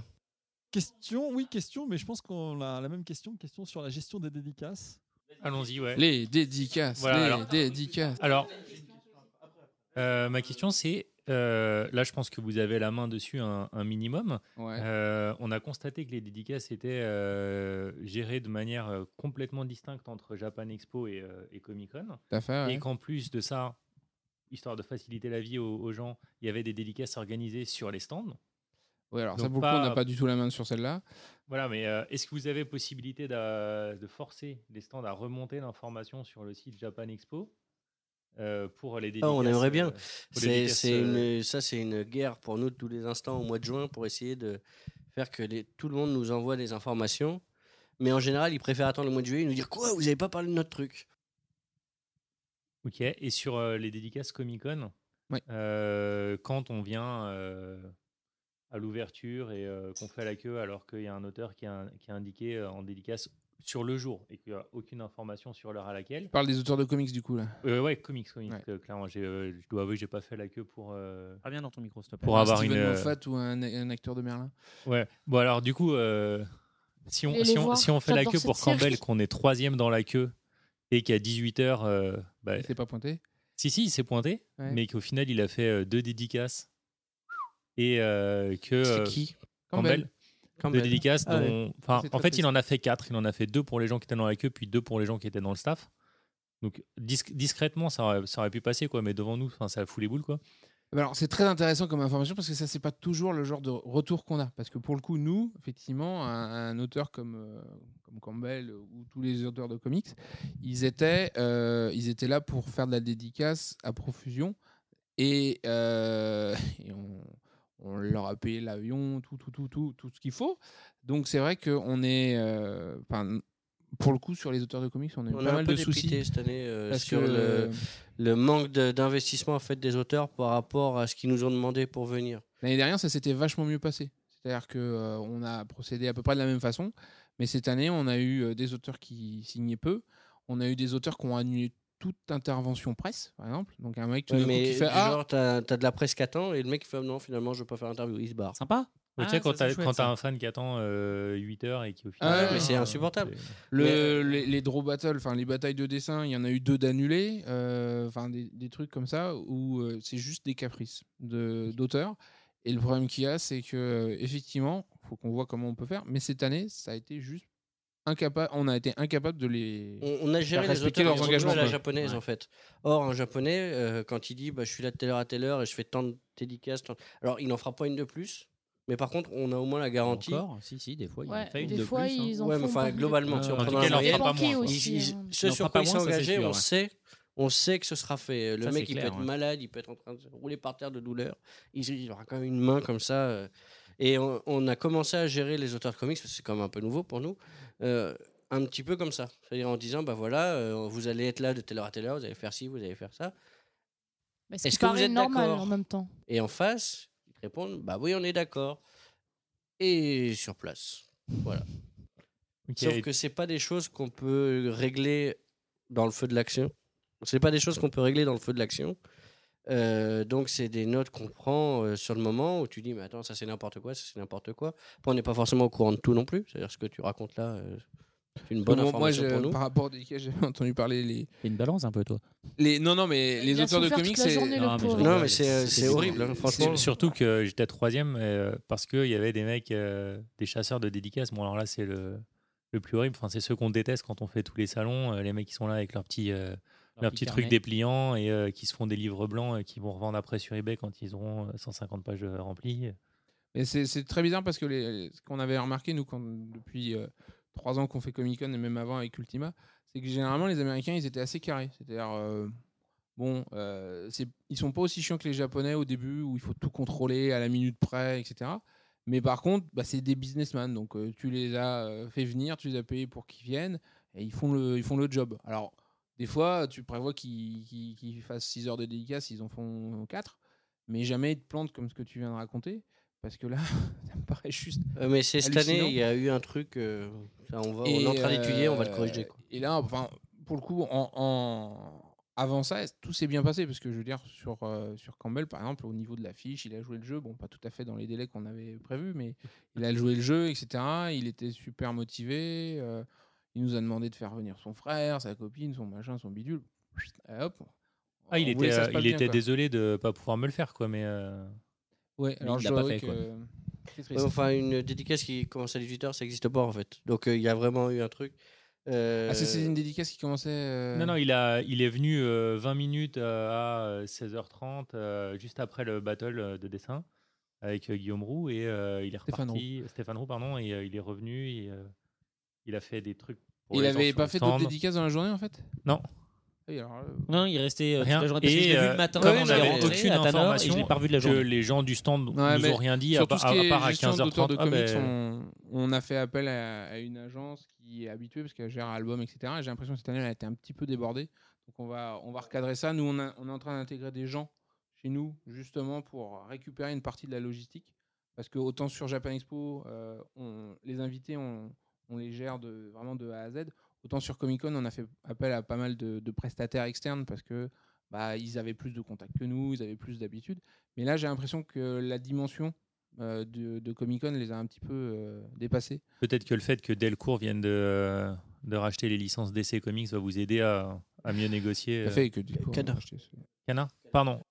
S7: Question, oui, question, mais je pense qu'on a la même question, question sur la gestion des dédicaces.
S4: Allons-y, ouais.
S3: Les dédicaces,
S4: Voilà,
S3: les
S4: alors-
S3: dédicaces.
S4: Alors, euh, ma question c'est, euh, là je pense que vous avez la main dessus un, un minimum.
S3: Ouais.
S4: Euh, on a constaté que les dédicaces étaient euh, gérées de manière euh, complètement distincte entre Japan Expo euh, et, Comic Con.
S3: à fait, ouais.
S4: Et qu'en plus de ça, histoire de faciliter la vie aux, aux gens, il y avait des dédicaces organisées sur les stands.
S3: Oui, alors ça,
S4: Donc
S3: pour le coup, on n'a pas du tout la main sur celle-là.
S4: Voilà, mais euh, est-ce que vous avez possibilité d'a- de forcer les stands à remonter l'information sur le site Japan Expo euh, pour les dédicaces
S8: Ah, on aimerait
S4: euh,
S8: bien.
S4: pour les
S8: C'est
S4: dédicaces,
S8: c'est
S4: euh,
S8: une- ça, c'est une guerre pour nous de tous les instants au mois de juin pour essayer de faire que les- tout le monde nous envoie des informations. Mais en général, ils préfèrent attendre le mois de juillet et nous dire quoi Vous n'avez pas parlé de notre truc
S4: Ok, et sur euh, les dédicaces Comic-Con, euh, quand on vient euh, à l'ouverture et euh, qu'on fait la queue alors qu'il y a un auteur qui a, qui a indiqué euh, en dédicace sur le jour et qu'il n'y a aucune information sur l'heure à laquelle.
S3: Je parle des auteurs de comics, du coup, là.
S4: Euh, ouais, comics, comics, euh, clairement. j'ai, euh, je dois avouer que j'ai pas fait la queue pour. euh,
S1: Ah, bien dans ton micro, s'il te plaît.
S4: Pour
S3: Un
S4: avoir
S3: Steven
S4: une. euh,
S3: Moffat ou un, un acteur de Merlin.
S4: Ouais. Bon alors du coup, euh, si on
S3: Allez
S4: si
S3: les
S4: on,
S3: voir,
S4: si on fait la
S3: j'adore
S4: queue
S3: cette
S4: pour
S3: série.
S4: Campbell, qu'on est troisième dans la queue et qu'à 18 h
S3: Il s'est pas pointé.
S4: bah, Si si, il s'est pointé,
S3: Ouais.
S4: mais qu'au final il a fait euh, deux dédicaces et euh, que
S3: C'est
S4: euh,
S3: qui
S4: Campbell.
S3: Campbell.
S4: Deux dédicaces.
S3: Ah ouais.
S4: dont- enfin,
S3: C'est
S4: en
S3: très
S4: fait,
S3: triste.
S4: il en a fait quatre. Il en a fait deux pour les gens qui étaient dans la queue, puis deux pour les gens qui étaient dans le staff. Donc disc- discrètement, ça aurait, ça aurait pu passer quoi, mais devant nous, enfin, ça fout les boules quoi.
S3: Eh ben Alors, c'est très intéressant comme information parce que ça, c'est pas toujours le genre de retour qu'on a. Parce que pour le coup, nous, effectivement, un, un auteur comme, euh, comme Campbell euh, ou tous les auteurs de comics, ils étaient, euh, ils étaient là pour faire de la dédicace à profusion et, euh, <laughs> et on, on leur a payé l'avion, tout, tout, tout, tout, tout ce qu'il faut. Donc, c'est vrai qu'on est. euh, enfin, pour le coup, sur les auteurs de comics, on a eu
S8: On
S3: pas
S8: a un
S3: mal
S8: peu
S3: de soucis.
S8: dépité cette année euh,
S3: Parce
S8: sur
S3: que,
S8: le,
S3: euh,
S8: le manque de- d'investissement en fait, des auteurs par rapport à ce qu'ils nous ont demandé pour venir.
S3: L'année dernière, ça s'était vachement mieux passé. C'est-à-dire que euh, on a procédé à peu près de la même façon, mais cette année, on a eu euh, des auteurs qui signaient peu, on a eu des auteurs qui ont annulé toute intervention presse, par exemple. Donc un mec tout
S8: Ouais,
S3: d'un coup,
S8: mais
S3: qui fait
S8: du
S3: ah,
S8: genre, t'as t'as de la presse qui attend et le mec il fait non, finalement, je veux pas faire l'interview. Il se barre.
S1: Sympa.
S4: Ouais, tu sais, quand t'as quand t'as un fan qui attend 8 h et qui au final.
S3: Ah ouais, mais
S4: euh,
S3: c'est
S8: insupportable.
S3: Le-
S8: euh,
S3: les, les draw battles, enfin les batailles de dessin, il y en a eu deux d'annulés, euh, enfin des, des trucs comme ça où euh, c'est juste des caprices de- d'auteurs. Et le problème qu'il y a, c'est que euh, effectivement, faut qu'on voit comment on peut faire. Mais cette année, ça a été juste incapable. On a été incapable de les.
S8: On, on a géré
S3: faire
S8: les
S3: respecter
S8: auteurs
S3: leurs engagements.
S8: à la
S3: quoi.
S8: japonaise en fait. Or, un japonais, euh, quand il dit bah, je suis là de telle heure à telle heure et je fais tant de dédicaces, tant- alors il n'en fera pas une de plus. Mais par contre, on a au moins la garantie.
S1: Encore Si, si, des fois, il y en
S6: Ouais,
S1: a fait une
S6: des
S1: de
S6: fois,
S1: plus. hein. Euh,
S6: ils en
S8: Ouais, mais
S6: font
S8: enfin,
S6: encore.
S8: globalement, si on
S1: En
S8: prend
S1: tout
S8: dans
S1: cas,
S8: la
S1: il en
S8: moyenne,
S1: fera pas moins, quoi.
S8: ils- ils-
S6: hein.
S1: Il
S8: ce
S1: en
S8: sur
S1: fera
S8: quoi
S1: pas
S8: ils
S1: moins,
S8: sont
S1: ça, c'est
S8: engagés,
S1: sûr,
S8: on
S1: ouais.
S8: sait. On sait que ce sera fait. Euh, Le
S1: Ça,
S8: mec,
S1: c'est
S8: il
S1: clair,
S8: peut être
S1: ouais.
S8: malade, il peut être en train de se rouler par terre de douleur. Il, il aura quand même une main comme ça. euh. Et on, on a commencé à gérer les auteurs de comics, parce que c'est quand même un peu nouveau pour nous, euh, un petit peu comme ça. C'est-à-dire en disant, bah voilà, euh, vous allez être là de telle heure à telle heure, vous allez faire ci, vous allez faire ça.
S6: Mais ce qui
S8: Est-ce que vous
S6: paraît
S8: êtes
S6: normal hein,
S8: d'accord
S6: en même temps.
S8: Et en face, ils te répondent, bah oui, on est d'accord. Et sur place. Voilà.
S4: Ok.
S8: Sauf que c'est pas des choses qu'on peut régler dans le feu de l'action. C'est pas des choses qu'on peut régler dans le feu de l'action. Euh, donc c'est des notes qu'on prend euh, sur le moment où tu dis mais attends ça c'est n'importe quoi ça c'est n'importe quoi. Après on n'est pas forcément au courant de tout non plus. C'est-à-dire ce que tu racontes là euh, c'est une bonne
S3: Bon, moi,
S8: information
S3: je-
S8: pour nous.
S3: par rapport à cas, j'avais <laughs> entendu parler les.
S1: une balance un peu toi.
S3: Les non non mais les
S8: Il a
S3: auteurs de
S8: souffert
S3: comics
S8: toute la
S3: c'est
S8: journée, le Non, mais je pauvre. rigole. Non, mais c'est, euh, c'est horrible, hein, franchement.
S4: Sur- Surtout que j'étais troisième euh, parce qu'il y avait des mecs, euh, des chasseurs de dédicaces. Bon, alors là, c'est le, le plus horrible. Enfin, c'est ceux qu'on déteste quand on fait tous les salons. euh, les mecs qui sont là avec leur petit, euh, leur petit
S1: petit
S4: truc
S1: carnet.
S4: dépliant et euh, qui se font des livres blancs et qui vont revendre après sur eBay quand ils auront euh, 150 pages euh, remplies.
S3: Et c'est c'est très bizarre parce que les- ce qu'on avait remarqué, nous, quand, depuis euh, trois ans qu'on fait Comic Con et même avant avec Ultima, c'est que généralement les Américains, ils étaient assez carrés. C'est-à-dire, euh, bon, euh, c'est- ils sont pas aussi chiants que les Japonais au début où il faut tout contrôler à la minute près, etc. Mais par contre, bah, c'est des businessmen. Donc euh, tu les as euh, fait venir, tu les as payés pour qu'ils viennent et ils font le, ils font le job. Alors, des fois, tu prévois qu'ils qu'ils- qu'ils fassent 6 heures de dédicace, ils en font 4 mais jamais ils te plantent comme ce que tu viens de raconter, parce que là, <laughs> ça me paraît juste.
S8: Euh, mais c'est cette année
S3: hallucinant.
S8: il y a eu un truc euh, ça, on, va, on
S3: Et,
S8: est en train d'étudier on va le
S3: euh,
S8: corriger. quoi.
S3: Et là, enfin, pour le coup, en, en- avant ça, tout s'est bien passé parce que je veux dire sur euh, sur Campbell, par exemple, au niveau de l'affiche, il a joué le jeu, bon, pas tout à fait dans les délais qu'on avait prévus, mais il a joué le jeu, etc. Il était super motivé. euh, il nous a demandé de faire venir son frère, sa copine, son machin, son bidule. Chut, et hop.
S4: Ah, il
S3: On voulait
S4: était,
S3: que ça se
S4: euh,
S3: passe
S4: il
S3: bien,
S4: était
S3: quoi.
S4: désolé de ne pas pouvoir me le faire, quoi. Mais. euh,
S3: Ouais,
S4: mais
S3: alors je
S4: il l'a pas
S3: dois
S4: fait,
S3: avouer
S4: quoi.
S3: que- c'est triste.
S8: Ouais, enfin, une dédicace qui commence à 18h, ça n'existe pas en fait. Donc euh, il y a vraiment eu un truc. Euh,
S3: Ah, c'est- c'est une dédicace qui commençait. euh,
S4: Non, non, il, a, il est venu euh, 20 minutes euh, à 16h30, euh, juste après le battle euh, de dessin avec euh, Guillaume Roux. Et euh, il est
S3: Stéphane
S4: reparti. Stéphane Roux, pardon. Et euh, il est revenu. Et, euh, il a fait des trucs. pour
S3: Il
S4: les gens
S3: avait
S4: sur
S3: pas
S4: le
S3: fait d'autres
S4: stand.
S3: dédicaces dans la journée en fait Ah
S4: Non.
S3: Oui, alors, euh,
S1: Non, il restait euh,
S4: Rien.
S1: toute la journée. Parce que je
S4: Et
S1: l'ai vu
S4: euh,
S1: le matin,
S4: comme
S1: je
S4: on
S1: l'ai
S4: n'avait
S1: rencontré
S4: aucune
S1: à Tanner, et
S4: information,
S1: je l'ai pas revu de la
S4: que
S1: journée.
S4: les gens du stand
S3: Ouais,
S4: nous
S3: mais
S4: ont rien dit,
S3: sur
S4: à,
S3: tout
S4: pa-
S3: ce qui
S4: à
S3: est
S4: part à
S3: gestion d'auteurs
S4: 15h30.
S3: de
S4: ah
S3: comics,
S4: ben,
S3: on, on a fait appel à, à une agence qui est habituée parce qu'elle gère album, etc. Et J'ai l'impression que cette année, elle a été un petit peu débordée. Donc on va, on va recadrer ça. Nous, on, a- on est en train d'intégrer des gens chez nous, justement, pour récupérer une partie de la logistique. Parce que autant sur Japan Expo, euh, on- les invités, on, on les gère de, vraiment de A à Z. Autant sur Comic Con, on a fait appel à pas mal de, de prestataires externes parce que bah, ils avaient plus de contacts que nous, ils avaient plus d'habitude. Mais là, j'ai l'impression que la dimension euh, de, de Comic Con les a un petit peu euh, dépassés.
S4: Peut-être que le fait que Delcourt vienne de, euh, de racheter les licences DC Comics va vous aider à, à mieux négocier.
S3: Ça fait que euh, du coup, on a
S8: Canard.
S3: acheté ce-
S4: euh, Cana Pardon.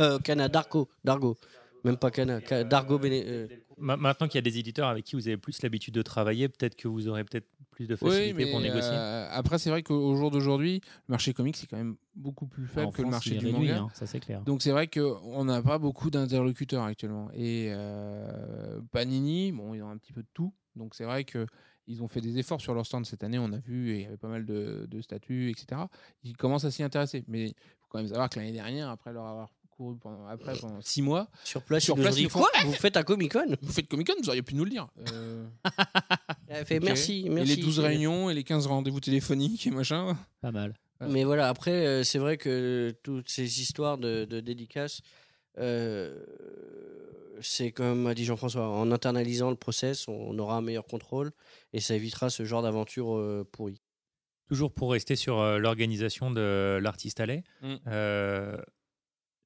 S8: euh, Cana, Darko, Dargo. Même pas Cana, Ca- Dargo Bene- euh,
S4: Ma- Maintenant qu'il y a des éditeurs avec qui vous avez plus l'habitude de travailler, peut-être que vous aurez peut-être plus de
S3: Oui,
S4: facilité
S3: mais
S4: pour négocier.
S3: euh, après, c'est vrai qu'au jour d'aujourd'hui, le marché comics c'est quand même beaucoup plus faible
S1: En
S3: que le
S1: France,
S3: marché
S1: il est
S3: du
S1: réduit,
S3: manga.
S1: hein, ça, c'est clair.
S3: Donc c'est vrai qu'on n'a pas beaucoup d'interlocuteurs actuellement. Et euh, Panini, bon, ils ont un petit peu de tout. Donc c'est vrai que ils ont fait des efforts sur leur stand cette année. On a vu, et il y avait pas mal de, de statues, etc. Ils commencent à s'y intéresser. Mais il faut quand même savoir que l'année dernière, après leur avoir couru pendant, après, pendant six mois,
S8: sur place,
S3: sur
S8: ils nous
S3: place,
S8: ont dit,
S3: ils font-
S8: quoi Vous faites un Comic Con
S3: vous faites Comic Con, vous auriez pu nous le dire. Euh,
S8: Elle fait
S3: ok.
S8: merci,
S3: Et
S8: merci.
S3: les 12 réunions et les 15 rendez-vous téléphoniques et machin. Ah,
S1: Pas mal.
S8: Mais voilà, après, euh, c'est vrai que toutes ces histoires de, de dédicaces, euh, c'est comme a dit Jean-François, en internalisant le process, on aura un meilleur contrôle et ça évitera ce genre d'aventure euh, pourrie.
S4: Toujours pour rester sur euh, l'organisation de l'artiste Allais,
S3: Mm.
S4: euh,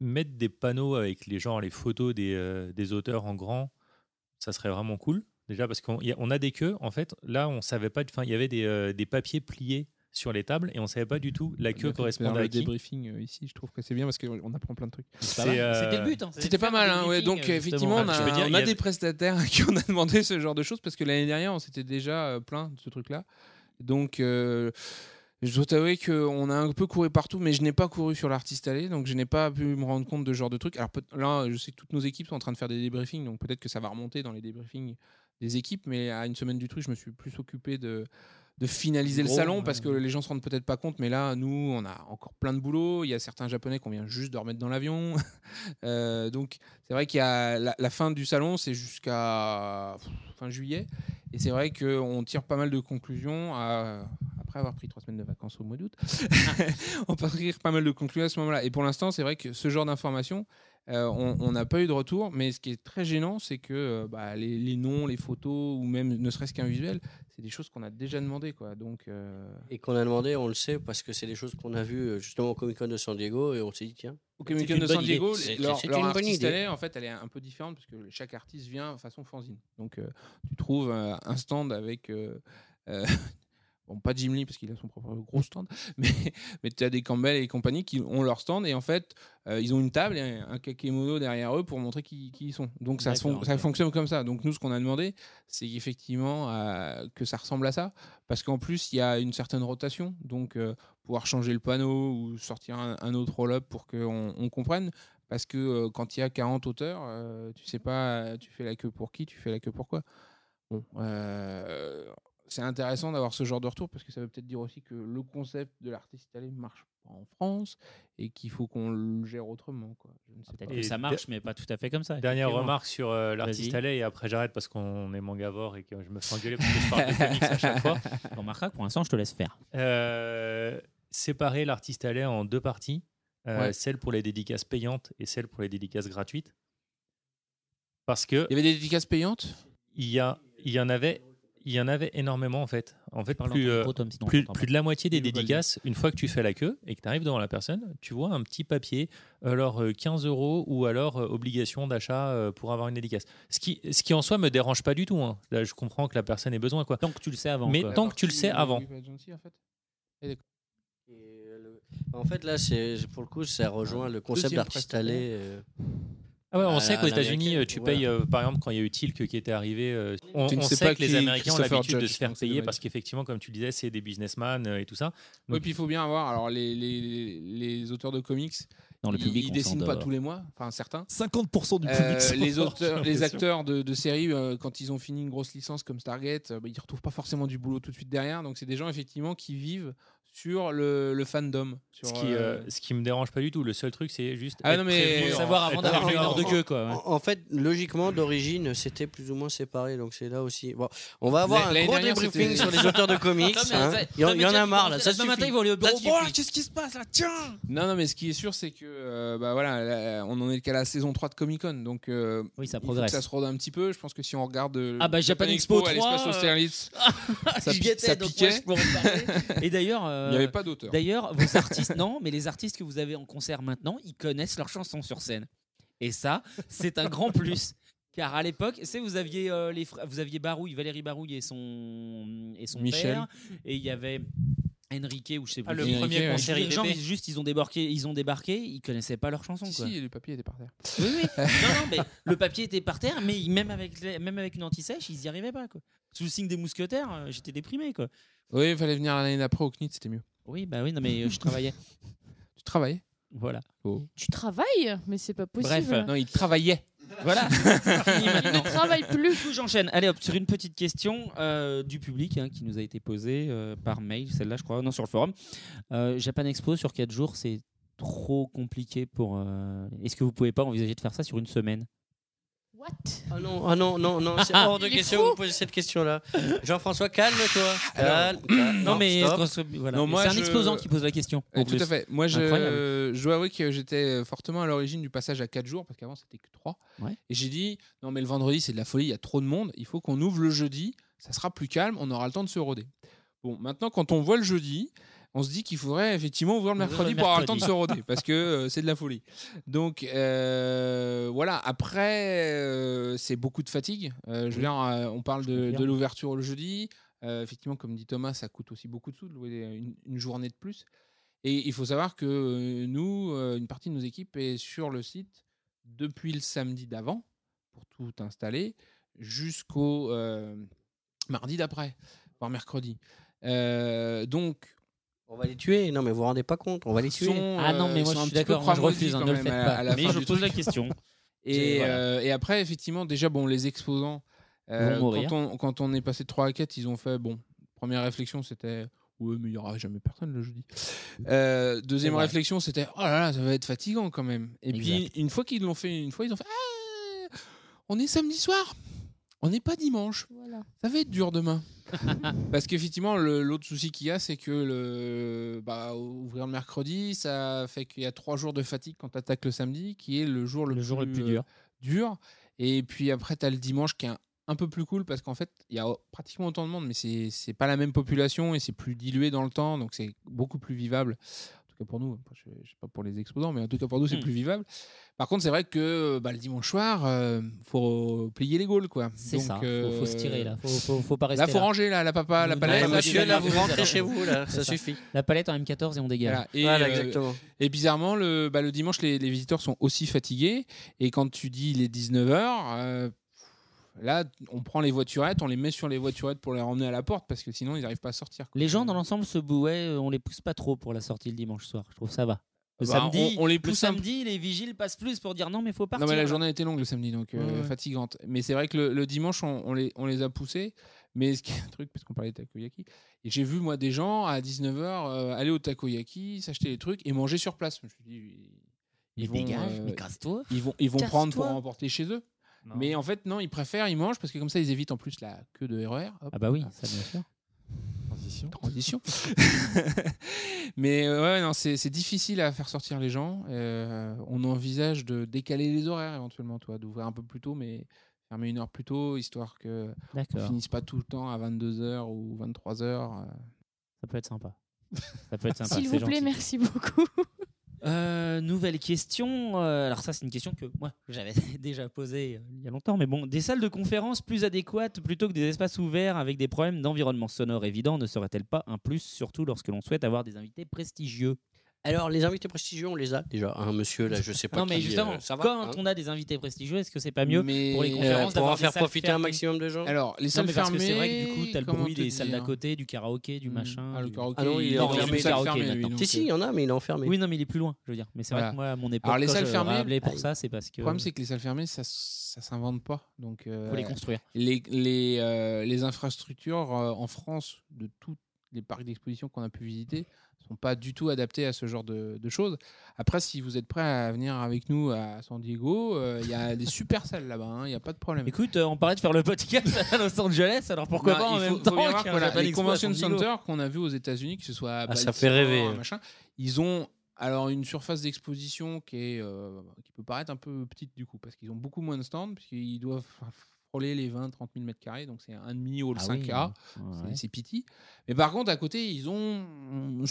S4: mettre des panneaux avec les genres, les photos des, euh, des auteurs en grand, ça serait vraiment cool. Déjà parce qu'on y a, on a des queues, en fait, là on savait pas, enfin il y avait des, euh, des papiers pliés sur les tables et on savait pas du tout la queue correspondait à
S3: le
S4: qui.
S3: débriefing euh, ici, je trouve que c'est bien parce qu'on apprend plein de
S1: <laughs>
S3: trucs.
S4: pas mal. C'est, euh,
S1: C'était le but. hein,
S3: C'était pas
S1: de faire
S3: mal,
S1: des
S3: hein, ouais.
S1: briefings,
S3: donc
S1: euh,
S3: effectivement, on
S4: Ah, je
S3: a,
S4: veux dire,
S3: on
S4: il y
S3: a
S4: a-
S3: des prestataires <laughs> à qui on a demandé ce genre de choses parce que l'année dernière, on s'était déjà euh, plaint de ce truc-là. Donc, euh, je dois t'avouer qu'on a un peu couru partout, mais je n'ai pas couru sur l'artiste allé, donc je n'ai pas pu me rendre compte de ce genre de truc. Alors peut- là, je sais que toutes nos équipes sont en train de faire des débriefings, donc peut-être que ça va remonter dans les débriefings des équipes, mais à une semaine du truc, je me suis plus occupé de de finaliser
S4: Gros,
S3: le salon
S4: ouais.
S3: parce que les gens se rendent peut-être pas compte mais là nous on a encore plein de boulot il y a certains japonais qu'on vient juste de remettre dans l'avion <laughs> Euh, donc c'est vrai qu'il y a la, la fin du salon, c'est jusqu'à pff, fin juillet. Et c'est vrai qu'on tire pas mal de conclusions à- après avoir pris trois semaines de vacances au mois d'août. <laughs> on peut tirer pas mal de conclusions à ce moment-là. Et pour l'instant, c'est vrai que ce genre d'informations, euh, on on n'a pas eu de retour. Mais ce qui est très gênant, c'est que euh, bah, les, les noms, les photos, ou même ne serait-ce qu'un visuel, c'est des choses qu'on a déjà demandé. Quoi. Donc, euh,
S8: Et qu'on a demandé, on le sait, parce que c'est des choses qu'on a vues euh, justement au Comic Con de San Diego et on s'est dit, tiens,
S3: Au Comic Con
S8: C'est une
S3: de
S8: bonne
S3: San
S8: idée.
S3: Diego,
S8: C'est-
S3: leur,
S8: c'est
S3: leur
S8: une bonne
S3: artiste
S8: idée.
S3: allait, en fait, elle est un peu différente parce que chaque artiste vient façon fanzine. Donc, euh, tu trouves euh, un stand avec. euh, euh, <laughs> Bon, pas Jim Lee parce qu'il a son propre gros stand, <laughs> mais, mais tu as des Campbell et compagnie qui ont leur stand et en fait, euh, ils ont une table et un un kakemono derrière eux pour montrer qui, qui ils sont. Donc ça,
S1: D'accord,
S3: fon- ça
S1: ok.
S3: fonctionne comme ça. Donc nous, ce qu'on a demandé, c'est effectivement euh, que ça ressemble à ça parce qu'en plus, il y a une certaine rotation. Donc euh, pouvoir changer le panneau ou sortir un, un autre roll-up pour qu'on on comprenne. Parce que euh, quand il y a 40 auteurs, euh, tu sais pas, euh, tu fais la queue pour qui, tu fais la queue pour quoi. Bon, euh, c'est intéressant d'avoir ce genre de retour parce que ça veut peut-être dire aussi que le concept de l'artiste allé marche pas en France et qu'il faut qu'on le gère autrement. Quoi. Je ne sais pas.
S1: Ah, Peut-être que ça marche, mais pas tout à fait comme ça.
S4: Dernière
S1: effectivement.
S4: remarque sur euh, l'artiste
S1: Vas-y.
S4: Allais et après j'arrête parce qu'on est mangavore et que je me fais engueuler parce que je
S3: <laughs>
S4: parle de comics à chaque fois.
S1: On remarquera que pour l'instant, je te laisse faire.
S4: Euh, séparer l'artiste allait en deux parties, euh,
S3: Ouais.
S4: celle pour les dédicaces payantes et celle pour les dédicaces gratuites. Parce que
S3: Il y avait des dédicaces payantes
S4: il y, a, il y en avait il y en avait énormément en fait. En fait,
S1: Parle
S4: plus,
S1: dans ton
S4: euh,
S1: micro, Tom, sinon on
S4: plus,
S1: t'entend
S4: plus
S1: pas.
S4: de la moitié des
S1: Il veut pas le
S4: dédicaces, une fois que tu fais la queue et que tu arrives devant la personne, tu vois un petit papier, alors euh, 15 euros ou alors euh, obligation d'achat euh, pour avoir une dédicace. Ce qui, ce qui en soi me dérange pas du tout. hein. Là, je comprends que la personne ait besoin. quoi.
S1: Tant que tu le sais avant.
S4: Mais
S1: quoi.
S4: tant que tu le sais avant.
S8: Et, euh, le- En fait, là, c'est c'est- pour le coup, ça rejoint le concept
S3: Deuxième
S8: d'artiste allé. euh,
S4: Ah ouais, on
S8: à
S4: sait
S8: la-
S4: qu'aux
S8: à l'américaine,
S4: États-Unis, euh, tu
S8: voilà.
S4: payes, euh, par exemple, quand il y a eu Tilk qui était arrivé, euh, on,
S3: Tu ne
S4: on
S3: sais
S4: sait
S3: pas
S4: que les
S3: qui-
S4: Américains ont
S3: Christopher
S4: l'habitude de
S3: Judge,
S4: se faire
S3: donc c'est
S4: payer
S3: dommage.
S4: parce qu'effectivement, comme tu le disais, c'est des businessmen euh, et tout ça.
S3: Oui, puis il faut bien avoir. Alors, les, les, les auteurs de comics,
S4: Dans le
S3: ils-
S4: public,
S3: ils,
S4: on
S3: dessinent pas
S4: s'endort.
S3: tous les mois, enfin certains.
S7: 50% du
S3: Euh,
S7: public s'endort,
S3: les,
S7: j'ai
S3: auteurs, les
S7: l'impression.
S3: acteurs de, de séries, euh, quand ils ont fini une grosse licence comme Stargate, euh, bah, ils ne retrouvent pas forcément du boulot tout de suite derrière. Donc, c'est des gens, effectivement, qui vivent sur le, le fandom. Sur,
S4: Ce qui,
S3: euh,
S4: euh, ce qui me dérange pas du tout. Le seul truc, c'est juste
S3: Ah
S4: être
S3: non, mais-
S4: prévenu
S3: Faut
S4: en-
S3: savoir avant
S4: être
S3: d'avoir
S4: prévenu
S3: fait
S4: en
S3: une
S4: ordre de queue, quoi. ouais.
S8: En, en fait, logiquement, d'origine, c'était plus ou moins séparé. Donc c'est là aussi. Bon, on va avoir un
S1: L'année
S8: gros
S1: dernière,
S8: débriefing
S1: c'était-
S8: sur les auteurs de comics.
S1: Non, mais
S8: hein.
S1: ça-
S8: Il y en-
S1: non, mais
S8: il y en
S1: déjà,
S8: a marre là.
S1: ils
S8: Ça
S1: vont- ce matin,
S8: suffit.
S1: ils vont aller au bureau.
S8: Ça suffit.
S1: Bon, alors, qu'est-ce qui se passe là Tiens
S3: Non, non, mais ce qui est sûr, c'est que euh, bah, voilà, là, on en est qu'à la saison 3 de Comic Con. Donc, euh,
S1: Oui, ça
S3: il faut
S1: progresse.
S3: que ça se rôde un petit peu. Je pense que si on regarde. euh,
S1: Ah bah Japan, Expo, 3
S3: à l'espace
S4: euh,
S3: Austerlitz,
S1: <laughs>
S3: ça,
S1: j'y
S3: pi-
S1: étais,
S3: ça
S1: donc
S3: piquait.
S1: moi, je pourrais en parler. Et d'ailleurs, euh,
S3: Il y avait pas d'auteur. <laughs>
S1: D'ailleurs, vos artistes, non, mais les artistes que vous avez en concert maintenant, ils connaissent leurs chansons sur scène. Et ça, c'est un grand plus. Car à l'époque, c'est vous aviez euh, les fr- vous aviez Barouille, Valérie Barouille et son et son
S3: Michel.
S1: père, et il y avait Enrique ou je sais plus.
S3: Ah, le
S1: qui.
S3: premier
S1: Et
S3: concert
S1: Les gens,
S3: IDP.
S1: juste, ils ont débarqué, ils ont débarqué, ils connaissaient pas leurs chansons.
S3: Si,
S1: quoi.
S3: si, le papier était par terre.
S1: Oui, <laughs> oui. Non, non, mais le papier était par terre, mais il- même avec, les- même avec une anti-sèche, ils n'y arrivaient pas. Quoi. Sous le signe des mousquetaires, euh, j'étais déprimé. Quoi.
S3: Oui, il fallait venir l'année d'après au CNIT, c'était mieux.
S1: Oui, bah oui, non, mais euh, je travaillais.
S3: Tu travaillais
S1: Voilà.
S6: Tu travailles Mais c'est pas possible.
S1: Bref.
S3: Non, il travaillait.
S1: Voilà. hein. <laughs> C'est fini maintenant.
S6: <laughs> Il ne travaille plus.
S1: Du coup, J'enchaîne. Allez, hop, sur une petite question euh, du public hein, qui nous a été posée euh, par mail, celle-là, je crois, non, sur le forum. Euh, Japan Expo sur 4 jours, c'est trop compliqué pour. euh, Est-ce que vous pouvez pas envisager de faire ça sur une semaine
S8: Ah non, ah non, non, non, c'est
S1: Ah,
S8: hors de
S1: il est
S8: question
S1: fou.
S8: que vous posez cette question-là. Jean-François, calme-toi. Calme, calme.
S1: euh, Non, mais
S8: stop.
S1: quand ce- voilà. Mais c'est un exposant qui pose la question,
S3: Euh,
S1: en
S3: tout
S1: plus.
S3: à fait. Moi, je,
S1: Incroyable.
S3: je dois avouer que j'étais euh, fortement à l'origine du passage à 4 jours, parce qu'avant, c'était que 3.
S1: Ouais.
S3: Et j'ai dit, non, mais le vendredi, c'est de la folie, il y a trop de monde, il faut qu'on ouvre le jeudi, ça sera plus calme, on aura le temps de se roder. Bon, maintenant, quand on voit le jeudi, on se dit qu'il faudrait effectivement ouvrir le
S1: Ouvrir
S3: mercredi
S1: le
S3: pour avoir le temps
S1: mercredi.
S3: de se roder, parce que euh, c'est de la folie. Donc, euh, voilà, après, euh, c'est beaucoup de fatigue. Euh, je veux dire, euh, on parle de, de l'ouverture le jeudi. Euh, effectivement, comme dit Thomas, ça coûte aussi beaucoup de sous de louer des- une, une journée de plus. Et il faut savoir que euh, nous, euh, une partie de nos équipes est sur le site depuis le samedi d'avant pour tout installer jusqu'au euh, mardi d'après, voire mercredi. Euh, donc,
S8: On va les tuer. Non, mais vous vous rendez pas compte. On va les tuer.
S3: sont,
S1: Ah non,
S3: euh,
S1: mais moi,
S3: sont
S1: je
S3: un
S1: suis
S3: petit peu
S1: d'accord, moi, je
S3: cramés
S1: refuse, hein,
S3: quand
S1: ne le
S3: même
S1: faites
S3: à-
S1: pas.
S3: à la
S1: Mais
S3: fin
S1: je
S3: du
S1: pose la
S3: truc.
S1: question.
S3: Et,
S1: Et voilà.
S3: euh, et après, effectivement, déjà, bon, les exposants,
S1: Vont mourir.
S3: quand, on, quand on est passé de 3 à 4, ils ont fait, bon, première réflexion, c'était, ouais, mais il n'y aura jamais personne le jeudi. Euh, deuxième
S1: Mm. C'est vrai.
S3: réflexion, c'était, oh là là, ça va être fatigant quand même. Et puis,
S1: Exact.
S3: une fois qu'ils l'ont fait, une fois, ils ont fait, ah, on est samedi soir, on n'est pas dimanche.
S6: Voilà.
S3: Ça va être dur demain. <laughs> Parce qu'effectivement, le- l'autre souci qu'il y a, c'est que le, bah, ouvrir le mercredi, ça fait qu'il y a trois jours de fatigue quand tu attaques le samedi, qui est le jour le, plus,
S1: jour le plus dur.
S3: euh, dur. Et puis après, tu as le dimanche qui est un, un peu plus cool parce qu'en fait, il y a pratiquement autant de monde, mais c'est c'est pas la même population et c'est plus dilué dans le temps, donc c'est beaucoup plus vivable. En tout cas pour nous, je je sais pas pour les exposants, mais en tout cas pour nous, c'est
S1: Hmm.
S3: plus vivable. Par contre, c'est vrai que bah, le dimanche soir, euh, faut plier les gaules, quoi.
S1: C'est
S3: Donc,
S1: ça, faut,
S3: euh,
S1: faut se tirer là, faut, faut, faut pas rester
S3: Là, faut ranger là, la papa, la
S1: Vous-
S3: palette.
S1: Ouais,
S3: là,
S1: monsieur,
S3: tu-
S1: là, vous
S8: rentrez chez vous, là, ça
S1: C'est
S8: suffit.
S1: La palette en M14 et on dégage.
S3: Voilà. Et,
S8: Voilà,
S3: euh,
S8: exactement.
S3: et bizarrement, le, bah, le dimanche, les, les visiteurs sont aussi fatigués. Et quand tu dis il est 19h, là, on prend les voiturettes, on les met sur les voiturettes pour les ramener à la porte parce que sinon, ils n'arrivent pas à sortir. quoi.
S1: Les gens dans l'ensemble se bouaient, euh, on les pousse pas trop pour la sortie le dimanche soir, je trouve ça va. Le
S3: Bah,
S1: samedi,
S3: on- on les
S1: le
S3: pousse un
S1: samedi les vigiles passent plus pour dire non mais faut partir.
S3: Non, mais la journée était longue le samedi, donc euh,
S1: Ouais, ouais.
S3: fatigante. Mais c'est vrai que le, le dimanche, on, on les, on les a poussés. Mais ce qui est un truc, parce qu'on parlait de takoyaki, et j'ai vu moi des gens à 19h aller au takoyaki, s'acheter les trucs et manger sur place. Je me suis dit, ils
S1: Mais
S3: vont,
S1: dégage,
S3: euh,
S1: mais casse-toi.
S3: ils vont, ils vont prendre pour
S1: Casse-toi.
S3: emporter chez eux. Mais en fait, non, ils préfèrent, ils mangent parce que comme ça, ils évitent en plus la queue de RER. Hop.
S1: Ah bah oui, ça bien sûr.
S7: Transition.
S3: Transition. <laughs> Mais euh, ouais, non, c'est c'est difficile à faire sortir les gens. Euh, on envisage de décaler les horaires éventuellement, toi, d'ouvrir un peu plus tôt, mais fermer une heure plus tôt, histoire que on
S1: D'accord.
S3: finisse pas tout le temps à 22h ou euh. 23h.
S1: Ça peut
S3: <laughs>
S1: être sympa. Ça peut être sympa.
S6: S'il
S1: c'est
S6: vous plaît,
S1: gentil.
S6: merci beaucoup.
S1: Euh, nouvelle question. euh, alors ça, c'est une question que moi j'avais <laughs> déjà posée euh, il y a longtemps, mais bon, des salles de conférence plus adéquates plutôt que des espaces ouverts avec des problèmes d'environnement sonore évident ne serait-elle pas un plus, surtout lorsque l'on souhaite avoir des invités prestigieux
S8: Alors, les invités prestigieux, on les a déjà. Un monsieur, là, je sais pas
S1: Non, mais
S8: qui,
S1: justement,
S8: euh, ça va
S1: quand on a des invités prestigieux, est-ce que c'est pas mieux
S8: Mais,
S1: pour les
S8: euh,
S1: conférences
S8: pour
S1: d'avoir
S8: en
S1: des
S8: faire
S1: salles
S8: profiter un
S1: fermées
S8: maximum de gens
S3: Alors, les
S1: Non,
S3: salles
S1: mais parce que c'est vrai
S3: fermées,
S1: que du coup, t'as le
S3: comment
S1: bruit
S3: te
S1: des salles d'à
S3: dire
S1: côté, du karaoké, du machin.
S3: Ah, le
S1: du-
S3: karaoké, Ah non, il il est est dans dans une une salle salle fermée, fermée, lui, maintenant. donc,
S8: Si, si, il y en a, mais il est enfermé.
S1: Oui, non, mais il est plus loin, je veux dire. Mais c'est vrai que moi, à mon époque,
S3: Alors, les
S1: quand
S3: salles
S1: je
S3: fermées, bah,
S1: rappelais pour ça, c'est parce que.
S3: Le problème, c'est que les salles fermées, ça, s- ça s'invente pas. Donc, euh,
S1: Faut les construire.
S3: Les, les, euh, les infrastructures euh, en France de tous les parcs d'exposition qu'on a pu visiter sont pas du tout adaptées à ce genre de, de choses. Après, si vous êtes prêts à venir avec nous à San Diego, euh, il y a
S1: <laughs>
S3: des super salles là-bas. hein, Il n'y a pas de problème.
S1: Écoute, euh, on parlait de faire le podcast à Los Angeles, alors pourquoi
S3: Non,
S1: pas
S3: il
S1: en
S3: faut-
S1: même
S3: faut
S1: temps
S3: bien voir
S1: qu'un
S3: que, voilà,
S1: Japan
S3: les
S1: Expo à
S3: convention
S1: San Diego.
S3: centers qu'on a vu aux États-Unis, que ce soit à
S8: Ah, ça
S3: Baltimore,
S8: fait rêver.
S3: à machin, ils ont alors une surface d'exposition qui est euh, qui peut paraître un peu petite du coup parce qu'ils ont beaucoup moins de stands puisqu'ils doivent <laughs> frôler les 20 30 000 mètres carrés donc c'est un demi hall
S1: Ah
S3: 5A
S1: oui,
S3: c'est-
S1: ouais.
S3: c'est piti mais par contre à côté ils ont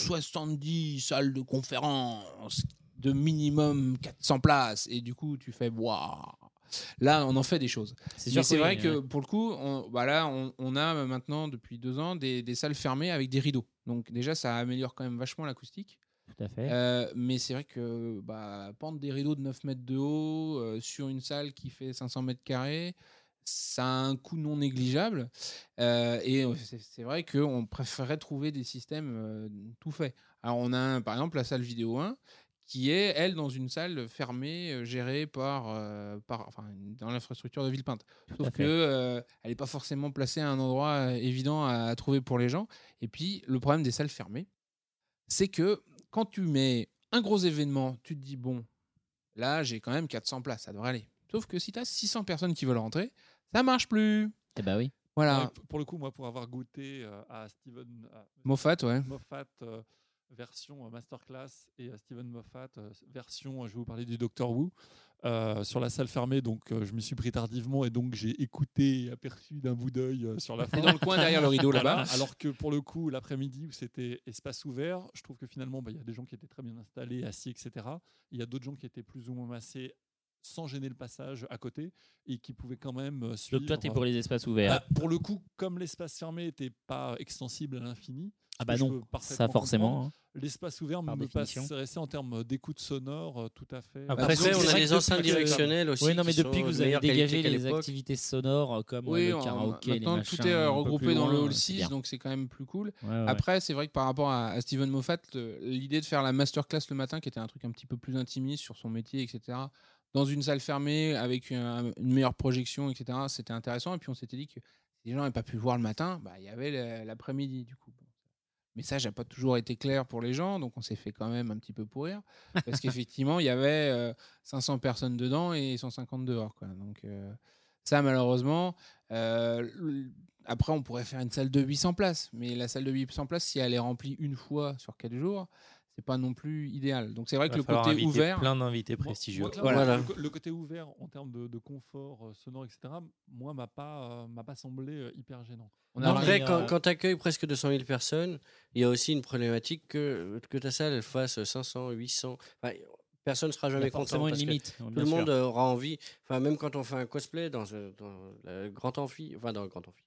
S3: 70 salles de conférences de minimum 400 places et du coup tu fais waouh là on en fait des choses
S1: C'est
S3: mais
S1: sûr que
S3: c'est
S1: oui,
S3: vrai
S1: mais
S3: que
S1: ouais.
S3: pour le coup, on, bah là, on, on a maintenant depuis deux ans des, des salles fermées avec des rideaux. Donc déjà, ça améliore quand même vachement l'acoustique.
S1: Tout à fait.
S3: Euh, mais c'est vrai que bah, pendre des rideaux de 9 mètres de haut euh, sur une salle qui fait 500 mètres carrés, ça a un coût non négligeable. Euh, et euh, c'est c'est vrai qu'on préférait trouver des systèmes euh, tout faits. Alors on a un- par exemple la salle vidéo 1 qui est, elle, dans une salle fermée, euh, gérée par, euh, par enfin, dans l'infrastructure de Villepinte.
S1: à
S3: Sauf
S1: fait.
S3: que euh, elle n'est pas forcément placée à un endroit euh, évident à, à trouver pour les gens. Et puis, le problème des salles fermées, c'est que quand tu mets un gros événement, tu te dis, bon, là, j'ai quand même 400 places, ça devrait aller. Sauf que si tu as 600 personnes qui veulent rentrer, ça marche plus.
S1: Eh ben oui.
S3: Voilà.
S7: Ouais, p- pour le coup, moi, pour avoir goûté euh, à Steven à-
S3: Moffat, ouais.
S7: Moffat euh, version euh, masterclass et à Steven Moffat euh, version, euh, je vais vous parler du Doctor Who euh, sur la salle fermée. Donc, euh, je m'y suis pris tardivement et donc j'ai écouté et aperçu d'un bout d'œil euh, sur la
S3: T'es
S7: fin.
S3: dans le coin derrière le
S7: <laughs>
S3: rideau, là-bas.
S7: Voilà. Alors que pour le coup, l'après-midi où c'était espace ouvert, je trouve que finalement, bah, il y a des gens qui étaient très bien installés, assis, etc. Il y a d'autres gens qui étaient plus ou moins massés sans gêner le passage à côté et qui pouvaient quand même euh, suivre.
S1: toi, t'es pour les espaces ouverts.
S7: Bah, pour le coup, comme l'espace fermé n'était pas extensible à l'infini, ce
S1: Ah bah
S7: que je
S1: non,
S7: peux
S1: ça
S7: parfaitement
S1: forcément,
S7: comprendre,
S1: hein.
S7: L'espace ouvert
S1: Par
S7: me
S1: définition.
S7: paraissait en termes d'écoute sonore euh, tout à fait.
S8: Après,
S7: donc,
S8: on
S7: c'est
S8: a
S7: vrai
S8: les
S7: que
S8: enceintes
S7: depuis que-
S8: directionnelles aussi.
S1: Oui, non, mais
S8: qui
S1: depuis
S8: sont
S1: que vous
S8: de
S1: avez
S8: meilleure qualité
S1: dégagé
S8: qu'à
S1: les
S8: l'époque.
S1: activités sonores euh, comme euh,
S3: Oui,
S1: le
S3: on-
S1: karaoké, les
S3: maintenant
S1: machins,
S3: tout est
S1: un
S3: euh,
S1: peu plus
S3: regroupé dans
S1: loin,
S3: le
S1: euh,
S3: hall
S1: c'est
S3: 6,
S1: bien.
S3: donc c'est quand même plus cool.
S1: Ouais, ouais.
S3: Après, c'est vrai que par rapport à, à Steven Moffat, le- l'idée de faire la masterclass le matin, qui était un truc un petit peu plus intimiste sur son métier, etc., dans une salle fermée avec un- une meilleure projection, etc., c'était intéressant. Et puis on s'était dit que si les gens n'avaient pas pu le voir le matin, bah, il y avait le- l'après-midi, du coup. Bon. Le message n'a pas toujours été clair pour les gens, donc on s'est fait quand même un petit peu pourrir. Parce
S1: <laughs>
S3: qu'effectivement, il y avait euh, 500 personnes dedans et 150 dehors. Quoi. <laughs> Donc. euh, ça, malheureusement, euh, l- après, on pourrait faire une salle de 800 places, mais la salle de 800 places, si elle est remplie une fois sur quatre jours, c'est pas non plus idéal. Donc, c'est vrai
S4: Va
S3: que le
S4: falloir
S3: côté
S4: inviter
S3: ouvert.
S4: plein d'invités prestigieux.
S7: Moi, clairement,
S4: Voilà.
S7: le, le côté ouvert en termes de, de confort euh, sonore, etc., moi, m'a pas, euh, m'a pas semblé euh, hyper gênant.
S8: En vrai,
S1: euh,
S8: quand, tu accueilles presque 200 000 personnes, il y a aussi une problématique que, que ta salle elle fasse 500, 800. Enfin, personne ne sera
S1: Il y a
S8: jamais content.
S1: forcément une
S8: parce que
S1: limite,
S8: Tout
S1: bien
S8: le
S1: sûr.
S8: monde euh, aura envie. Enfin, même quand on fait un cosplay dans, un- dans le grand amphi, enfin dans le grand amphi.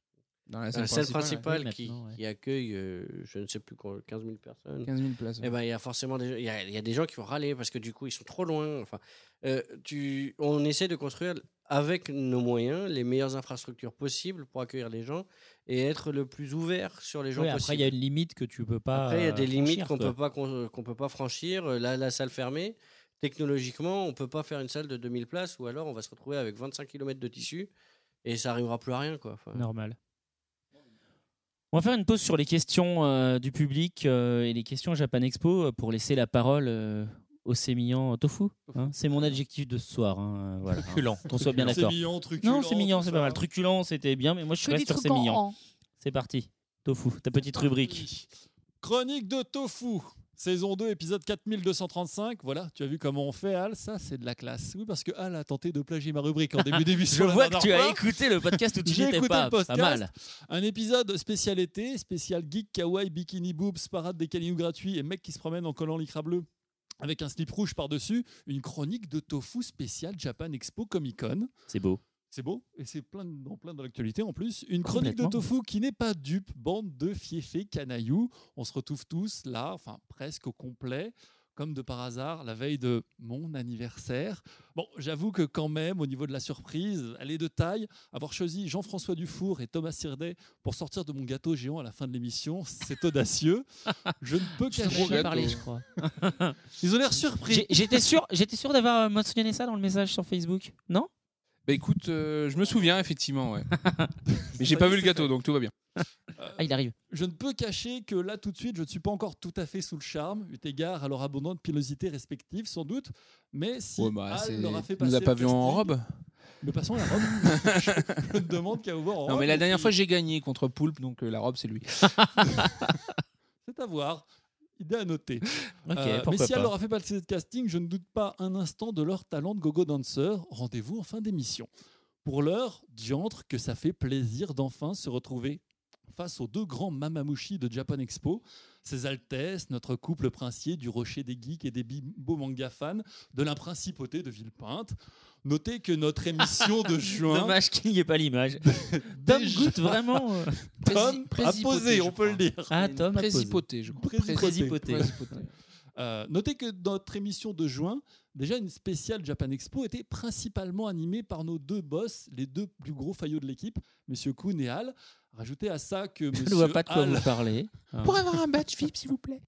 S3: Dans la
S8: Dans la
S3: salle
S8: salle
S3: principale,
S8: principale,
S3: ouais.
S8: qui,
S3: Oui, maintenant, ouais.
S8: qui accueille, euh, je ne sais plus, quoi, 15 000 personnes.
S3: 15 000 places,
S8: Eh ben, il y a forcément des, il y a, il y a des gens qui vont râler parce que du coup, ils sont trop loin. Enfin, euh, tu, on essaie de construire avec nos moyens les meilleures infrastructures possibles pour accueillir les gens et être le plus ouvert sur les gens
S1: Ouais,
S8: possible.
S1: après, il y a une limite que tu peux pas.
S8: Après, il y a
S1: euh,
S8: des limites
S1: franchir,
S8: qu'on
S1: quoi.
S8: peut pas qu'on qu'on peut pas franchir. Euh, Là, la salle fermée, technologiquement, on peut pas faire une salle de 2000 places ou alors on va se retrouver avec 25 km de tissu et ça arrivera plus à rien quoi. Enfin,
S1: Normal. On va faire une pause sur les questions euh, du public euh, et les questions à Japan Expo euh, pour laisser la parole euh, au sémillant tofu. hein. c'est mon adjectif de ce soir. hein, euh, voilà, hein.
S4: Truculent.
S1: Qu'on soit bien d'accord.
S4: Sémillant, truculent,
S1: Non, sémillant, c'est
S4: tout
S1: pas
S4: ça.
S1: mal. Truculent, c'était bien, mais moi je
S4: Que
S1: reste
S4: des
S1: sur
S4: trucs en
S1: sémillant.
S4: en.
S1: C'est parti. Tofu, ta
S3: <laughs>
S1: petite rubrique.
S7: Chronique de Tofu, saison 2, épisode 4235. Voilà, tu as vu comment on fait, Al Ça, c'est de la classe. Oui, parce que Al a tenté de plagier ma rubrique en
S1: <laughs>
S7: début d'émission.
S1: Je
S7: la
S1: vois que
S7: dernière
S1: tu as
S7: fois.
S1: écouté le podcast où tu
S7: J'ai
S1: n'étais
S7: écouté
S1: pas.
S7: le podcast.
S1: Pas mal.
S7: Un épisode spécial été, spécial geek, kawaii, bikini boobs, parade des canions gratuits et mec qui se promène en collant l'icra bleu. Avec un slip rouge par-dessus, une chronique de tofu spécial Japan Expo Comic Con.
S1: C'est beau.
S7: C'est beau, et c'est plein de- dans plein de l'actualité en plus. Une chronique de
S1: Complètement.
S7: tofu qui n'est pas dupe, bande de fiefés canaillou. On se retrouve tous là, enfin presque au complet, comme de par hasard, la veille de mon anniversaire. Bon, j'avoue que quand même, au niveau de la surprise, elle est de taille. Avoir choisi Jean-François Dufour et Thomas Sirdet pour sortir de mon gâteau géant à la fin de l'émission, c'est
S1: <laughs>
S7: audacieux. Je ne peux
S1: Je t'en ai déjà
S7: cacher.
S1: parlé, je crois. <laughs>
S7: Ils ont l'air surpris.
S1: J'ai- J'étais sûr, j'étais sûr d'avoir euh, mentionné ça dans le message sur Facebook, non
S3: Bah écoute, euh, je me souviens effectivement,
S1: <laughs>
S3: ouais. Mais j'ai pas vu le gâteau, donc tout va bien.
S1: Ah, il arrive.
S7: Je ne peux cacher que là, tout de suite, je ne suis pas encore tout à fait sous le charme, eu égard à leur abondante pilosité respective, sans doute. Mais si
S3: Ouais, bah,
S7: Al
S3: c'est-
S7: leur a fait
S3: nous
S7: passer
S3: a pas
S7: le
S3: vu en
S7: casting-
S3: robe
S7: Mais passons à la robe. <laughs> je, je ne demande qu'à vous voir en robe.
S3: Non, mais la dernière
S7: Et
S3: fois, j'ai gagné contre Poulpe, donc euh, la robe,
S1: <laughs>
S3: c'est lui.
S7: C'est à voir. Idée à
S1: <laughs>
S7: noter. Euh,
S3: Ok,
S7: mais
S3: pourquoi
S7: si elle
S3: pas.
S7: leur a fait passer de casting, je ne doute pas un instant de leur talent de gogo dancer. Rendez-vous en fin d'émission. Pour l'heure, diantre que ça fait plaisir d'enfin se retrouver face aux deux grands mamamouchi de Japan Expo. Ses Altesses, notre couple princier du Rocher des Geeks et des beaux manga fans de la principauté de Villepinte. Notez que notre émission
S1: <laughs>
S7: de juin.
S1: Dommage qu'il n'y ait pas
S7: <laughs>
S1: l'image. Tom
S7: Déjà.
S1: goûte vraiment. euh,
S7: Tom a posé, on peut le dire.
S1: Ah, Tom a posé.
S3: Présipoté, je crois.
S1: Présipoté.
S3: Présipoté.
S7: Euh, notez que notre émission de juin, déjà une spéciale Japan Expo, était principalement animée par nos deux boss, les deux plus gros faillots de l'équipe, Monsieur Kuhn et Hal. Rajoutez à ça que
S1: Je
S7: Monsieur
S1: ne vois pas de quoi
S7: Hall-
S1: vous parlez.
S4: Ah.
S3: Pour avoir un badge VIP, s'il vous plaît.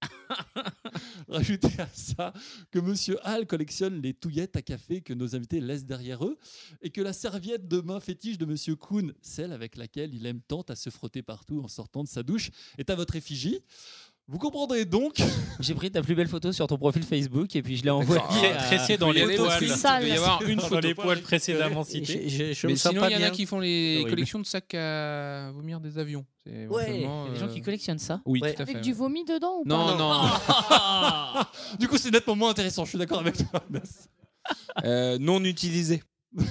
S7: Rajoutez à ça que Monsieur Hall collectionne les touillettes à café que nos invités laissent derrière eux et que la serviette de main fétiche de Monsieur Kuhn, celle avec laquelle il aime tant à se frotter partout en sortant de sa douche, est à votre effigie. Vous comprendrez donc.
S1: <laughs> J'ai pris ta plus belle photo sur ton profil Facebook et puis je l'ai envoyée. à-
S4: Pressé dans
S1: Il y
S4: les
S1: a des
S4: poils.
S1: photos
S4: Il
S1: sales.
S4: doit y avoir une
S1: Dans
S4: photo
S1: les
S4: des
S1: poils
S4: poils précédemment citée.
S1: Je- je- je me
S3: mais
S1: sens
S3: sinon,
S1: pas
S3: il y en a
S1: bien.
S3: qui font les
S1: Horrible.
S3: collections de sacs à vomir des avions. C'est éventuellement, euh,
S1: il y a des gens qui collectionnent ça.
S3: Oui,
S1: Ouais.
S3: tout à fait.
S6: Avec du vomi dedans ou
S3: Non,
S6: pas
S3: non.
S1: <laughs>
S7: du coup, c'est nettement moins intéressant. Je suis d'accord avec toi. Nas.
S3: Euh, non utilisé.
S6: <laughs>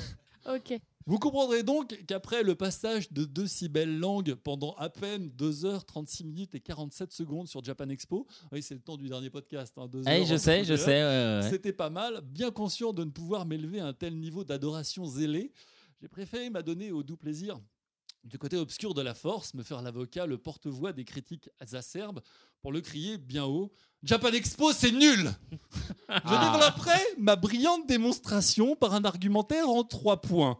S6: Ok.
S7: Vous comprendrez donc qu'après le passage de deux si belles langues pendant à peine 2h36 minutes et 47 secondes sur Japan Expo, oui, c'est le temps du dernier podcast, hein, deux
S1: Eh,
S7: heures,
S1: je sais,
S7: entre
S1: je
S7: deux
S1: sais.
S7: heures,
S1: ouais, ouais, ouais.
S7: c'était pas mal, bien conscient de ne pouvoir m'élever à un tel niveau d'adoration zélée, j'ai préféré m'adonner au doux plaisir du côté obscur de la force, me faire l'avocat, le porte-voix des critiques acerbes pour le crier bien haut Japan Expo, c'est nul Je développerai ma brillante démonstration par un argumentaire en trois points.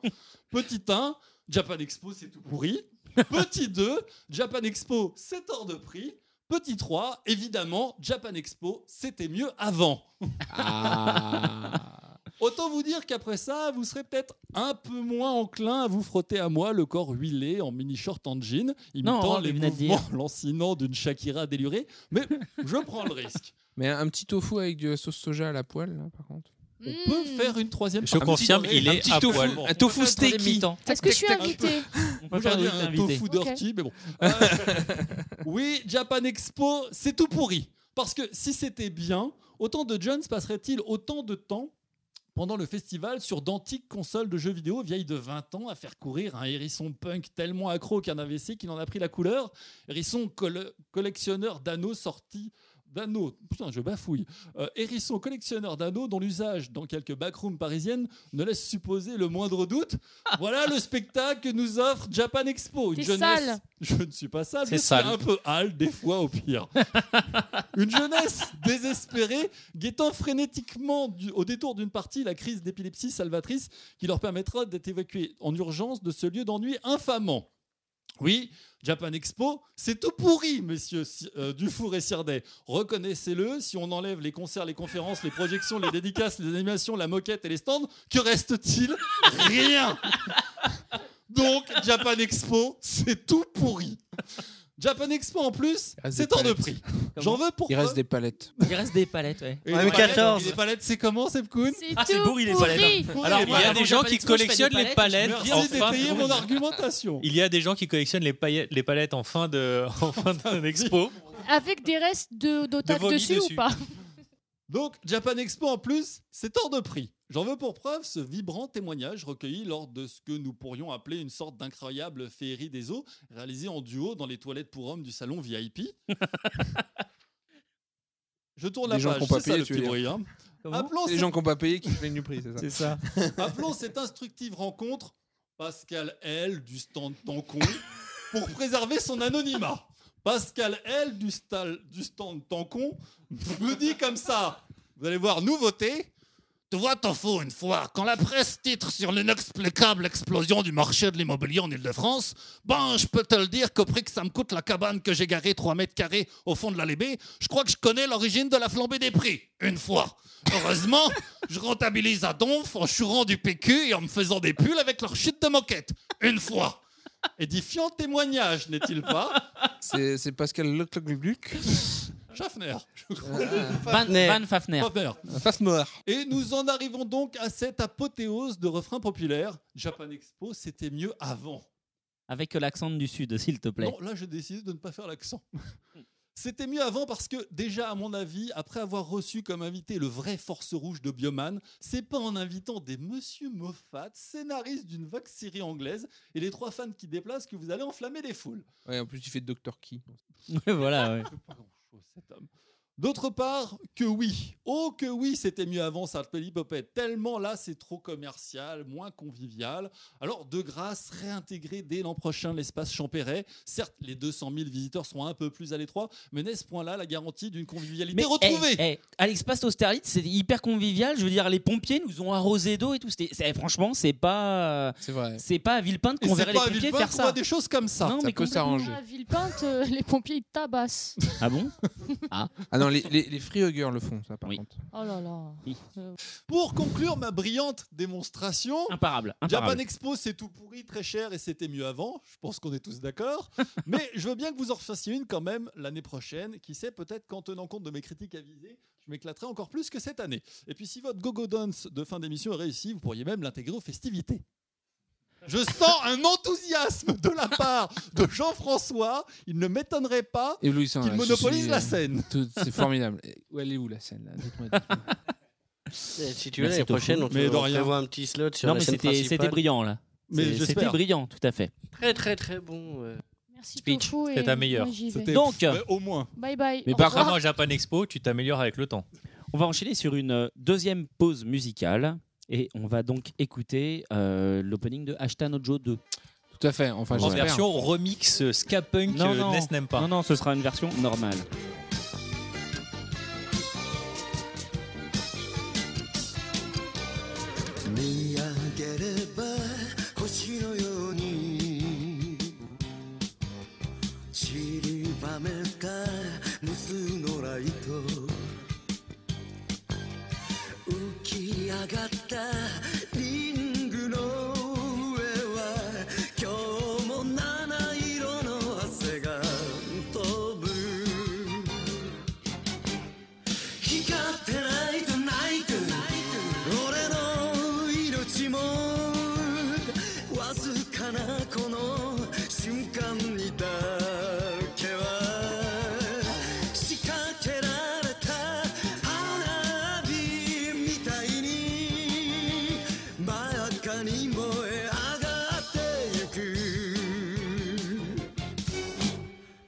S7: Petit 1, Japan Expo, c'est tout pourri. Petit 2, Japan Expo, c'est hors de prix. Petit 3, évidemment, Japan Expo, c'était mieux avant.
S3: Ah.
S7: Autant vous dire qu'après ça, vous serez peut-être un peu moins enclin à vous frotter à moi le corps huilé en mini-short en jean, imitant
S1: on
S7: les
S1: venait de
S7: mouvements <laughs>
S1: dire.
S7: lancinants d'une Shakira délurée, mais je prends le risque.
S3: Mais un petit tofu avec de la sauce soja à la poêle, là, par contre.
S7: On
S6: Hmm.
S7: peut faire une troisième
S4: Je
S7: partie.
S4: confirme,
S7: Un petit-
S4: il est à
S3: tofu,
S4: poil.
S7: Bon,
S3: un
S7: on
S3: tofu
S7: peut faire une troisième
S3: steaky.
S1: mi-temps.
S6: Est-ce que je suis
S3: Tac, tac,
S6: invité
S1: On peut faire
S7: Aujourd'hui, un
S1: invité.
S7: tofu d'ortie, mais bon. Euh, <laughs> oui, Japan Expo, c'est tout pourri. Parce que si c'était bien, autant de Jones passerait-il autant de temps pendant le festival sur d'antiques consoles de jeux vidéo vieilles de 20 ans à faire courir un hérisson punk tellement accro qu'un AVC qu'il en a pris la couleur Hérisson colle- collectionneur d'anneaux sortis d'anneaux, putain je bafouille, Euh, hérisson collectionneur d'anneaux dont l'usage dans quelques backrooms parisiennes ne laisse supposer le moindre doute. Voilà le spectacle que nous offre Japan Expo. Une
S6: T'es
S7: jeunesse-
S6: sale.
S7: Je ne suis pas sale,
S4: C'est
S7: mais Ah, c'est
S4: sale.
S7: un peu hal des fois au pire. Une jeunesse désespérée guettant frénétiquement du- au détour d'une partie la crise d'épilepsie salvatrice qui leur permettra d'être évacués en urgence de ce lieu d'ennui infamant. Oui, Japan Expo, c'est tout pourri, messieurs Si- euh, Dufour et Sirdet. Reconnaissez-le, si on enlève les concerts, les conférences, les projections, les dédicaces, les animations, la moquette et les stands, que reste-t-il Rien Donc, Japan Expo, c'est tout pourri. Japan Expo, en plus,
S3: reste
S7: c'est
S3: des
S7: hors de
S3: palettes.
S7: prix. J'en veux Euh, pour
S3: Il reste des palettes.
S1: Il reste des palettes, ouais.
S7: Et
S9: Ouais,
S7: les
S9: mais
S7: palettes,
S9: 14.
S7: Les palettes, c'est comment, Seb Kuhn
S6: C'est
S1: Ah, c'est
S6: tout
S1: pourri, les
S6: pourri.
S4: Alors, il y a
S1: avant
S4: des gens
S1: Japan
S4: Eh qui
S1: Expo, je fais des
S4: collectionnent les
S1: palettes.
S4: palettes. en
S7: Merci
S4: fin de-
S7: d'étayer mon argumentation.
S4: Il y a des gens qui collectionnent les, paillettes- les palettes en fin de, <laughs> en fin d'un expo.
S6: Avec des restes de d'otac
S4: vomi
S6: dessus,
S4: dessus.
S6: ou pas
S7: Donc, Japan Expo en plus, c'est hors de prix. J'en veux pour preuve ce vibrant témoignage recueilli lors de ce que nous pourrions appeler une sorte d'incroyable féerie des eaux, réalisée en duo dans les toilettes pour hommes du salon VIP. Je tourne la
S3: Des gens
S7: page,
S3: qui ont pas
S7: c'est ça
S3: payé,
S7: le
S3: tu
S7: petit
S3: veux dire.
S7: bruit. hein.
S1: Comment
S7: Appelons,
S3: C'est les
S7: cette-
S3: gens qui n'ont pas payé qui se plaignent du prix, c'est ça
S1: ça.
S7: <laughs> appelons cette instructive rencontre Pascal L du stand Tancon pour préserver son anonymat. Pascal L du, stal- du stand Tancon me dit comme ça Vous allez voir, nouveauté. Tu vois, t'en faut une fois. Quand la presse titre sur l'inexplicable explosion du marché de l'immobilier en Ile-de-France, ben, je peux te le dire qu'au prix que ça me coûte la cabane que j'ai garée 3 mètres carrés au fond de la Lébé, je crois que je connais l'origine de la flambée des prix. Une fois. Heureusement, je rentabilise à donf en chourant du PQ et en me faisant des pulls avec leur chute de moquette. Une fois. Édifiant témoignage, n'est-il pas
S3: C'est c'est Pascal
S7: <laughs>
S3: Leclerc-Gluck.
S7: Schaffner, je crois.
S1: Van- Van Fafner.
S3: Fafner.
S7: Et nous en arrivons donc à cette apothéose de refrains populaires. Japan Expo, c'était mieux avant.
S1: Avec l'accent du Sud, s'il te plaît. Hmm.
S7: Non, là, j'ai décidé de ne pas faire
S1: <laughs>
S7: l'accent. C'était mieux avant parce que, déjà, à mon avis, après avoir reçu comme invité le vrai force rouge de Bioman, c'est pas en invitant des monsieur Moffat, scénaristes d'une vague série anglaise, et les trois fans qui déplacent que vous allez enflammer les foules.
S3: Ouais, en plus, il fait Doctor Key.
S1: voilà, ouais.
S7: cet homme. D'autre part, que oui. Oh, que oui, c'était mieux avant, ça, le Popette. Tellement là, c'est trop commercial, moins convivial. Alors, de grâce, réintégrer dès l'an prochain l'espace Champéret. Certes, les 200 000 visiteurs seront un peu plus à l'étroit, mais n'est-ce point-là la garantie d'une convivialité retrouvée
S1: eh, eh, à l'espace Austerlitz, c'est hyper convivial. Je veux dire, les pompiers nous ont arrosé d'eau et tout. C'était- c'est- franchement, c'est pas.
S3: C'est vrai.
S1: C'est pas à Villepinte
S7: Et
S1: qu'on
S7: c'est
S1: verrait les
S7: pas à
S1: pompiers
S7: Villepinte
S1: faire
S7: qu'on
S1: ça.
S7: voit des choses comme ça.
S1: Non,
S3: Ça
S1: mais
S3: peut
S1: complètement.
S3: s'arranger.
S6: À Villepinte, euh, les pompiers, ils te tabassent.
S1: Ah bon Ah.
S3: Ah non, les, les, les free huggers le font, ça, par contre.
S6: Oh là là.
S7: Euh. Pour conclure ma brillante démonstration,
S1: Imparable.
S7: Japan
S1: imparable.
S7: Expo, c'est tout pourri, très cher et c'était mieux avant. Je pense qu'on est tous
S1: <laughs>
S7: d'accord. Mais je veux bien que vous en refassiez une quand même l'année prochaine. Qui sait, peut-être qu'en tenant compte de mes critiques avisées, je m'éclaterai encore plus que cette année. Et puis si votre gogo dance de fin d'émission est réussi, vous pourriez même l'intégrer aux festivités. Je sens un enthousiasme de la part de Jean-François. Il ne m'étonnerait pas
S3: Et
S7: qu'il
S3: Louis Saint, là, je
S7: monopolise
S3: suis,
S7: la
S3: euh,
S7: scène.
S3: <laughs> tout- C'est formidable.
S11: Où elle est où la scène là Dites-moi,
S8: <laughs> Si tu veux, l'année prochaine, on, te,
S7: Mais de
S8: on
S7: rien.
S8: prévoit un petit slot sur
S1: Non,
S8: la
S1: mais
S8: scène
S1: c'était
S8: principale.
S1: c'était brillant, là.
S7: Mais
S1: C'est- C'était
S7: j'espère.
S1: brillant, tout à fait.
S8: Très, très, très bon. euh,
S6: Merci
S8: Speech,
S6: Tofu et
S4: c'est ta meilleure.
S6: moi, j'y vais.
S7: C'était-
S1: Donc-
S7: Ouais, au
S3: oh.
S7: moins.
S6: Bye bye.
S1: Mais
S6: Au revoir.
S1: par
S4: Contrairement à Japan Expo, tu t'améliores avec le temps.
S1: On va enchaîner sur une euh, deuxième pause musicale. Et on va donc écouter euh, l'opening de Hashtag Nojo 2.
S3: Tout à fait. Enfin,
S4: en
S3: j'espère.
S4: version remix euh, ska punk
S1: Non,
S4: euh,
S1: non.
S4: Ness n'aime pas.
S1: Non, non, ce sera une version normale.
S10: 「見上げれば星のように」「散りばめた無数のライト」「浮き上がったリングの上は」「今日も七色の汗が飛ぶ」「光ってないとないと」俺の命もわずかなこの瞬間にだけは仕掛けられた花火みたいに真っ赤に燃え上がってゆく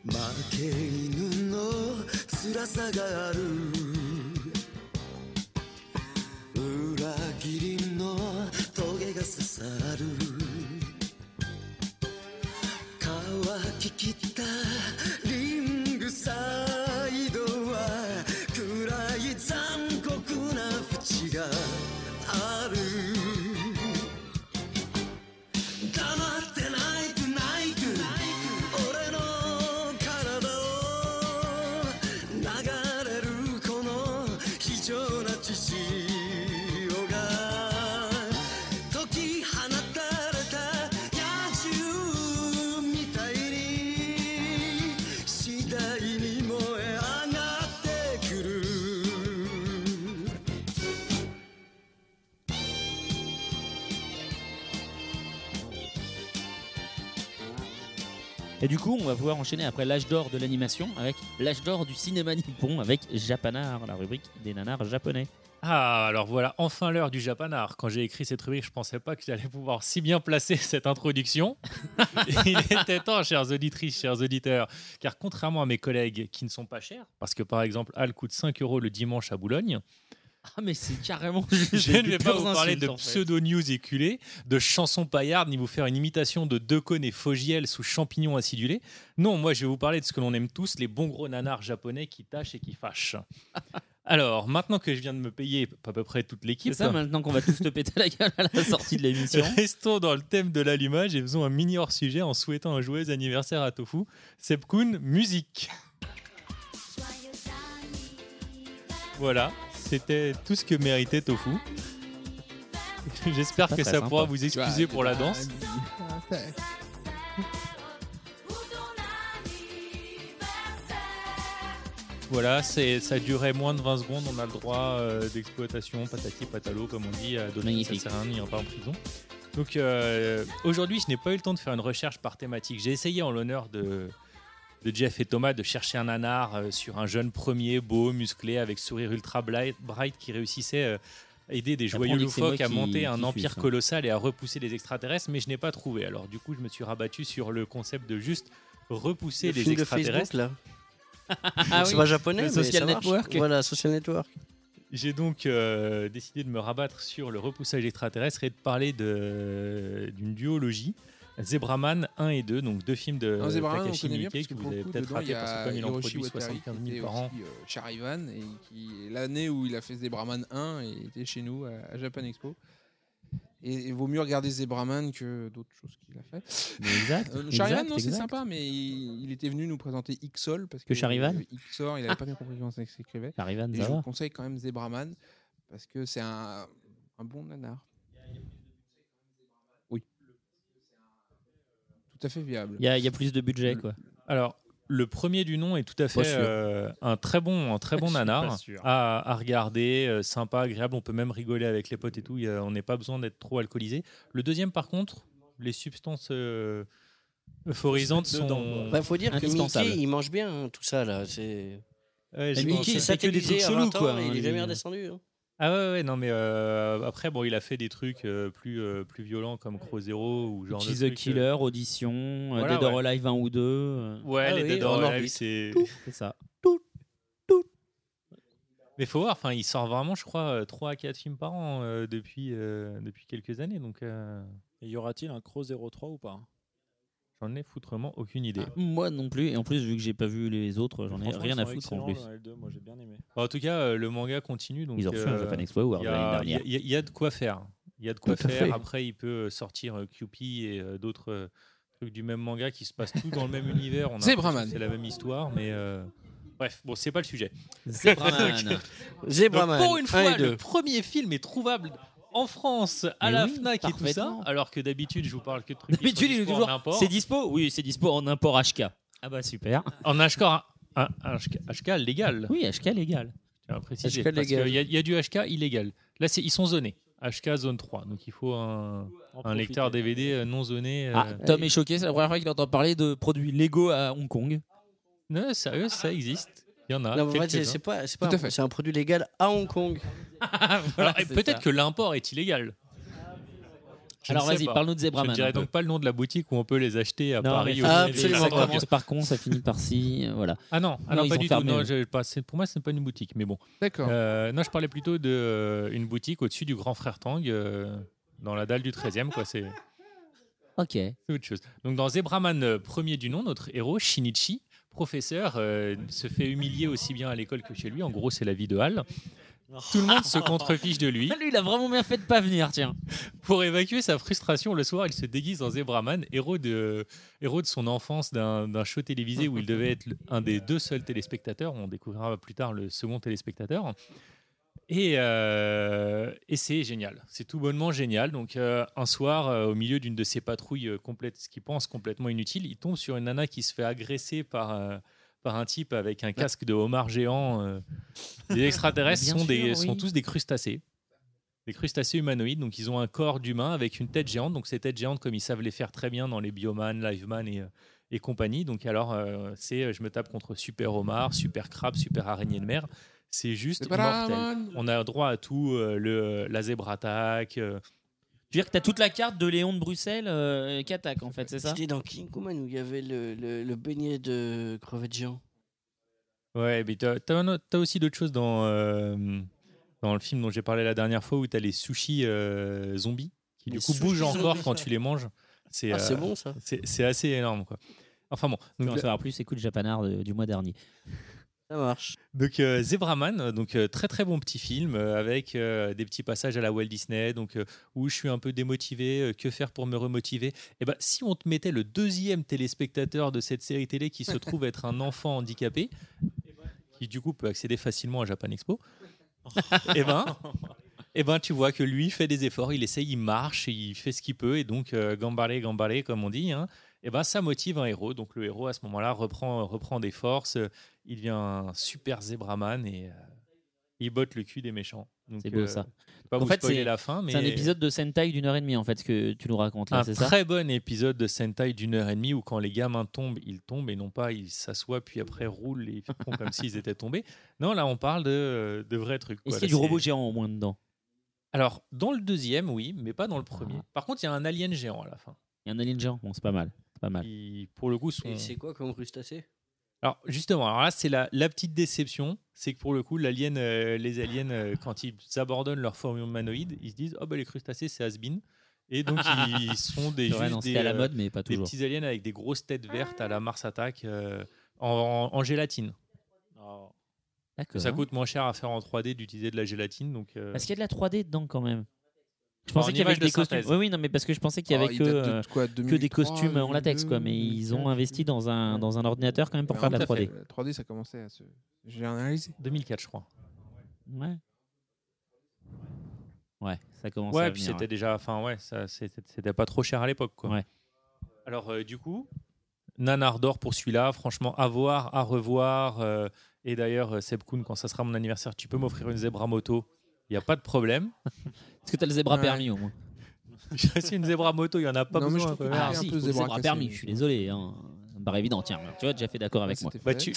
S10: 負け犬の辛さがある裏切りの棘が刺さる乾ききったリングサイドは暗い残酷な淵がある黙ってないくないく俺の体を流れるこの非常な血潮が解き放たれた野獣みたいに次第に燃え上がってくる
S1: Et du coup, on va pouvoir enchaîner après l'âge d'or de l'animation avec l'âge d'or du cinéma nippon avec Japanar, la rubrique des nanars japonais.
S4: Ah, alors voilà, enfin l'heure du japanard. Quand j'ai écrit cette rubrique, je pensais pas que j'allais pouvoir si bien placer cette introduction. <laughs> Il était temps, chères auditrices, chers auditeurs, car contrairement à mes collègues qui ne sont pas chers, parce que par exemple, Al coûte 5 euros le dimanche à Boulogne,
S1: Ah, mais c'est <laughs> carrément juste.
S4: je
S1: des
S4: ne vais pas
S1: pures
S4: vous parler
S1: insultes,
S4: de
S1: en fait.
S4: pseudo-news éculées, de chansons paillardes, ni vous faire une imitation de Decon et Fogiel sous champignons acidulés.
S1: <laughs>
S4: Non, moi, je vais vous parler de ce que l'on aime tous, les bons gros nanars japonais qui tâchent et qui fâchent. Alors, maintenant que je viens de me payer à peu près toute l'équipe.
S1: C'est ça, maintenant qu'on va tous te péter la gueule à la sortie de l'émission.
S4: <laughs> Restons dans le thème de l'allumage et faisons un mini hors sujet en souhaitant un joyeux anniversaire à Tofu. Sepkun, musique. Voilà, c'était tout ce que méritait Tofu. J'espère <laughs>
S12: C'est pas
S4: que
S12: très
S4: ça
S12: sympa.
S4: pourra vous excuser
S12: Ouais,
S4: pour la
S12: ouais,
S7: Ah,
S4: danse.
S3: Ah,
S4: Voilà, c'est ça durait moins de 20 secondes, on a le droit euh, d'exploitation, patati patalo, comme on dit, à donner ça
S1: Magnifique.
S4: sert à rien, il en pas en prison. Donc euh, aujourd'hui, je n'ai pas eu le temps de faire une recherche par thématique. J'ai essayé en l'honneur de, de Jeff et Thomas de chercher un nanar euh, sur un jeune premier, beau, musclé, avec sourire ultra bli- bright qui réussissait euh, à aider des
S1: Ça
S4: joyeux
S1: prend que c'est moi
S4: loufoques à
S1: qui-
S4: monter
S1: qui
S4: un
S1: suis,
S4: empire
S1: ça.
S4: colossal et à repousser les extraterrestres, mais je n'ai pas trouvé. Alors du coup, je me suis rabattu sur le concept de juste repousser
S8: Le
S4: les
S8: film de
S4: extraterrestres.
S8: Facebook, là.
S3: Ah
S8: C'est pas japonais, mais
S4: Ah Social
S8: ça marche.
S4: Network.
S8: Voilà, Social Network.
S4: J'ai donc euh, décidé de me rabattre sur le repoussage extraterrestre et de parler de- d'une duologie. Zebraman 1 et 2, donc deux films de
S3: Non, Zebra, on
S4: Euh, Takashi
S3: connaît bien
S4: Miike
S3: parce que
S4: que
S3: pour
S4: vous
S3: le
S4: avez
S3: coup,
S4: peut-être
S3: dedans, il y
S4: raté parce que
S3: a
S4: comme il en
S3: Hiroshi
S4: produit
S3: Watari qui
S4: 75
S3: était
S4: 000 par
S3: aussi
S4: an.
S3: euh, Charivan et qui l'année où il a fait Zebraman 1 et il était chez nous à, à Japan Expo. Et il vaut mieux regarder Zebraman que d'autres choses qu'il a fait.
S1: Mais exact,
S3: Euh, Charivan,
S1: exact,
S3: non, c'est
S1: exact.
S3: sympa, mais il, il était venu nous présenter Xol parce que,
S1: Que Charivan Ah.
S3: euh, Xor, il n'avait pas bien compris comment ça s'écrivait.
S1: Charivan,
S3: Et
S1: ça
S3: je vous
S1: va.
S3: conseille quand même Zebraman parce que c'est un, un bon nanar. Oui. Tout à fait viable.
S1: Il y, a- il y a plus de budget, quoi.
S4: Alors, le premier du nom est tout à fait
S1: sûr.
S4: euh, un très bon, un très bon
S1: <laughs> Je suis pas
S4: nanar
S1: sûr.
S4: à, à regarder, euh, sympa, agréable. On peut même rigoler avec les potes et tout. il y a- on n'est pas besoin d'être trop alcoolisé. Le deuxième, par contre, les substances euh, euphorisantes
S8: Il
S4: sont.
S8: Bah, faut dire que Mickey, il mange bien hein, tout ça là. C'est.
S4: Ouais, je
S8: Et
S4: pense,
S8: Mickey,
S4: ouais.
S8: il s'est télévisé à 20 ans, et Il est jamais redescendu. hein.
S4: Ah ouais, ouais, non, mais euh, après, bon, il a fait des trucs euh, plus, euh, plus violents comme Crow Zero ou genre. de
S1: She's the
S4: trucs, euh,
S1: Killer, Audition, euh,
S4: Voilà,
S1: Dead or
S4: ouais.
S1: Alive 1 ou 2. euh.
S4: euh, Ouais,
S1: Ah
S4: les
S1: oui,
S4: Dead
S1: en
S4: or Alive,
S1: orbite.
S4: c'est.
S1: C'est ça.
S4: Mais faut voir, enfin, il sort vraiment, je crois, 3 à 4 films par an euh, depuis, euh, depuis quelques années, donc. euh,
S13: Et y aura-t-il un Crow 03 ou Ah. pas
S4: J'en ai foutrement aucune idée.
S1: Moi non plus. Et en plus, vu que j'ai pas vu les autres, j'en ai
S13: Franchement,
S1: rien
S13: ils
S1: à
S13: sont
S1: foutre en plus.
S13: excellents, le L2, moi j'ai bien aimé.
S4: Bon, en tout cas, euh, le manga continue. Donc, euh,
S1: Ils ont reçu un Japan Expo Award
S4: il y a-
S1: l'année dernière.
S4: Il y, a- il y a de quoi faire. Il y a de quoi
S1: Tout à fait.
S4: faire. Après, il peut euh, sortir euh, Kewpie et euh, d'autres euh, trucs du même manga qui se passent tous dans le même univers. On a
S3: Zebraman.
S4: l'impression que C'est la même histoire, mais euh, bref, bon, c'est pas le sujet. <laughs>
S1: Zebraman.
S4: Donc,
S1: Zebraman,
S4: Pour
S1: un
S4: une
S1: et
S4: fois,
S1: deux.
S4: le premier film est trouvable en France à
S1: Mais
S4: la
S1: oui,
S4: Fnac et tout ça,
S1: parfaitement.
S4: alors que d'habitude, je vous parle que de trucs. qui sont
S1: D'habitude, il est
S4: dispo en
S1: toujours.
S4: import.
S1: C'est dispo Oui, c'est dispo en import HK. Ah bah super.
S4: En HK, un- un HK, légal.
S1: Oui, HK légal.
S4: Je tiens à préciser,
S1: HK
S4: parce
S1: légal.
S4: qu'il y, a- il y a du HK illégal. Là, c'est- ils sont zonés. HK zone 3. Donc il faut un, un lecteur DVD euh, non zoné. euh.
S1: Ah, Tom est choqué, c'est la première fois qu'il entend parler de produits Lego à Hong Kong.
S4: Non, sérieux, ça existe. Il y en a.
S8: Non, en fait, c'est-
S4: quelques-uns.
S8: c'est pas, c'est pas
S4: Tout à
S8: un- c'est un produit légal à Hong
S4: <laughs>
S8: Kong.
S1: Ah,
S4: Alors,
S8: Voilà,
S4: et
S8: c'est
S4: Peut-être
S8: ça.
S4: que l'import est illégal. Je ne
S1: Alors,
S4: sais
S1: vas-y,
S4: pas.
S1: parle-nous de Zebraman
S4: Je ne dirai
S1: un peu.
S4: donc pas le nom de la boutique où on peut les acheter à
S1: Non,
S4: Paris.
S1: mais
S4: ou
S1: ça-
S4: au-
S1: Ça commence par con, ça finit par ci. euh, Voilà.
S4: Ah non, ah non,
S1: ils
S4: pas
S1: ont
S4: du tout.
S1: fermé.
S4: Non, je- pas- c'est- pour moi, ce n'est pas une boutique, mais bon.
S3: D'accord.
S4: Euh, non, je parlais plutôt d'une boutique au-dessus du Grand Frère Tang, euh, dans la dalle du 13e. quoi. C'est
S1: Ok.
S4: c'est autre chose. Donc, dans Zebraman, euh, premier du nom, notre héros, Shinichi, professeur, euh, se fait humilier aussi bien à l'école que chez lui. En gros, c'est la vie de Hal. <laughs> Tout le monde se contrefiche de lui.
S1: Ah, Lui, il a vraiment bien fait de pas venir, tiens.
S4: Pour évacuer sa frustration, le soir, il se déguise en Zebraman, héros de, héros de son enfance d'un d'un show télévisé où il devait être un des deux seuls téléspectateurs. On découvrira plus tard le second téléspectateur. Et, euh, et c'est génial. C'est tout bonnement génial. Donc, euh, un soir, euh, au milieu d'une de ses patrouilles euh, complètes, ce qu'il pense complètement inutile, il tombe sur une nana qui se fait agresser par, euh, par un type avec un casque de homard géant. euh. Les extraterrestres
S1: Bien
S4: sont, des,
S1: sûr, oui.
S4: sont tous des crustacés des crustacés humanoïdes. Donc, ils ont un corps d'humain avec une tête géante. Donc, ces têtes géantes, comme ils savent les faire très bien dans les Bioman, Liveman et, euh, et compagnie. Donc, alors, euh, c'est euh, je me tape contre super homard, super crabe, super araignée de mer. C'est juste
S1: Zebraman.
S4: mortel. On a droit à tout euh, le, la zébra attaque. euh.
S1: Tu veux dire que t'as toute la carte de Léon de Bruxelles euh, qui attaque, en fait, c'est ça
S8: C'était dans King Kong où il y avait le, le, le beignet de crevettes géants.
S4: Ouais, mais t'as t'as un autre- t'as aussi d'autres choses dans, euh, dans le film dont j'ai parlé la dernière fois où t'as les sushis euh, zombies qui,
S8: Les
S4: du coup,
S8: sushis
S4: bougent encore
S8: zombies.
S4: quand tu les manges. C'est
S8: Ah, c'est
S4: euh,
S8: bon, ça.
S4: C'est c'est assez énorme, quoi. Enfin bon.
S1: Tu vas en
S4: Donc,
S1: savoir plus, écoute Japanard euh, du mois dernier.
S8: Ça marche.
S4: Donc euh, Zebraman, euh, donc euh, très très bon petit film euh, avec euh, des petits passages à la Walt Disney, donc euh, où je suis un peu démotivé, euh, que faire pour me remotiver Et ben si on te mettait le deuxième téléspectateur de cette série télé qui
S8: <laughs>
S4: se trouve être un enfant handicapé, qui du coup peut accéder facilement à Japan
S8: <laughs>
S4: Expo, et ben et ben tu vois que lui fait des efforts, il essaye, il marche, il fait ce qu'il peut et donc euh, gambaler, gambaler comme on dit. hein, et ben ça motive un héros. Donc le héros à ce moment-là reprend reprend des forces, euh, il devient un super zébraman et euh, il botte le cul des méchants. Donc,
S1: C'est beau,
S4: euh,
S1: ça.
S4: je vais Pas
S1: En
S4: vous
S1: fait,
S4: spoiler
S1: c'est-
S4: la fin, mais
S1: C'est un épisode de Sentai d'une heure et demie, en fait, ce que tu nous racontes là,
S4: un
S1: c'est ça
S4: très bon épisode de Sentai d'une heure et demie où quand les gamins tombent, ils tombent et non pas ils s'assoient puis après roulent et font
S1: <laughs>
S4: comme s'ils étaient tombés. Non, là on parle de, euh, de vrais trucs. quoi.
S1: Est-ce qu'il y
S4: Là,
S1: a du robot
S4: bah, c'est-
S1: géant au moins dedans
S4: Alors dans le deuxième, oui, mais pas
S1: Ah.
S4: dans le premier. Par contre, il y a un alien géant à la fin.
S1: Il y a un alien géant Bon, c'est pas mal. c'est Pas mal.
S4: qui, pour le coup, sont.
S8: Et c'est quoi comme crustacé
S4: Alors justement, alors là c'est la, la petite déception, c'est que pour le coup, l'alien, euh, les aliens, euh, quand ils abandonnent leur forme humanoïde, ils se disent oh bah les crustacés c'est has-been. et
S1: <laughs>
S4: donc ils sont des,
S1: C'est vrai,
S4: juste
S1: non,
S4: des,
S1: c'était à la
S4: euh,
S1: mode, mais pas
S4: des
S1: toujours.
S4: petits aliens avec des grosses têtes vertes
S1: Ah.
S4: à la Mars Attack euh, en, en gélatine.
S1: Oh. D'accord.
S4: Ça coûte moins cher à faire en 3D d'utiliser de la gélatine, donc. euh,
S1: Parce qu'il y a de la 3D dedans quand même. Je
S4: Bon,
S1: pensais
S4: en
S1: qu'il y avait
S4: image
S1: que
S4: de
S1: des costumes.
S4: synthèse.
S1: Oui, oui, non, mais parce que je pensais qu'il y
S4: Oh,
S1: avait
S4: il
S1: que,
S4: date de
S1: euh,
S4: quoi,
S1: que des
S4: 2003,
S1: costumes en latex, quoi. Mais ils ont investi dans un, dans un ordinateur quand même pour faire de la
S3: Tout à
S1: 3D.
S3: fait. La 3D, ça commençait à se généraliser.
S4: 2004, je crois.
S1: Ouais. Ouais, ça commence à
S4: Ouais, puis
S1: venir,
S4: c'était
S1: ouais.
S4: déjà, enfin ouais, ça c'était c'était pas trop cher à l'époque, quoi. Alors euh, du coup, Nanar d'or pour celui-là, franchement, à voir, à revoir. euh, et d'ailleurs, euh, Seb Kuhn, quand ça sera mon anniversaire, tu peux m'offrir une zébra moto. Il n'y a pas de problème.
S1: <laughs> Est-ce que t'as le zébra permis,
S4: <laughs>
S1: au moins
S4: C'est une zébra moto, il n'y en a pas
S1: Non, mais je
S4: besoin.
S1: trouve que
S4: quoi.
S1: Ah, si, faut le zébra permis, je suis désolé. Hein. Ça me paraît évident, tiens. Tu vois, déjà fait d'accord avec moi.
S4: Bah, tu-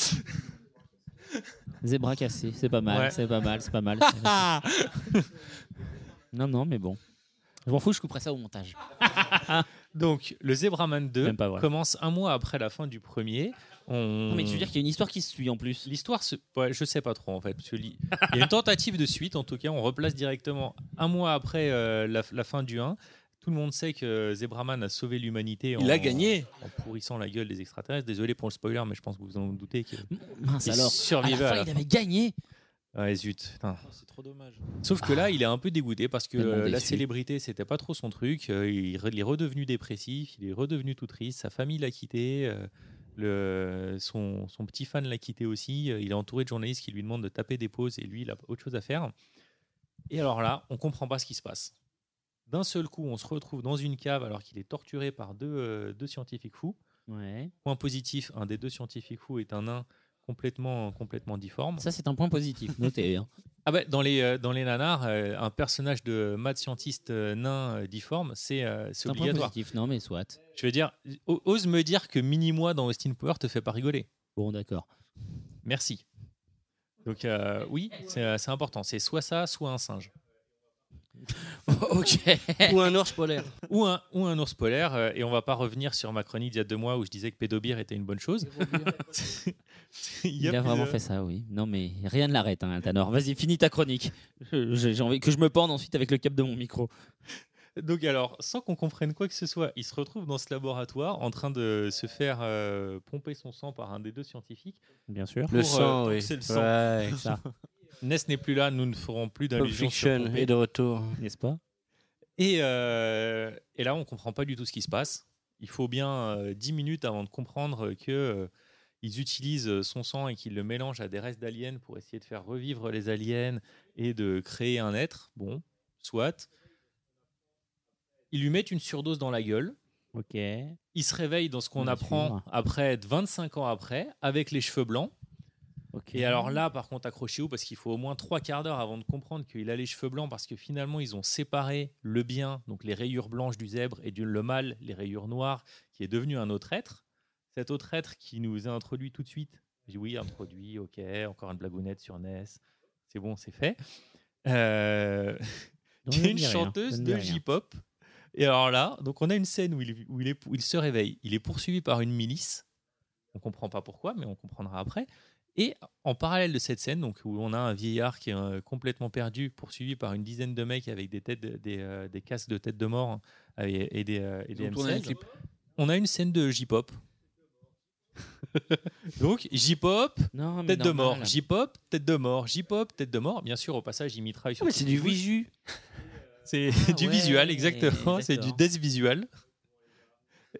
S1: Zébra cassé, c'est pas mal,
S4: Ouais.
S1: c'est pas mal,
S4: <laughs>
S1: c'est pas mal. non, non, mais bon. Je m'en fous, je couperai ça au montage.
S4: <laughs> Donc, le Zebraman 2
S1: Même pas vrai.
S4: commence un mois après la fin du premier. On...
S1: Non, mais tu veux dire qu'il y a une histoire qui se suit en plus
S4: L'histoire, se... ouais, je sais pas trop en fait. parce que li- Il y a une tentative de suite, en tout cas, on replace directement un mois après euh, la, la fin du 1. Tout le monde sait que Zebraman a sauvé l'humanité.
S9: Il
S4: en...
S9: a gagné.
S4: En pourrissant la gueule des extraterrestres. Désolé pour le spoiler, mais je pense que vous en doutez. Que...
S1: Mince
S4: Il
S1: alors.
S4: survivait
S1: à la fin,
S4: à la
S1: il
S4: fin.
S1: avait gagné.
S4: Ouais, zut. putain.
S13: Oh,
S4: Ah.
S13: C'est trop dommage.
S4: Sauf que là, il est un peu dégoûté parce que
S1: Tellement
S4: euh, la
S1: déçu.
S4: célébrité, c'était pas trop son truc. Euh, Il, re- il est redevenu dépressif, il est redevenu tout triste. Sa famille l'a quitté, euh, le, son, son petit fan l'a quitté aussi. Euh, Il est entouré de journalistes qui lui demandent de taper des pauses et lui, il a autre chose à faire. Et alors là, on comprend pas ce qui se passe. D'un seul coup, on se retrouve dans une cave alors qu'il est torturé par deux, euh, deux scientifiques fous.
S1: Ouais.
S4: Point positif, un des deux scientifiques fous est un nain complètement, complètement difforme.
S1: Ça, c'est un point positif. Notez. hein.
S4: Ah bah, dans les euh, dans les nanars, euh, un personnage de maths scientiste euh, nain euh, difforme, c'est euh, c'est
S1: C'est un point
S4: obligatoire.
S1: positif. Non, mais soit.
S4: Je veux dire, o- ose me dire que mini moi dans Austin Power te fait pas rigoler.
S1: Bon, d'accord.
S4: Merci. Donc euh, oui, c'est euh, c'est important. C'est soit ça, soit un
S1: <laughs>
S4: singe.
S1: Oh, ok.
S8: Ou un ours polaire.
S4: Ou un, ou un ours polaire, euh, et on va pas revenir sur ma chronique d'il y a deux mois où je disais que pédobir était une bonne chose. <laughs>
S1: Il a,
S4: plus
S1: vraiment
S4: de-
S1: fait ça, oui. Non, mais rien ne l'arrête, hein, Tanor. Vas-y, finis ta chronique. Je- J'ai j'ai envie que je me pende ensuite avec le cap de mon micro.
S4: Donc alors, sans qu'on comprenne quoi que ce soit, il se retrouve dans ce laboratoire en train de se faire euh, pomper son sang par un des deux scientifiques.
S1: Bien sûr.
S8: Le
S4: Pour, euh,
S8: sang,
S4: pour
S8: oui.
S4: que c'est le sang.
S8: Ouais, ça.
S4: <laughs> Ness n'est plus là, nous ne ferons plus
S8: Pulp
S4: d'allusion sur
S8: Fiction
S4: Pompée.
S8: est de retour.
S1: N'est-ce pas
S4: Et, euh, et là, on comprend pas du tout ce qui se passe. Il faut bien euh, 10 minutes avant de comprendre que euh, ils utilisent euh, son sang et qu'ils le mélangent à des restes d'aliens pour essayer de faire revivre les aliens et de créer un être. Bon, soit. Ils lui mettent une surdose dans la gueule.
S1: Ok.
S4: Il se réveille dans ce qu'on
S1: Bien
S4: apprend
S1: sûr.
S4: après 25 ans après, avec les cheveux blancs. Et alors là, par contre, accrochez-vous parce qu'il faut au moins trois quarts d'heure avant de comprendre qu'il a les cheveux blancs parce que finalement, ils ont séparé le bien, donc les rayures blanches du zèbre et du le mâle, les rayures noires, qui est devenu un autre être. Cet autre être qui nous a introduit tout de suite. J'ai dit, Oui, introduit, ok, encore une blagounette sur Ness. C'est bon, c'est fait. Euh, <laughs>
S1: Non,
S4: qui
S1: ne
S4: est une
S1: dis rien,
S4: chanteuse
S1: ne dis
S4: de
S1: rien.
S4: J-pop. Et alors là, donc on a une scène où il, où il est, où il se réveille. Il est poursuivi par une milice. On comprend pas pourquoi, mais on comprendra après. Et en parallèle de cette scène, donc où on a un vieillard qui est euh, complètement perdu, poursuivi par une dizaine de mecs avec des têtes, de- des, euh, des casques de tête de mort hein, et, et des, euh, et des
S3: ont tourné un
S4: M16,
S3: clip.
S1: <laughs>
S4: on a une scène de J-pop Donc J-pop,
S1: Non, mais
S4: tête de mort.
S1: normal.
S4: J-pop, tête de mort. J-pop, tête de mort. Bien sûr, au passage, il mitraille sur.
S1: Ah, mais c'est du Ah,
S4: visu. C'est <laughs> du
S1: ouais,
S4: visual, exactement. C'est du
S1: d'accord.
S4: death visual.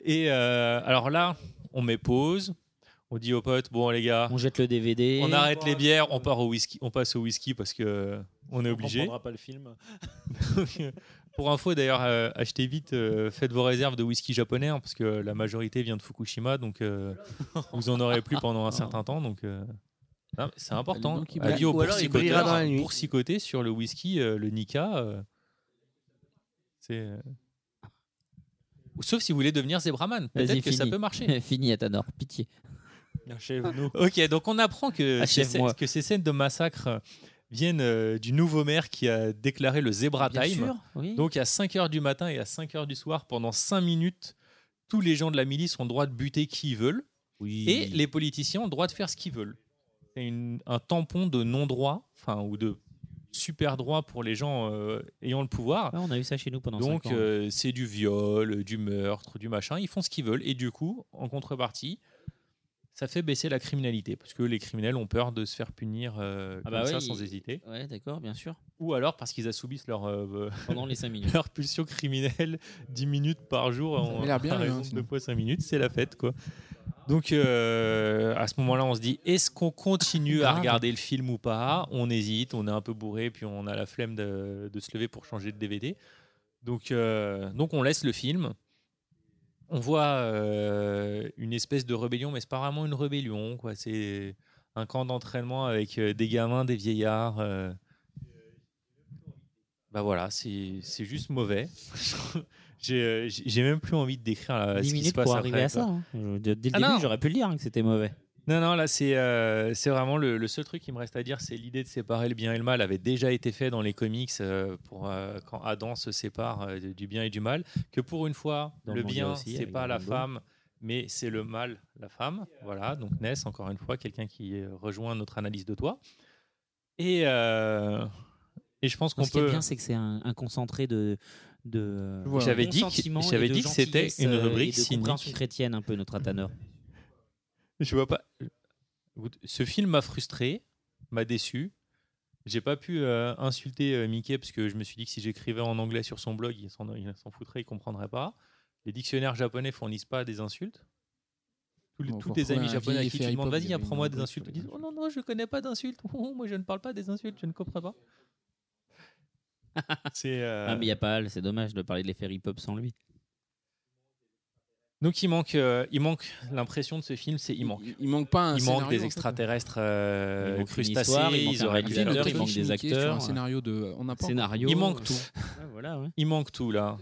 S4: Et euh, alors là, on met pause. On dit aux potes, bon les gars,
S1: on jette le DVD,
S4: on arrête les bières, on part au whisky, on passe au whisky parce que on est
S13: On
S4: obligé.
S13: prendra pas le
S4: <laughs>
S13: film.
S4: Pour info, d'ailleurs, euh, achetez vite, euh, faites vos réserves de whisky japonais, hein, parce que la majorité vient de Fukushima, donc euh, vous en aurez plus pendant un certain temps. Donc, euh, non, mais c'est important.
S1: Donc, il
S4: Avis
S1: brille.
S4: aux
S1: Ou alors, il
S4: poursicoteurs,
S1: brillera dans la nuit.
S4: poursicoteurs sur le whisky, euh, le Nika. euh, c'est. euh, Sauf si vous voulez devenir zébraman, peut-être
S1: Vas-y,
S4: que ça
S1: fini.
S4: peut
S1: <laughs>
S4: marcher.
S1: fini, Atanor, pitié.
S4: Ok, donc on apprend que, ces,
S1: Achève-moi.
S4: scè- que ces scènes de massacre euh, viennent euh, du nouveau maire qui a déclaré le Zebra
S1: Bien
S4: Time.
S1: sûr, oui.
S4: Donc à 5h du matin et à 5h du soir, pendant 5 minutes, tous les gens de la milice ont le droit de buter qui ils veulent. Et les politiciens ont le droit de faire ce qu'ils veulent. C'est une- un tampon de non-droit, enfin, ou de super droit pour les gens euh, ayant le pouvoir.
S1: on a eu ça chez nous pendant
S4: Donc
S1: cinq ans.
S4: euh, c'est du viol, du meurtre, du machin. Ils font ce qu'ils veulent. Et du coup, en contrepartie, ça fait baisser la criminalité. Parce que les criminels ont peur de se faire punir euh,
S1: Ah
S4: comme
S1: bah
S4: ça
S1: ouais,
S4: sans
S1: il-
S4: hésiter.
S1: Ouais, d'accord, bien sûr.
S4: Ou alors parce qu'ils assoubissent leur, euh,
S1: <laughs> Pendant les
S4: <laughs>
S1: cinq minutes.
S4: leur pulsion criminelle 10 minutes par jour. en-
S12: avait l'air bien,
S4: à
S12: lui,
S4: raison
S12: hein,
S4: de
S12: sinon.
S4: deux fois 5 minutes, c'est la fête. quoi. Donc euh, à ce moment-là, on se dit est-ce qu'on continue à
S12: Grave.
S4: regarder le film ou pas On hésite, on est un peu bourré, puis on a la flemme de, de se lever pour changer de DVD. Donc, euh, donc on laisse le film. On voit euh, une espèce de rébellion, mais c'est pas vraiment une rébellion. quoi. C'est un camp d'entraînement avec euh, des gamins, des vieillards. euh. Bah voilà, c'est c'est juste mauvais. <laughs> J'ai euh, j'ai- j'ai même plus envie de décrire là,
S1: 10
S4: ce qui se
S1: minutes
S4: passe
S1: pour arriver
S4: après,
S1: à ça.
S4: quoi.
S1: hein. Je- Dès le
S4: Ah non.
S1: début, j'aurais pu le dire hein, que c'était mauvais.
S4: Non, non, là, c'est euh, c'est vraiment le, le seul truc qui me reste à dire, c'est l'idée de séparer le bien et le mal avait déjà été fait dans les comics euh, pour euh, quand Adam se sépare euh, du bien et du mal, que pour une fois,
S1: Dans
S4: le
S1: le manga
S4: bien,
S1: aussi,
S4: c'est
S1: avec
S4: pas la
S1: Dragon Ball.
S4: femme, mais c'est le mal, la femme. Voilà, donc Ness, encore une fois, quelqu'un qui euh, rejoint notre analyse de toi. Et, euh, et je pense qu'on
S1: Ce qui est
S4: peut...
S1: bien, c'est que c'est un, un concentré de. de
S4: vois. J'avais dit que-
S1: sentiment
S4: j'avais
S1: et de
S4: dit que c'était
S1: gentillesse,
S4: une
S1: euh,
S4: rubrique
S1: et de compréhension
S4: cynique.
S1: chrétienne, un peu, notre Atanor.
S4: <laughs> Je vois pas. Écoute, Ce film m'a frustré, m'a déçu. J'ai pas pu euh, insulter euh, Mickey parce que je me suis dit que si j'écrivais en anglais sur son blog, il s'en, il s'en foutrait, il comprendrait pas. Les dictionnaires japonais fournissent pas des insultes. Tous, les-
S12: Bon,
S4: tous
S12: faut
S4: tes
S12: retrouver
S4: amis
S12: un
S4: japonais à
S12: vieil
S4: qui tu
S12: Ferry
S4: demandes,
S12: Pop, il y
S4: vas-y,
S12: avait une
S4: apprends-moi des
S12: rubrique
S4: insultes.
S12: sur
S4: Ils disent, oh non, non, je connais pas d'insultes. <laughs> Oh, moi, je ne parle pas des insultes, je ne comprends pas. c'est. euh,
S1: Ah, mais il n'y a pas Al, c'est dommage de parler de l'effet hip-hop sans lui.
S4: Donc il manque, euh, il manque l'impression de ce film, c'est il manque.
S12: Il manque pas un
S4: Il manque
S12: scénario, en
S4: des
S12: fait.
S4: extraterrestres euh,
S1: Il manque une
S4: crustacés,
S1: histoire, il manque
S4: ils
S1: un
S4: auraient dû faire
S1: réalisateur,
S4: des
S1: il manque des
S4: trucs.
S1: acteurs.
S12: sur un
S1: ouais.
S12: scénario
S4: euh,
S12: de. On n'a pas. encore-
S1: Scénario.
S4: Il manque tout.
S1: Ouais, voilà, ouais.
S4: Il manque tout là.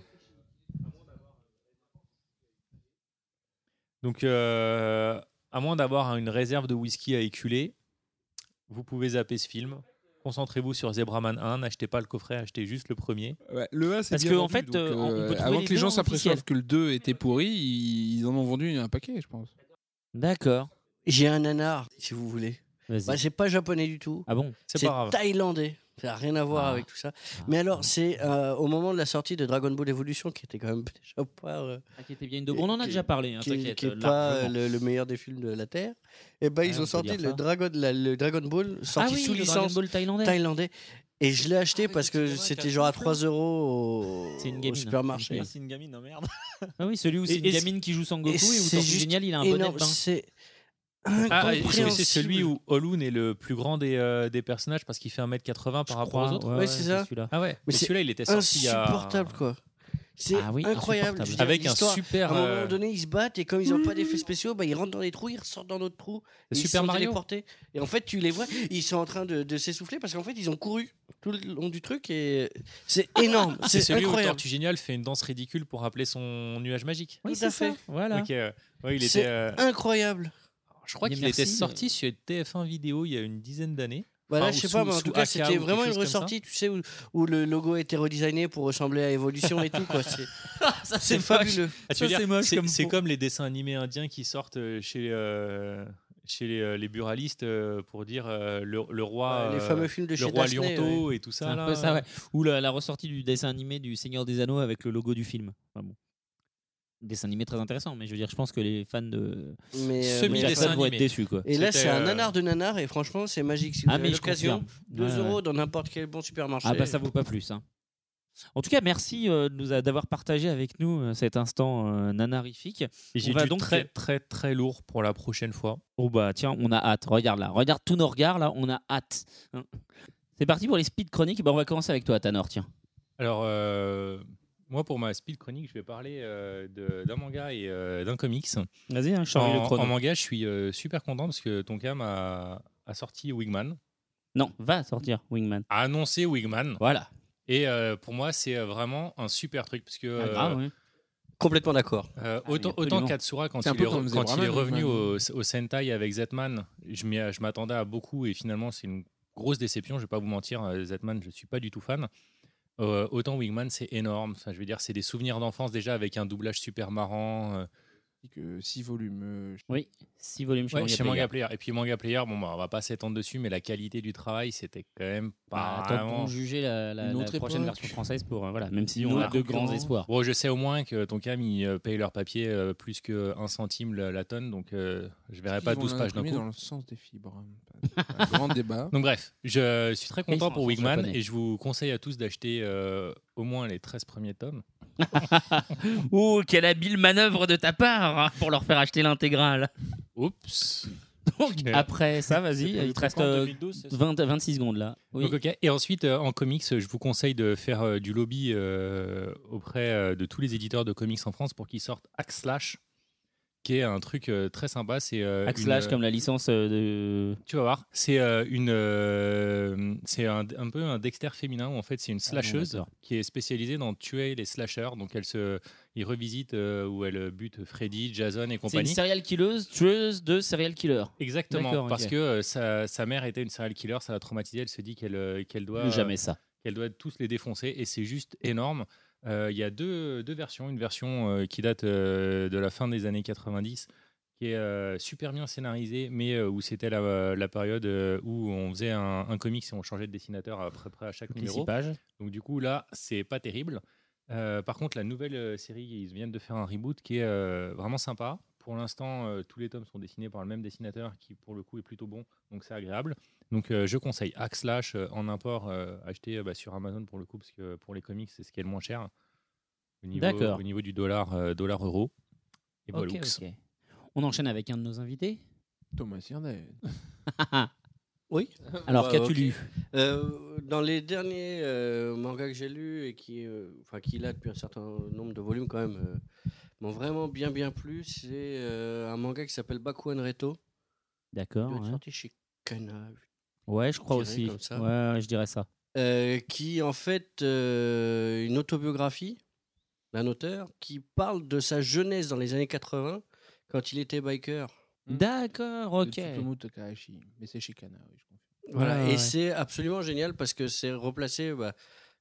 S4: Donc euh, à moins d'avoir une réserve de whisky à éculer, vous pouvez zapper ce film. Concentrez-vous sur Zebraman 1, n'achetez pas le coffret, achetez juste le premier.
S12: Ouais, le A, c'est
S1: Parce
S12: bien
S1: que,
S12: vendu,
S1: en fait,
S12: donc,
S1: euh, on- on peut trouver
S12: avant
S1: les
S12: que les
S1: deux
S12: gens
S1: en
S12: s'aperçoivent
S1: officiel.
S12: que le 2 était pourri, ils ils en ont vendu un paquet, je pense.
S1: D'accord.
S8: J'ai un
S1: Ah,
S8: nanar, si vous voulez.
S1: Vas-y.
S8: Bah, c'est pas japonais du tout.
S1: Ah bon
S4: C'est pas grave.
S8: thaïlandais. Ça n'a rien à voir
S1: Ah.
S8: avec tout ça. Mais alors, c'est euh, au moment de la sortie de Dragon Ball Evolution, qui était quand même <laughs> déjà pas. euh,
S1: Ah, qui était bien une daube. On en a
S8: qui-
S1: déjà parlé, hein,
S8: qui-
S1: t'inquiète,
S8: Qui
S1: euh,
S8: n'est pas
S1: largement.
S8: le, le meilleur des films de la Terre. Et ben,
S1: Ouais, on
S8: ils
S1: peut
S8: ont sorti
S1: dire ça.
S8: le Dragon, la- le Dragon Ball, sorti
S1: ah oui,
S8: sous
S1: le Dragon
S8: licence
S1: Ball thaïlandais. Ah,
S8: thaïlandais. Et je l'ai acheté parce que c'était genre à 3 euros
S1: C'est une
S8: au, au
S1: gamine, hein.
S8: supermarché.
S13: Ah, c'est une gamine, non, merde.
S1: Ah oui, celui où c'est
S4: Et-
S1: une
S4: et-
S1: gamine qui joue Sangoku et, où
S8: c'est
S1: Sangoku
S8: juste
S1: génial, il a un bonnet
S8: énorme,
S1: de bain.
S8: C'est
S4: Ah, est-ce que
S8: incompréhensible.
S4: c'est celui où Olun est le plus grand des, euh, des personnages parce qu'il fait 1m80 par rapport aux
S1: crois,
S4: autres
S1: ouais,
S8: Ouais, c'est ça.
S1: celui-là.
S4: Ah ouais, mais
S8: Mais c'est
S4: celui-là il était sorti il y a-
S8: insupportable quoi. C'est
S1: Ah oui,
S8: incroyable. je veux dire,
S4: Avec un
S8: l'histoire,
S4: super,
S8: À un
S4: euh,
S8: moment donné, ils se battent et comme ils n'ont pas d'effets spéciaux, bah, ils rentrent dans les trous, ils ressortent dans d'autres trous. et
S4: C'est
S8: ils
S4: Super
S8: sont
S4: Mario.
S8: téléportés. Et en fait, tu les vois, ils sont en train de, de s'essouffler parce qu'en fait, ils ont couru tout le long du truc et c'est énorme.
S4: <laughs> C'est
S8: c'est
S4: celui où
S8: incroyable.
S4: Tortue Génial fait une danse ridicule pour rappeler son nuage magique.
S8: Oui,
S1: Oui,
S8: tout à
S1: c'est ça.
S8: fait.
S1: Voilà.
S4: Ok, euh, ouais, il
S8: C'est
S4: était, euh,
S8: Incroyable.
S4: je crois
S1: Mais
S4: qu'il était
S1: merci, euh,
S4: sorti sur TF1 vidéo il y a une dizaine d'années.
S8: Voilà,
S4: Enfin,
S8: Bah je
S4: ou
S8: sais
S4: sous-
S8: pas, mais en
S4: sous
S8: tout cas,
S4: AK ou
S8: c'était vraiment une
S4: quelque chose comme ça.
S8: ressortie, tu sais, où, où le logo était redesigné pour ressembler à Evolution et tout. quoi.
S4: <laughs>
S8: C'est-
S1: Ça,
S8: C'est fabuleux.
S4: Ah, tu veux dire,
S1: Ça, c'est moche
S4: c'est
S1: comme
S4: c'est
S1: fond.
S4: comme les dessins animés indiens qui sortent euh, chez, euh, chez les, euh, les buralistes euh, pour dire euh, le, le roi,
S8: Ouais, les
S4: euh,
S8: fameux films de
S4: le
S8: chez
S4: roi
S8: Disney,
S4: Lionto et tout
S1: C'est
S4: ça.
S1: un
S4: là. euh.
S1: peu ça, ouais. Ou la, la ressortie du dessin animé du Seigneur des Anneaux avec le logo du film. Enfin, bon. Dessin animé très intéressant, mais je veux dire, je pense que les fans de
S8: Mais, euh, mais-
S1: Semi-dessin euh, vont être déçus. Quoi.
S8: Et là, c'est un
S4: euh,
S8: nanar de nanar, et franchement, c'est magique. Si vous
S1: Ah, mais
S8: avez
S1: je
S8: l'occasion,
S1: confirme.
S8: 2
S1: Ouais, ouais.
S8: euros dans n'importe quel bon supermarché.
S1: Ah bah ça vaut pas plus. hein. En tout cas, merci euh, de nous a- d'avoir partagé avec nous euh, cet instant euh, nanarifique.
S4: Et j'ai
S1: On va
S4: du
S1: donc
S4: très très très lourd pour la prochaine fois.
S1: Oh bah tiens, on a hâte. Regarde là, regarde tous nos regards là, on a hâte. Hein. C'est parti pour les speed chroniques. Bah, on va commencer avec toi, Tanor. Tiens.
S4: Alors, euh, moi, pour ma speed chronique, je vais parler euh, de- d'un manga et euh, d'un comics.
S1: Vas-y, hein, je t'en
S4: en,
S1: lis le chrono.
S4: en manga, je suis euh, super content parce que Tonkam a, a sorti Wigman,
S1: Non, va sortir Wingman.
S4: a annoncé Wigman.
S1: Voilà.
S4: Et euh, pour moi, c'est euh, vraiment un super truc parce que. euh,
S8: Ah, grave, oui.
S4: Complètement d'accord.
S8: Ah,
S4: Euh, autant,
S8: oui,
S4: autant
S8: absolument.
S4: Katsura, quand
S8: C'est un
S4: il
S8: peu
S4: est, re-
S8: comme
S4: quand il est
S8: Zebraman,
S4: revenu
S8: Wigman.
S4: au, au Sentai avec Zetman, je m'y- je m'attendais à beaucoup et finalement, c'est une grosse déception. Je vais pas vous mentir, euh, Zetman, je suis pas du tout fan. Euh, autant Wingman, c'est énorme. Enfin, je veux dire, c'est des souvenirs d'enfance déjà avec un doublage super marrant. euh.
S3: Que 6 volumes.
S1: Oui, 6 volumes chez
S4: Ouais,
S1: Manga
S4: chez
S1: Player.
S4: Manga Player. Et puis Manga Player, bon, bah, on va pas s'étendre dessus, mais la qualité du travail, c'était quand même pas.
S1: Bah, attends
S4: vraiment-
S1: pour juger la, la-
S4: Une
S1: la
S4: autre
S1: prochaine
S4: époque.
S1: version française pour euh, voilà, même si on a de grands espoirs.
S4: Bon, je sais au moins que ton cam, ils euh, payent leur papier euh, plus que 1 centime la, la tonne, donc euh, je verrai pas 12 pages d'un coup.
S3: dans le sens des fibres.
S12: hein.
S3: Un
S12: <laughs>
S3: grand débat.
S4: Donc bref, je suis très
S3: Ils
S4: content
S3: sont
S4: pour
S3: en
S4: Wigman
S3: japonais.
S4: et je vous conseille à tous d'acheter euh, au moins les 13 premiers tomes.
S1: <laughs> Oh, quelle habile manœuvre de ta part hein, pour leur faire acheter l'intégrale.
S4: Oups.
S1: <laughs> Donc après ça, vas-y,
S4: Le
S1: il te reste
S4: truc en
S1: euh,
S4: 2012, c'est ça
S1: 20 26 secondes là. Oui.
S4: Donc, ok. Et ensuite, euh, en comics, je vous conseille de faire euh, du lobby euh, auprès euh, de tous les éditeurs de comics en France pour qu'ils sortent Axe Slash, qui est un truc euh, très sympa. C'est euh,
S1: Axe
S4: une-
S1: Slash comme la licence euh, de.
S4: Tu vas voir. C'est euh, une, euh, c'est un, un peu un Dexter féminin où en fait c'est une slasheuse
S1: Ah d'accord.
S4: qui est spécialisée dans tuer les slashers. Donc elle se, il revisite euh, où elle bute Freddy, Jason et
S1: C'est une
S4: compagnie.
S1: serial killeuse, tueuse de serial killer.
S4: Exactement,
S1: D'accord,
S4: parce
S1: ok.
S4: que euh, sa, sa mère était une serial killer, ça l'a traumatisée, elle se dit qu'elle euh, qu'elle doit...
S1: Plus jamais
S4: euh,
S1: ça.
S4: Qu'elle doit tous les défoncer, et c'est juste énorme. Euh, Il y a deux, deux versions, une version euh, qui date euh, de la fin des années 90, qui est euh, super bien scénarisée, mais euh, où c'était la, la période euh, où on faisait un, un comics et on changeait de dessinateur à peu près à chaque
S1: Toutes les
S4: numéro.
S1: six pages.
S4: Donc du coup, là, c'est pas terrible. Euh, par contre, la nouvelle euh, série, ils viennent de faire un reboot qui est euh, vraiment sympa. Pour l'instant, euh, tous les tomes sont dessinés par le même dessinateur qui, pour le coup, est plutôt bon, donc c'est agréable. Donc euh, je conseille Axe Slash euh, en import, euh, acheté euh, bah, sur Amazon pour le coup, parce que pour les comics, c'est ce qui est le moins cher au niveau,
S1: D'accord.
S4: au niveau du dollar, euh, dollar euro. Et
S1: Ok,
S4: voilà.
S1: ok. On enchaîne avec un de nos invités.
S3: Thomas Sirnet.
S8: Oui.
S1: <laughs> Alors,
S8: Bah,
S1: qu'as-tu
S8: ok.
S1: lu
S8: Euh, Dans les derniers euh, mangas que j'ai lus et qui, euh, enfin, qui là depuis un certain nombre de volumes quand même, euh, m'ont vraiment bien bien plu, c'est euh, un manga qui s'appelle Bakuan Reto. Il
S1: D'accord.
S8: doit être
S1: ouais.
S8: sorti chez Kana,
S1: Ouais, je crois
S8: je dirais
S1: aussi.
S8: comme ça.
S1: Ouais, ouais, je dirais ça.
S8: euh, qui en fait euh, une autobiographie d'un auteur qui parle de sa jeunesse dans les années 80 quand il était biker.
S3: Mmh.
S1: D'accord, ok.
S3: Tsutomu Takahashi. Mais c'est chez Kana, oui, je confirme.
S8: Voilà,
S3: Ouais,
S8: et
S3: ouais.
S8: c'est absolument génial parce que c'est replacé bah,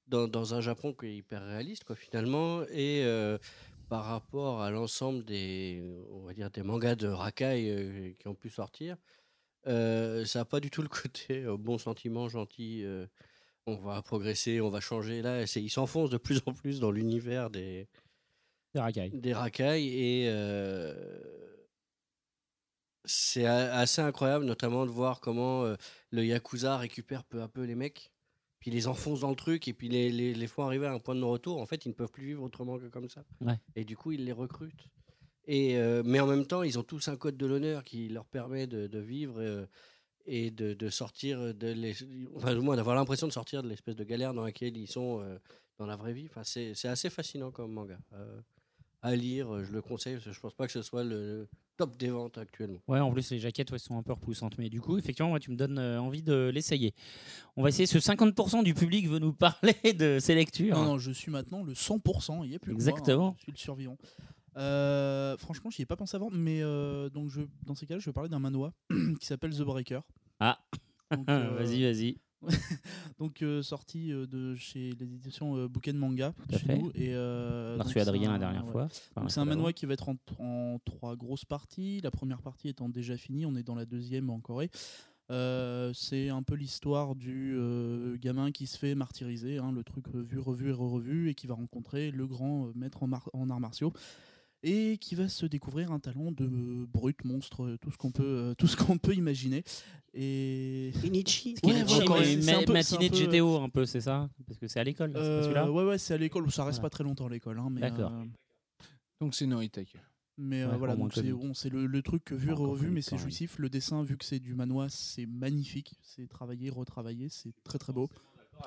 S8: dans, dans un Japon qui est hyper réaliste, quoi, finalement, et euh, par rapport à l'ensemble des, on va dire, des mangas de racaille euh, qui ont pu sortir, euh, ça n'a pas du tout le côté euh, bon sentiment, gentil, euh, on va progresser, on va changer. Là, c'est- il s'enfonce de plus en plus dans l'univers des,
S1: Des racailles.
S8: des racailles et euh, c'est a- assez incroyable, notamment de voir comment euh, le Yakuza récupère peu à peu les mecs, puis les enfonce dans le truc et puis les, les, les font arriver à un point de non-retour. En fait, ils ne peuvent plus vivre autrement que comme ça.
S1: Ouais.
S8: Et du coup, ils les recrutent. Et, euh, mais en même temps, ils ont tous un code de l'honneur qui leur permet de, de vivre euh, et de, de sortir, de les, enfin, du moins d'avoir l'impression de sortir de l'espèce de galère dans laquelle ils sont euh, dans la vraie vie. Enfin, c'est c'est assez fascinant comme manga. Euh, à lire, euh, je le conseille, parce que je pense pas que ce soit le top des ventes actuellement.
S1: Ouais, en plus, les jaquettes ouais, sont un peu repoussantes. Mais du coup, effectivement, moi, tu me donnes euh, envie de l'essayer. On va essayer. Ce 50% du public veut nous <laughs> parler de ses lectures.
S14: Non, non, je suis maintenant le 100%, il n'y a plus que moi, hein,
S1: Exactement.
S14: je suis le survivant. Euh, franchement, j'y ai pas pensé avant, mais euh, donc je, dans ces cas-là, je vais parler d'un manoir <clears throat> qui s'appelle The Breaker.
S1: Ah, <laughs>
S14: Donc, euh,
S1: vas-y, vas-y.
S14: <laughs> donc euh, sorti euh, de chez les éditions euh, Bouquet de Manga
S1: à
S14: chez
S1: fait.
S14: nous et euh,
S1: On a
S14: donc
S1: reçu Adrien
S14: c'est
S1: la
S14: un-
S1: dernière
S14: ouais.
S1: fois. Enfin,
S14: Donc, c'est
S1: tout à
S14: un
S1: l'heure.
S14: manoir qui va être en, en trois grosses parties. La première partie étant déjà finie, on est dans la deuxième en Corée. Euh, c'est un peu l'histoire du euh, gamin qui se fait martyriser, hein, le truc vu, revu et re-revu, et qui va rencontrer le grand euh, maître en, mar- en arts martiaux et qui va se découvrir un talent de brut, monstre, tout ce qu'on peut, euh, tout ce qu'on peut imaginer. Et
S8: Kenichi,
S14: ouais, voilà,
S1: Jim,
S14: ouais,
S1: mais-
S14: c'est un peu-
S1: matinée de
S14: c'est un peu-
S1: GDO un peu, c'est ça Parce que c'est à l'école, c'est pas
S14: Euh,
S1: celui-là
S14: ouais, ouais, c'est à l'école. Ça reste pas
S1: Voilà.
S14: très longtemps l'école, hein, mais.
S1: D'accord.
S14: euh,
S3: Donc c'est Noritake.
S14: Mais euh,
S3: Ouais,
S14: voilà,
S3: au moins
S14: donc c'est
S3: comique.
S14: bon, c'est le, le truc que vu et
S3: Encore
S14: revu,
S3: comique
S14: mais c'est
S3: quand même.
S14: jouissif. Le dessin, vu que c'est du manoir, c'est magnifique. C'est travaillé, retravaillé, c'est très très beau.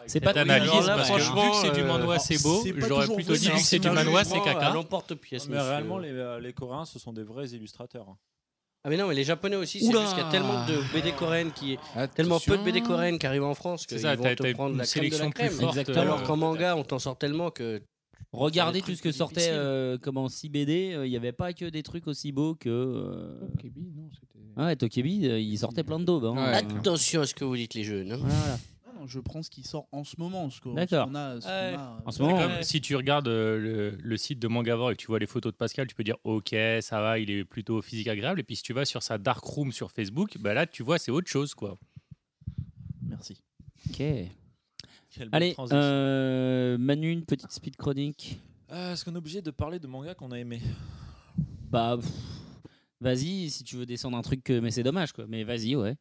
S4: C'est pas d'analyse parce que vu que c'est
S13: euh,
S4: du manois, c'est beau.
S14: c'est pas
S4: J'aurais
S14: toujours
S4: plutôt
S14: vrai,
S4: dit vu que c'est du
S14: un
S4: manois, c'est
S14: jugement,
S4: caca.
S14: euh,
S8: l'emporte-pièce,
S13: Mais
S8: monsieur.
S13: réellement, les, euh, les Coréens, ce sont des vrais illustrateurs. hein.
S8: Ah mais non, mais les Japonais aussi, c'est
S13: Oula
S8: juste qu'il y a tellement de BD coréennes qui tellement peu de BD coréennes qui arrivent en France
S4: C'est
S8: qu'ils
S4: ça,
S8: vont
S4: t'as- t'as
S8: te prendre
S4: une
S8: la crème de la
S4: sélection plus
S8: crème.
S4: forte, Exactement.
S8: Alors
S4: euh,
S8: qu'en manga, on t'en sort tellement que
S1: Regardez
S8: Des
S1: tout ce
S8: trucs
S1: que sortait
S8: difficiles.
S1: euh, comme en 6 BD, euh, il n'y avait pas que des trucs aussi beaux que. euh, Ah ouais, Tokebi, euh, il sortait plein de daubes. hein.
S8: attention à ce que vous dites les jeunes. hein.
S14: Ah Non, non, je prends ce qui sort en ce moment, ce qu'on
S1: D'accord.
S14: ce qu'on a. ce qu'on
S1: Ouais.
S14: a, euh,
S1: En ce
S4: C'est
S1: moment,
S4: comme
S1: ouais.
S4: si tu regardes euh, le, le site de Mangavore et que tu vois les photos de Pascal, tu peux dire ok, ça va, il est plutôt physique agréable. Et puis si tu vas sur sa dark room sur Facebook, bah là tu vois c'est autre chose quoi.
S14: Merci.
S1: Ok.
S13: Quelle bonne
S1: Allez,
S13: transition.
S1: euh, Manu, une petite speed chronique.
S13: Euh, Est-ce qu'on est obligé de parler de manga qu'on a aimé
S1: Bah, pff, vas-y, si tu veux descendre un truc, que- mais c'est dommage quoi. Mais vas-y, ouais.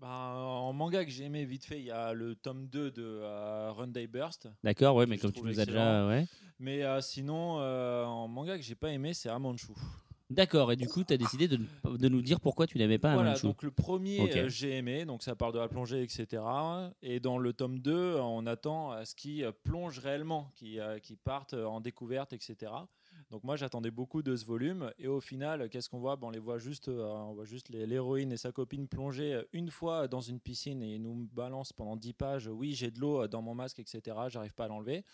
S13: Bah, En manga que j'ai aimé vite fait, il y a le tome 2 de euh, Run Day Burst.
S1: D'accord, ouais, mais
S13: je
S1: comme tu
S13: trouve
S1: nous as
S13: excellent.
S1: déjà. Ouais.
S13: Mais euh, sinon, euh, en manga que j'ai pas aimé, c'est Amanchu.
S1: D'accord, et du coup, tu as décidé de, de nous dire pourquoi tu n'aimais pas
S13: voilà,
S1: Manchu.
S13: donc le premier,
S1: Ok.
S13: euh, j'ai aimé, donc ça part de la plongée, etc. Et dans le tome 2, euh, on attend à ce qu'ils euh, plongent réellement, qu'ils euh, qu'ils partent euh, en découverte, etc. Donc moi, j'attendais beaucoup de ce volume. Et au final, euh, qu'est-ce qu'on voit Bon, On les voit juste, euh, on voit juste les- l'héroïne et sa copine plonger euh, une fois dans une piscine et ils nous balancent pendant 10 pages, oui, j'ai de l'eau euh, dans mon masque, etc. J'arrive pas à l'enlever.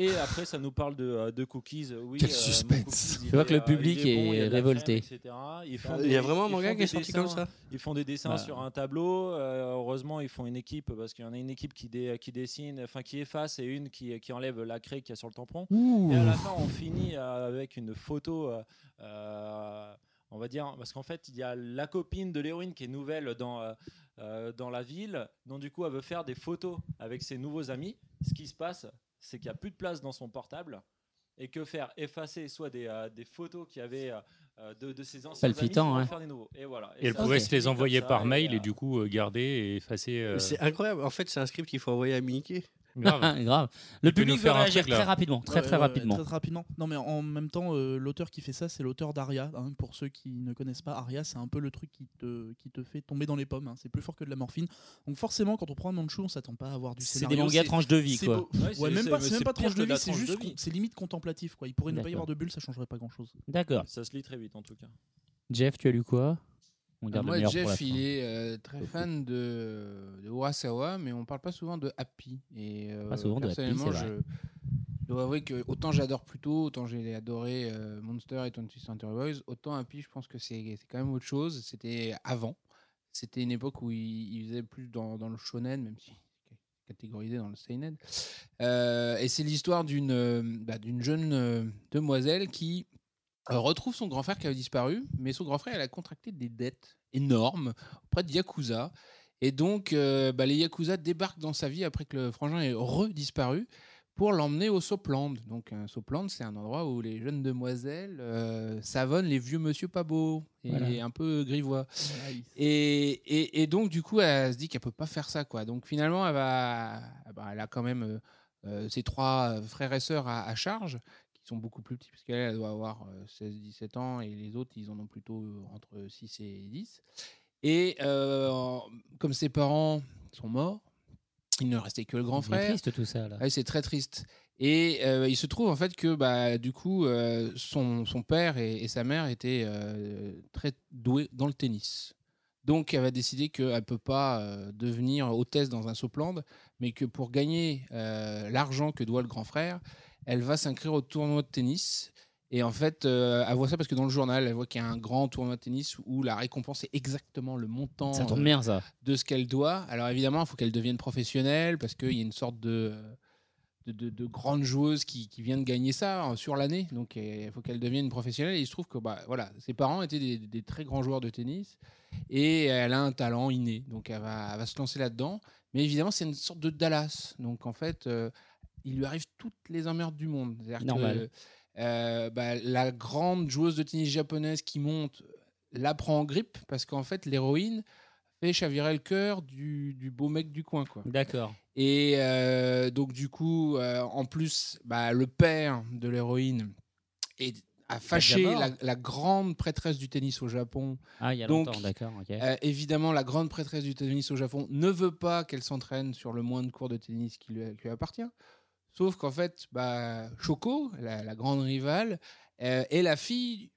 S13: Et après, ça nous parle de, euh, de cookies. Oui,
S1: Quel
S13: euh, mon
S1: suspense.
S13: cookies, il
S1: Tu vois
S13: est,
S1: que le
S13: euh, il
S1: public
S13: bon, il y a
S1: est
S13: de la
S1: révolté.
S13: crème, etc. Ils font
S8: Ah,
S13: des-
S8: il y a vraiment un
S13: ils
S8: manga
S13: font
S8: qui est
S13: des
S8: sorti comme
S13: dessins-
S8: ça
S13: Ils font des dessins
S8: Bah.
S13: sur un tableau. euh, heureusement, ils font une équipe parce qu'il y en a une équipe qui, dé- qui dessine, enfin qui efface et une qui, qui enlève la craie qu'il y a sur le tampon.
S14: Ouh.
S13: Et à la fin, on finit euh, avec une photo. euh, euh, on va dire, parce qu'en fait, il y a la copine de l'héroïne qui est nouvelle dans, euh, euh, dans la ville, donc du coup, elle veut faire des photos avec ses nouveaux amis. Ce qui se passe, c'est qu'il n'y a plus de place dans son portable. Et que faire Effacer soit des, euh, des photos qu'il y avait euh, euh, de, de ses anciens
S1: Palpitant,
S13: amis, pour en
S1: hein. ouais.
S13: faire des nouveaux. Et voilà.
S4: Et elle
S13: ça,
S4: pouvait
S13: ça
S4: se les
S13: finit
S4: envoyer
S13: comme ça,
S4: par
S13: et,
S4: mail
S13: euh,
S4: et du coup euh, garder et effacer. euh,
S8: C'est incroyable. En fait, c'est un script qu'il faut envoyer à
S4: <laughs>
S8: Mickey.
S1: Grave. <laughs> Grave. Le public veut réagir très rapidement, très
S14: Ouais,
S1: très
S14: ouais,
S1: rapidement.
S14: Très, très rapidement. Non, mais en même temps, euh, l'auteur qui fait ça, c'est l'auteur d'Aria. hein. Pour ceux qui ne connaissent pas Aria, c'est un peu le truc qui te, qui te fait tomber dans les pommes. hein. C'est plus fort que de la morphine. Donc forcément, quand on prend un Manchou, on s'attend pas à avoir du
S1: C'est
S14: scénario.
S1: des mangas tranches de vie,
S14: c'est
S1: quoi.
S14: beau.
S1: Ouais,
S14: Ouais,
S1: c'est-
S14: même
S1: c'est-
S14: pas, c'est
S1: c'est
S14: même pas
S1: pire
S14: tranche
S1: que
S14: de
S1: de la
S14: vie, c'est
S1: tranche de
S14: juste,
S1: vie.
S14: con- c'est limite contemplatif. Quoi. Il pourrait ne pas y
S1: D'accord.
S14: avoir de bulles, ça changerait pas grand chose.
S1: D'accord.
S13: Ça se lit très vite en tout cas.
S1: Jeff, tu as lu quoi On
S3: Ah,
S1: garde le
S3: Moi,
S1: meilleur pour la
S3: Jeff,
S1: fin.
S3: il est euh, très fan de, de Urasawa, mais on parle pas souvent de Happy. Et, euh,
S1: Pas souvent de Happy,
S3: personnellement,
S1: c'est vrai.
S3: Je dois avouer que autant j'adore plutôt, autant j'ai adoré euh, Monster et 26 Century Boys, autant Happy, je pense que c'est c'est quand même autre chose. C'était avant. C'était une époque où il, il faisait plus dans, dans le shonen, même si catégorisé dans le seinen. Euh, et c'est l'histoire d'une euh, bah, d'une jeune euh, demoiselle qui euh, retrouve son grand frère qui avait disparu, mais son grand frère, elle a contracté des dettes énormes auprès de Yakuza. Et donc, euh, bah, les Yakuza débarquent dans sa vie après que le frangin est redisparu pour l'emmener au Sopland. Donc, un Sopland, c'est un endroit où les jeunes demoiselles euh, savonnent les vieux monsieur pas beaux et
S12: Voilà.
S3: un peu grivois. Et, et- et donc, du coup, elle se dit qu'elle peut pas faire ça. quoi. Donc, finalement, elle, va, bah, elle a quand même euh, euh, ses trois euh, frères et sœurs à, à charge, qui sont beaucoup plus petits, parce qu'elle elle doit avoir 16-17 ans, et les autres, ils en ont plutôt euh, entre 6 et 10. Et euh, en- comme ses parents sont morts, il ne restait que le grand
S1: C'est bien
S3: frère.
S1: triste, tout ça, là.
S3: Ouais, c'est très triste. Et euh, il se trouve en fait que bah, du coup, euh, son, son père et, et sa mère étaient euh, très doués dans le tennis. Donc elle va décider qu'elle ne peut pas euh, devenir hôtesse dans un Sopland, mais que pour gagner euh, l'argent que doit le grand frère, elle va s'inscrire au tournoi de tennis. Et en fait, euh, elle voit ça parce que dans le journal, elle voit qu'il y a un grand tournoi de tennis où la récompense est exactement le montant
S1: Ça tombe
S3: euh,
S1: bien, ça.
S3: de ce qu'elle doit. Alors évidemment, il faut qu'elle devienne professionnelle parce qu'il y a une sorte de, de, de- de grande joueuse qui, qui vient de gagner ça hein, sur l'année. Donc euh, il faut qu'elle devienne professionnelle. Et il se trouve que bah, voilà, ses parents étaient des, des très grands joueurs de tennis et elle a un talent inné. Donc elle va, elle va se lancer là-dedans. Mais évidemment, c'est une sorte de Dallas. Donc en fait, euh, il lui arrive toutes les emmerdes du monde. C'est-à-dire que,
S1: Normal.
S3: euh, bah, la grande joueuse de tennis japonaise qui monte euh, la prend en grippe parce qu'en fait, l'héroïne fait chavirer le cœur du, du beau mec du coin. quoi.
S1: D'accord.
S3: Et euh, donc, du coup, euh, en plus, bah, le père de l'héroïne est- a fâché
S1: d'abord.
S3: la, la grande prêtresse du tennis au Japon.
S1: Ah, il y a
S3: Donc,
S1: longtemps, d'accord, ok.
S3: euh, évidemment, la grande prêtresse du tennis au Japon ne veut pas qu'elle s'entraîne sur le moins de cours de tennis qui lui, qui lui appartient. Sauf qu'en fait, bah, Choco, la, la grande rivale, euh, est la fille.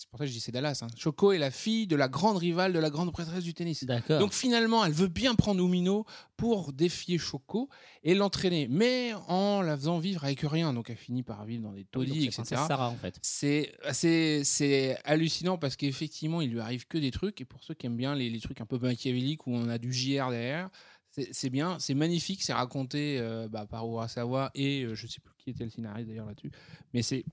S3: C'est pour ça que je dis c'est Dallas. hein. Choco est la fille de la grande rivale de la grande prêtresse du tennis.
S1: D'accord.
S3: Donc finalement, elle veut bien prendre Umino pour défier Choco et l'entraîner, mais en la faisant vivre avec rien. Donc elle finit par vivre dans des taudis,
S1: donc c'est
S3: etc.
S1: Princesse Sarah, en fait.
S3: C'est assez- c'est hallucinant parce qu'effectivement, il lui arrive que des trucs. Et pour ceux qui aiment bien les, les trucs un peu machiavéliques où on a du JR derrière, c'est c'est bien, c'est magnifique. C'est raconté euh, bah, par Urasawa et euh, je sais plus qui était le scénariste d'ailleurs là-dessus. Mais c'est.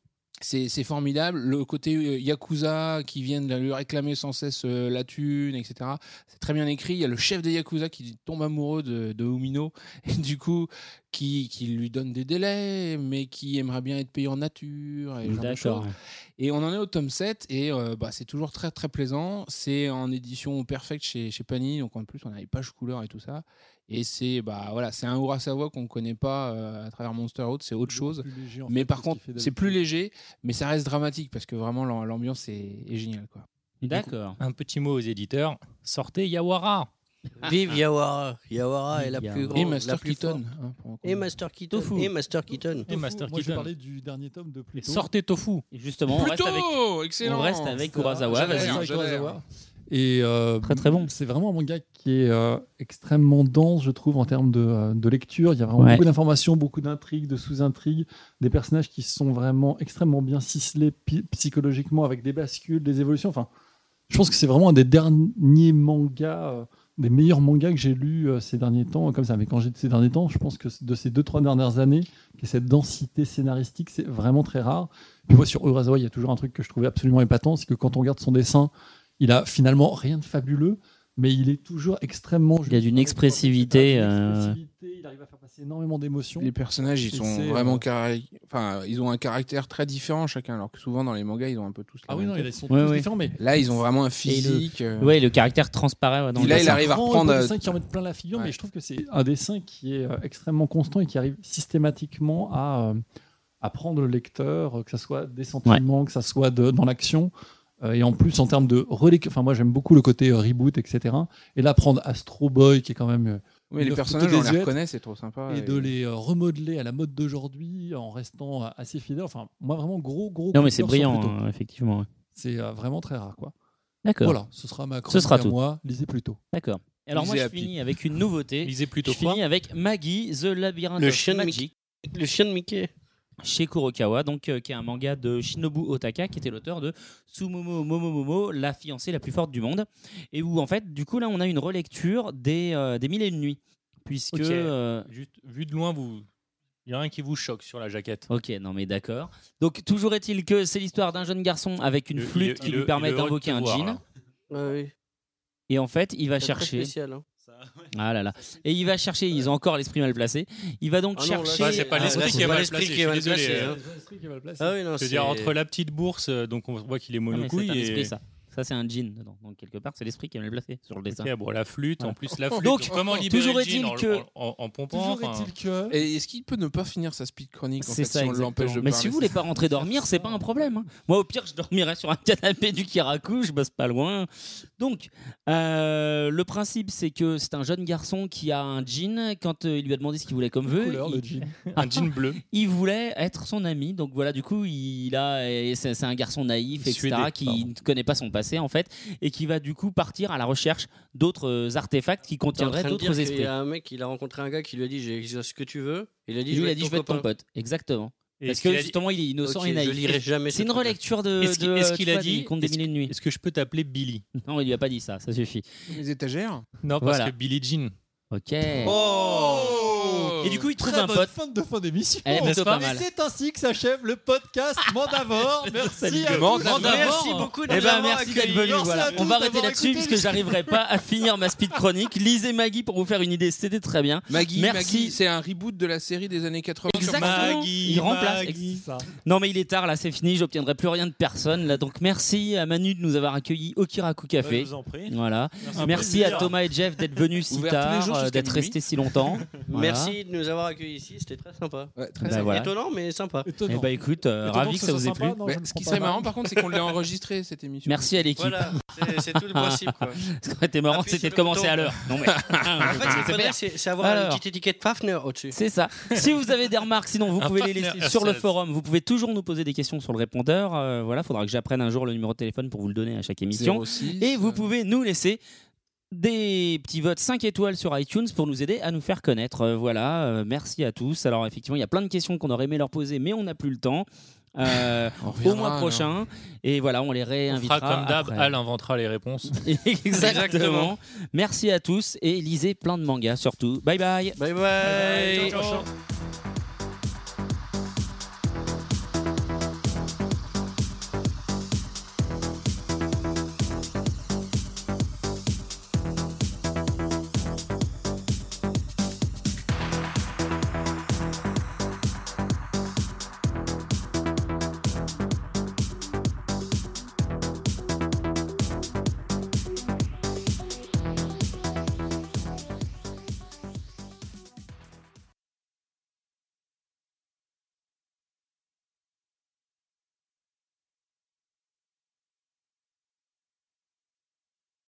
S3: C'est c'est formidable. Le côté euh, Yakuza qui viennent lui réclamer sans cesse euh, la thune, etc. C'est très bien écrit. Il y a le chef des Yakuza qui tombe amoureux de, de Umino <laughs> et du coup qui, qui lui donne des délais, mais qui aimerait bien être payé en nature. Et ce genre de
S1: D'accord,
S3: choses.
S1: ouais.
S3: Et on en est au tome 7 et euh, bah, c'est toujours très très plaisant. C'est en édition perfecte chez, chez Panini, donc en plus on a les pages couleurs et tout ça. Et c'est bah voilà, c'est un Urasawa qu'on ne connaît pas euh, à travers Monster Out, c'est autre chose.
S7: plus léger, en
S3: mais
S7: fait,
S3: par
S7: que ce qu'il
S3: contre,
S7: fait
S3: c'est plus léger, mais ça reste dramatique parce que vraiment l'am- l'ambiance est, est géniale quoi.
S1: D'accord.
S4: Un petit mot aux éditeurs. Sortez Yawara.
S8: Vive Yawara. Yawara est la plus grande.
S4: Et Master
S8: la plus
S4: Keaton,
S8: forte.
S4: hein, pour
S8: et Master Keaton.
S4: Tofu.
S8: Et Master Keaton.
S4: Et Master
S7: Moi, je
S4: Keaton.
S7: parlais du dernier tome de Pluto.
S4: sortez Tofu.
S1: Et justement, on reste
S7: Pluto,
S1: avec,
S7: excellent.
S1: on reste avec
S7: Ça va,
S1: Kurosawa.
S7: j'adore,
S1: Vas-y.
S7: j'adore.
S4: hein.
S7: Et très
S1: très bon.
S7: C'est vraiment un manga qui est euh, extrêmement dense, je trouve, en termes de, euh, de lecture. Il y a vraiment
S1: Ouais.
S7: beaucoup d'informations, beaucoup d'intrigues, de sous-intrigues, des personnages qui sont vraiment extrêmement bien ciselés pi- psychologiquement avec des bascules, des évolutions. Enfin, je pense que c'est vraiment un des derniers mangas, euh, des meilleurs mangas que j'ai lus euh, ces derniers temps, euh, comme ça. Mais quand j'ai dit ces derniers temps, je pense que de ces deux, trois dernières années, que cette densité scénaristique, c'est vraiment très rare. Puis moi, sur Urasawa, il y a toujours un truc que je trouvais absolument épatant, c'est que quand on regarde son dessin, il a finalement rien de fabuleux, mais il est toujours extrêmement.
S1: Il y a d'une expressivité. euh,
S7: Il arrive à faire passer énormément d'émotions.
S3: Les personnages, ils
S7: Et
S3: sont
S7: c'est, euh,
S3: vraiment carré- enfin, ils ont un caractère très différent chacun, alors que souvent dans les mangas, ils ont un peu tous. la
S7: Ah oui,
S3: même
S7: non,
S3: tête.
S7: ils sont
S1: Ouais,
S7: tous
S1: ouais.
S7: différents, mais
S3: là, ils ont vraiment un
S1: Et le-
S3: physique. euh,
S1: Ouais, le caractère transparaît ouais, dans
S3: Et
S1: le
S3: là, il
S1: dessin.
S3: arrive à
S7: grand et
S3: reprendre.
S7: beau dessin qui en met plein la figure, mais je trouve que c'est un dessin qui est euh, extrêmement constant et qui arrive systématiquement à, euh, à prendre le lecteur, euh, que ça soit des sentiments, que ça soit de- dans l'action. Euh, et en plus, en termes de relecture, enfin, moi j'aime beaucoup le côté euh, reboot, etc. Et là, prendre Astro Boy, qui est quand même. euh,
S3: Oui,
S7: une
S3: les
S7: œuvre
S3: personnages,
S7: plutôt
S3: on les
S7: désuète,
S3: reconnaît, c'est trop sympa,
S7: Et
S3: et-
S7: de les euh, remodeler à la mode d'aujourd'hui en restant euh, assez fidèle. Enfin, moi vraiment, gros, gros.
S1: Non,
S7: coup
S1: mais
S7: de
S1: c'est
S7: cœur sur
S1: brillant,
S7: Pluto.
S1: hein, effectivement. ouais.
S7: C'est euh, vraiment très rare, quoi.
S1: D'accord.
S7: Voilà, ce sera ma
S1: Ce
S7: chronique
S1: sera
S7: à
S1: tout.
S7: moi. Lisez plutôt.
S1: D'accord. Et Alors moi,
S7: Lisez
S1: je
S7: Happy.
S1: finis avec une
S4: <laughs>
S1: nouveauté.
S4: Lisez plutôt
S1: Je finis avec Maggie, The Labyrinth
S8: Le
S1: of
S8: chien de
S1: Magic.
S8: Le chien de Mickey.
S1: Chez Kurokawa, donc, euh, qui est un manga de Shinobu Otaka, qui était l'auteur de Sumomo Momomomo, la fiancée la plus forte du monde. Et où, en fait, du coup, là, on a une relecture des, euh, des Mille et Une Nuits. Puisque.
S4: Ok.
S1: euh,
S4: Juste vu de loin, vous. Il y a rien qui vous choque sur la jaquette.
S1: Ok, non mais d'accord. Donc toujours est-il que c'est l'histoire d'un jeune garçon avec une
S4: Il- il-
S1: flûte qui
S4: il-
S1: lui
S4: il-
S1: permet
S4: il est heureux de
S1: d'invoquer
S4: te
S1: un
S4: voir, hein.
S1: djinn.
S4: là.
S1: Et en fait, il va
S8: C'est très
S1: chercher.
S8: spécial, hein.
S1: Ah là là. Et il va chercher. Ils ont encore l'esprit mal placé. Il va donc
S8: Ah non, là,
S1: chercher.
S8: c'est- Bah, c'est pas Ah, l'esprit là, qui est c'est mal pas l'esprit placé, qui est je suis mal désolé, placé, hein. Ah oui, non,
S4: Je veux
S8: c'est-
S4: dire, entre la petite bourse, euh, donc on voit qu'il est
S1: Non, mais c'est
S4: monocouille.
S1: un
S4: et-
S1: esprit, ça. Ça c'est un djinn dedans. Donc quelque part, c'est l'esprit qui est mal placé sur le dessin.
S4: Ok, bon, la flûte, en plus,
S1: <laughs>
S4: la flûte,
S1: Donc
S4: comment libérer
S1: toujours
S4: le
S1: est-il
S4: djinn en-
S1: que
S4: en- en- en pompant, Toujours enfin. est-il
S7: que.
S3: Et est-ce qu'il peut ne pas finir sa speed chronique en
S1: C'est
S3: fait,
S1: ça,
S3: si on l'empêche de
S1: exactement. Mais si
S3: parler,
S1: vous voulez pas rentrer dormir, c'est pas un problème. hein. Moi, au pire, je dormirais sur un canapé du Kirakou, je bosse pas loin. Donc, euh, le principe, c'est que c'est un jeune garçon qui a un jean. Quand euh, il lui a demandé ce qu'il voulait comme vœu,
S7: couleur,
S1: il-
S7: le
S1: <laughs>
S7: jean
S4: Un jean bleu.
S1: Il voulait être son ami. Donc voilà, du coup, il a, et c'est c'est un garçon naïf, etc.,
S4: Suédé,
S1: qui
S4: pardon.
S1: ne connaît pas son passé en fait, et qui va du coup partir à la recherche d'autres euh, artefacts qui
S8: T'es en train
S1: contiendraient
S8: de dire
S1: d'autres
S8: qu'il
S1: esprits.
S8: y a un mec, il a rencontré un gars qui lui a dit j'ai ce que tu veux. Il a dit
S1: Il
S8: je
S1: lui
S8: vais
S1: a dit je vais être ton
S8: copain.
S1: pote. Exactement.
S8: Et
S1: Parce
S8: est-ce qu'il
S1: que
S8: a dit-
S1: justement, il est innocent
S8: Ok,
S1: et naïf.
S8: je lirai jamais ce
S1: C'est une
S8: truc-là.
S1: relecture de.
S8: Est-ce qu'il-
S1: de, euh,
S8: est-ce
S1: tu
S8: qu'il a
S1: vois, des
S8: dit-
S1: Contes des Mille et une Nuits
S4: Est-ce que je peux t'appeler Billy
S1: <laughs> Non, il lui a pas dit ça, ça suffit.
S3: Les étagères
S4: Non, parce
S1: Voilà.
S7: Oh,
S4: que Billy Jean.
S1: Ok.
S4: Oh Et du coup, il trouve
S7: Très
S4: un
S7: bonne
S4: pote.
S7: fin de fin d'émission.
S4: Elle est plutôt Eh, pas
S7: Et
S4: mal.
S7: c'est ainsi que s'achève le podcast
S1: <laughs>
S7: Mandavore. Merci à tous.
S1: Merci beaucoup de nous avoir Eh ben, merci d'être
S7: accueillis.
S1: venu.
S7: Merci
S1: Voilà.
S7: à tous
S1: On va arrêter
S7: d'avoir
S1: là-dessus
S7: écouté
S1: parce que
S7: jusqu'à-
S1: j'arriverai pas à finir ma speed chronique. Lisez Maggie pour vous faire une idée. C'était très bien.
S3: Maggie,
S1: merci.
S3: Maggie, c'est un reboot de la série des années 80. sur
S1: Exactement.
S3: Maggie.
S1: il remplace.
S3: Maggie.
S1: Ex- Non mais il est tard là, c'est fini, j'obtiendrai plus rien de personne là. Donc merci à Manu de nous avoir accueillis au Kiraku Café.
S13: Ouais, je vous en prie.
S1: Voilà.
S13: Merci.
S1: Merci,
S13: Un
S1: à
S13: plaisir.
S1: Thomas et Jeff d'être venus si
S8: Ouvert tous les
S1: tard,
S8: jours
S1: euh,
S8: jusqu'à
S1: d'être
S8: minuit.
S1: restés
S8: <laughs>
S1: si longtemps. Voilà.
S8: Merci de nous avoir accueillis ici, c'était très sympa.
S1: très Bah sympa. voilà.
S8: Étonnant, mais sympa.
S1: Eh ben écoute, euh, ravi que ça vous ait plu.
S3: Mais ce qui serait marrant par contre, c'est qu'on l'ait enregistré cette émission.
S1: Merci à l'équipe.
S3: Voilà, c'est- c'est
S1: <laughs>
S3: tout le principe, quoi.
S1: Ce qui aurait été marrant,
S8: Appuyez
S1: c'était de
S8: sur le
S1: commencer
S8: bouton.
S1: à l'heure. Non mais.
S8: <laughs> En fait, c'est
S1: C'est
S8: pas-
S1: clair.
S8: c'est- c'est avoir
S1: Alors.
S8: une petite étiquette Fafner au-dessus.
S1: C'est ça. Si vous avez des remarques, sinon vous
S8: Un
S1: pouvez les
S8: partenaire
S1: laisser sur le
S8: RCS.
S1: forum. Vous pouvez toujours nous poser des questions sur le répondeur. Euh, voilà, faudra que j'apprenne un jour le numéro de téléphone pour vous le donner à chaque émission.
S3: 06,
S1: Et vous pouvez nous laisser des petits votes 5 étoiles sur iTunes pour nous aider à nous faire connaître. Euh, voilà, euh, merci à tous. Alors effectivement, il y a plein de questions qu'on aurait aimé leur poser, mais on n'a plus le temps. Euh, au
S4: reviendra,
S1: mois
S4: alors.
S1: prochain et voilà on les
S4: On
S1: réinvitera
S4: fera comme d'hab,
S1: après.
S4: Al inventera
S8: <laughs>
S4: les réponses. <laughs>
S1: <laughs> Exactement. Merci à tous et lisez plein de mangas surtout. Bye bye.
S8: Bye bye.
S4: Ciao, ciao.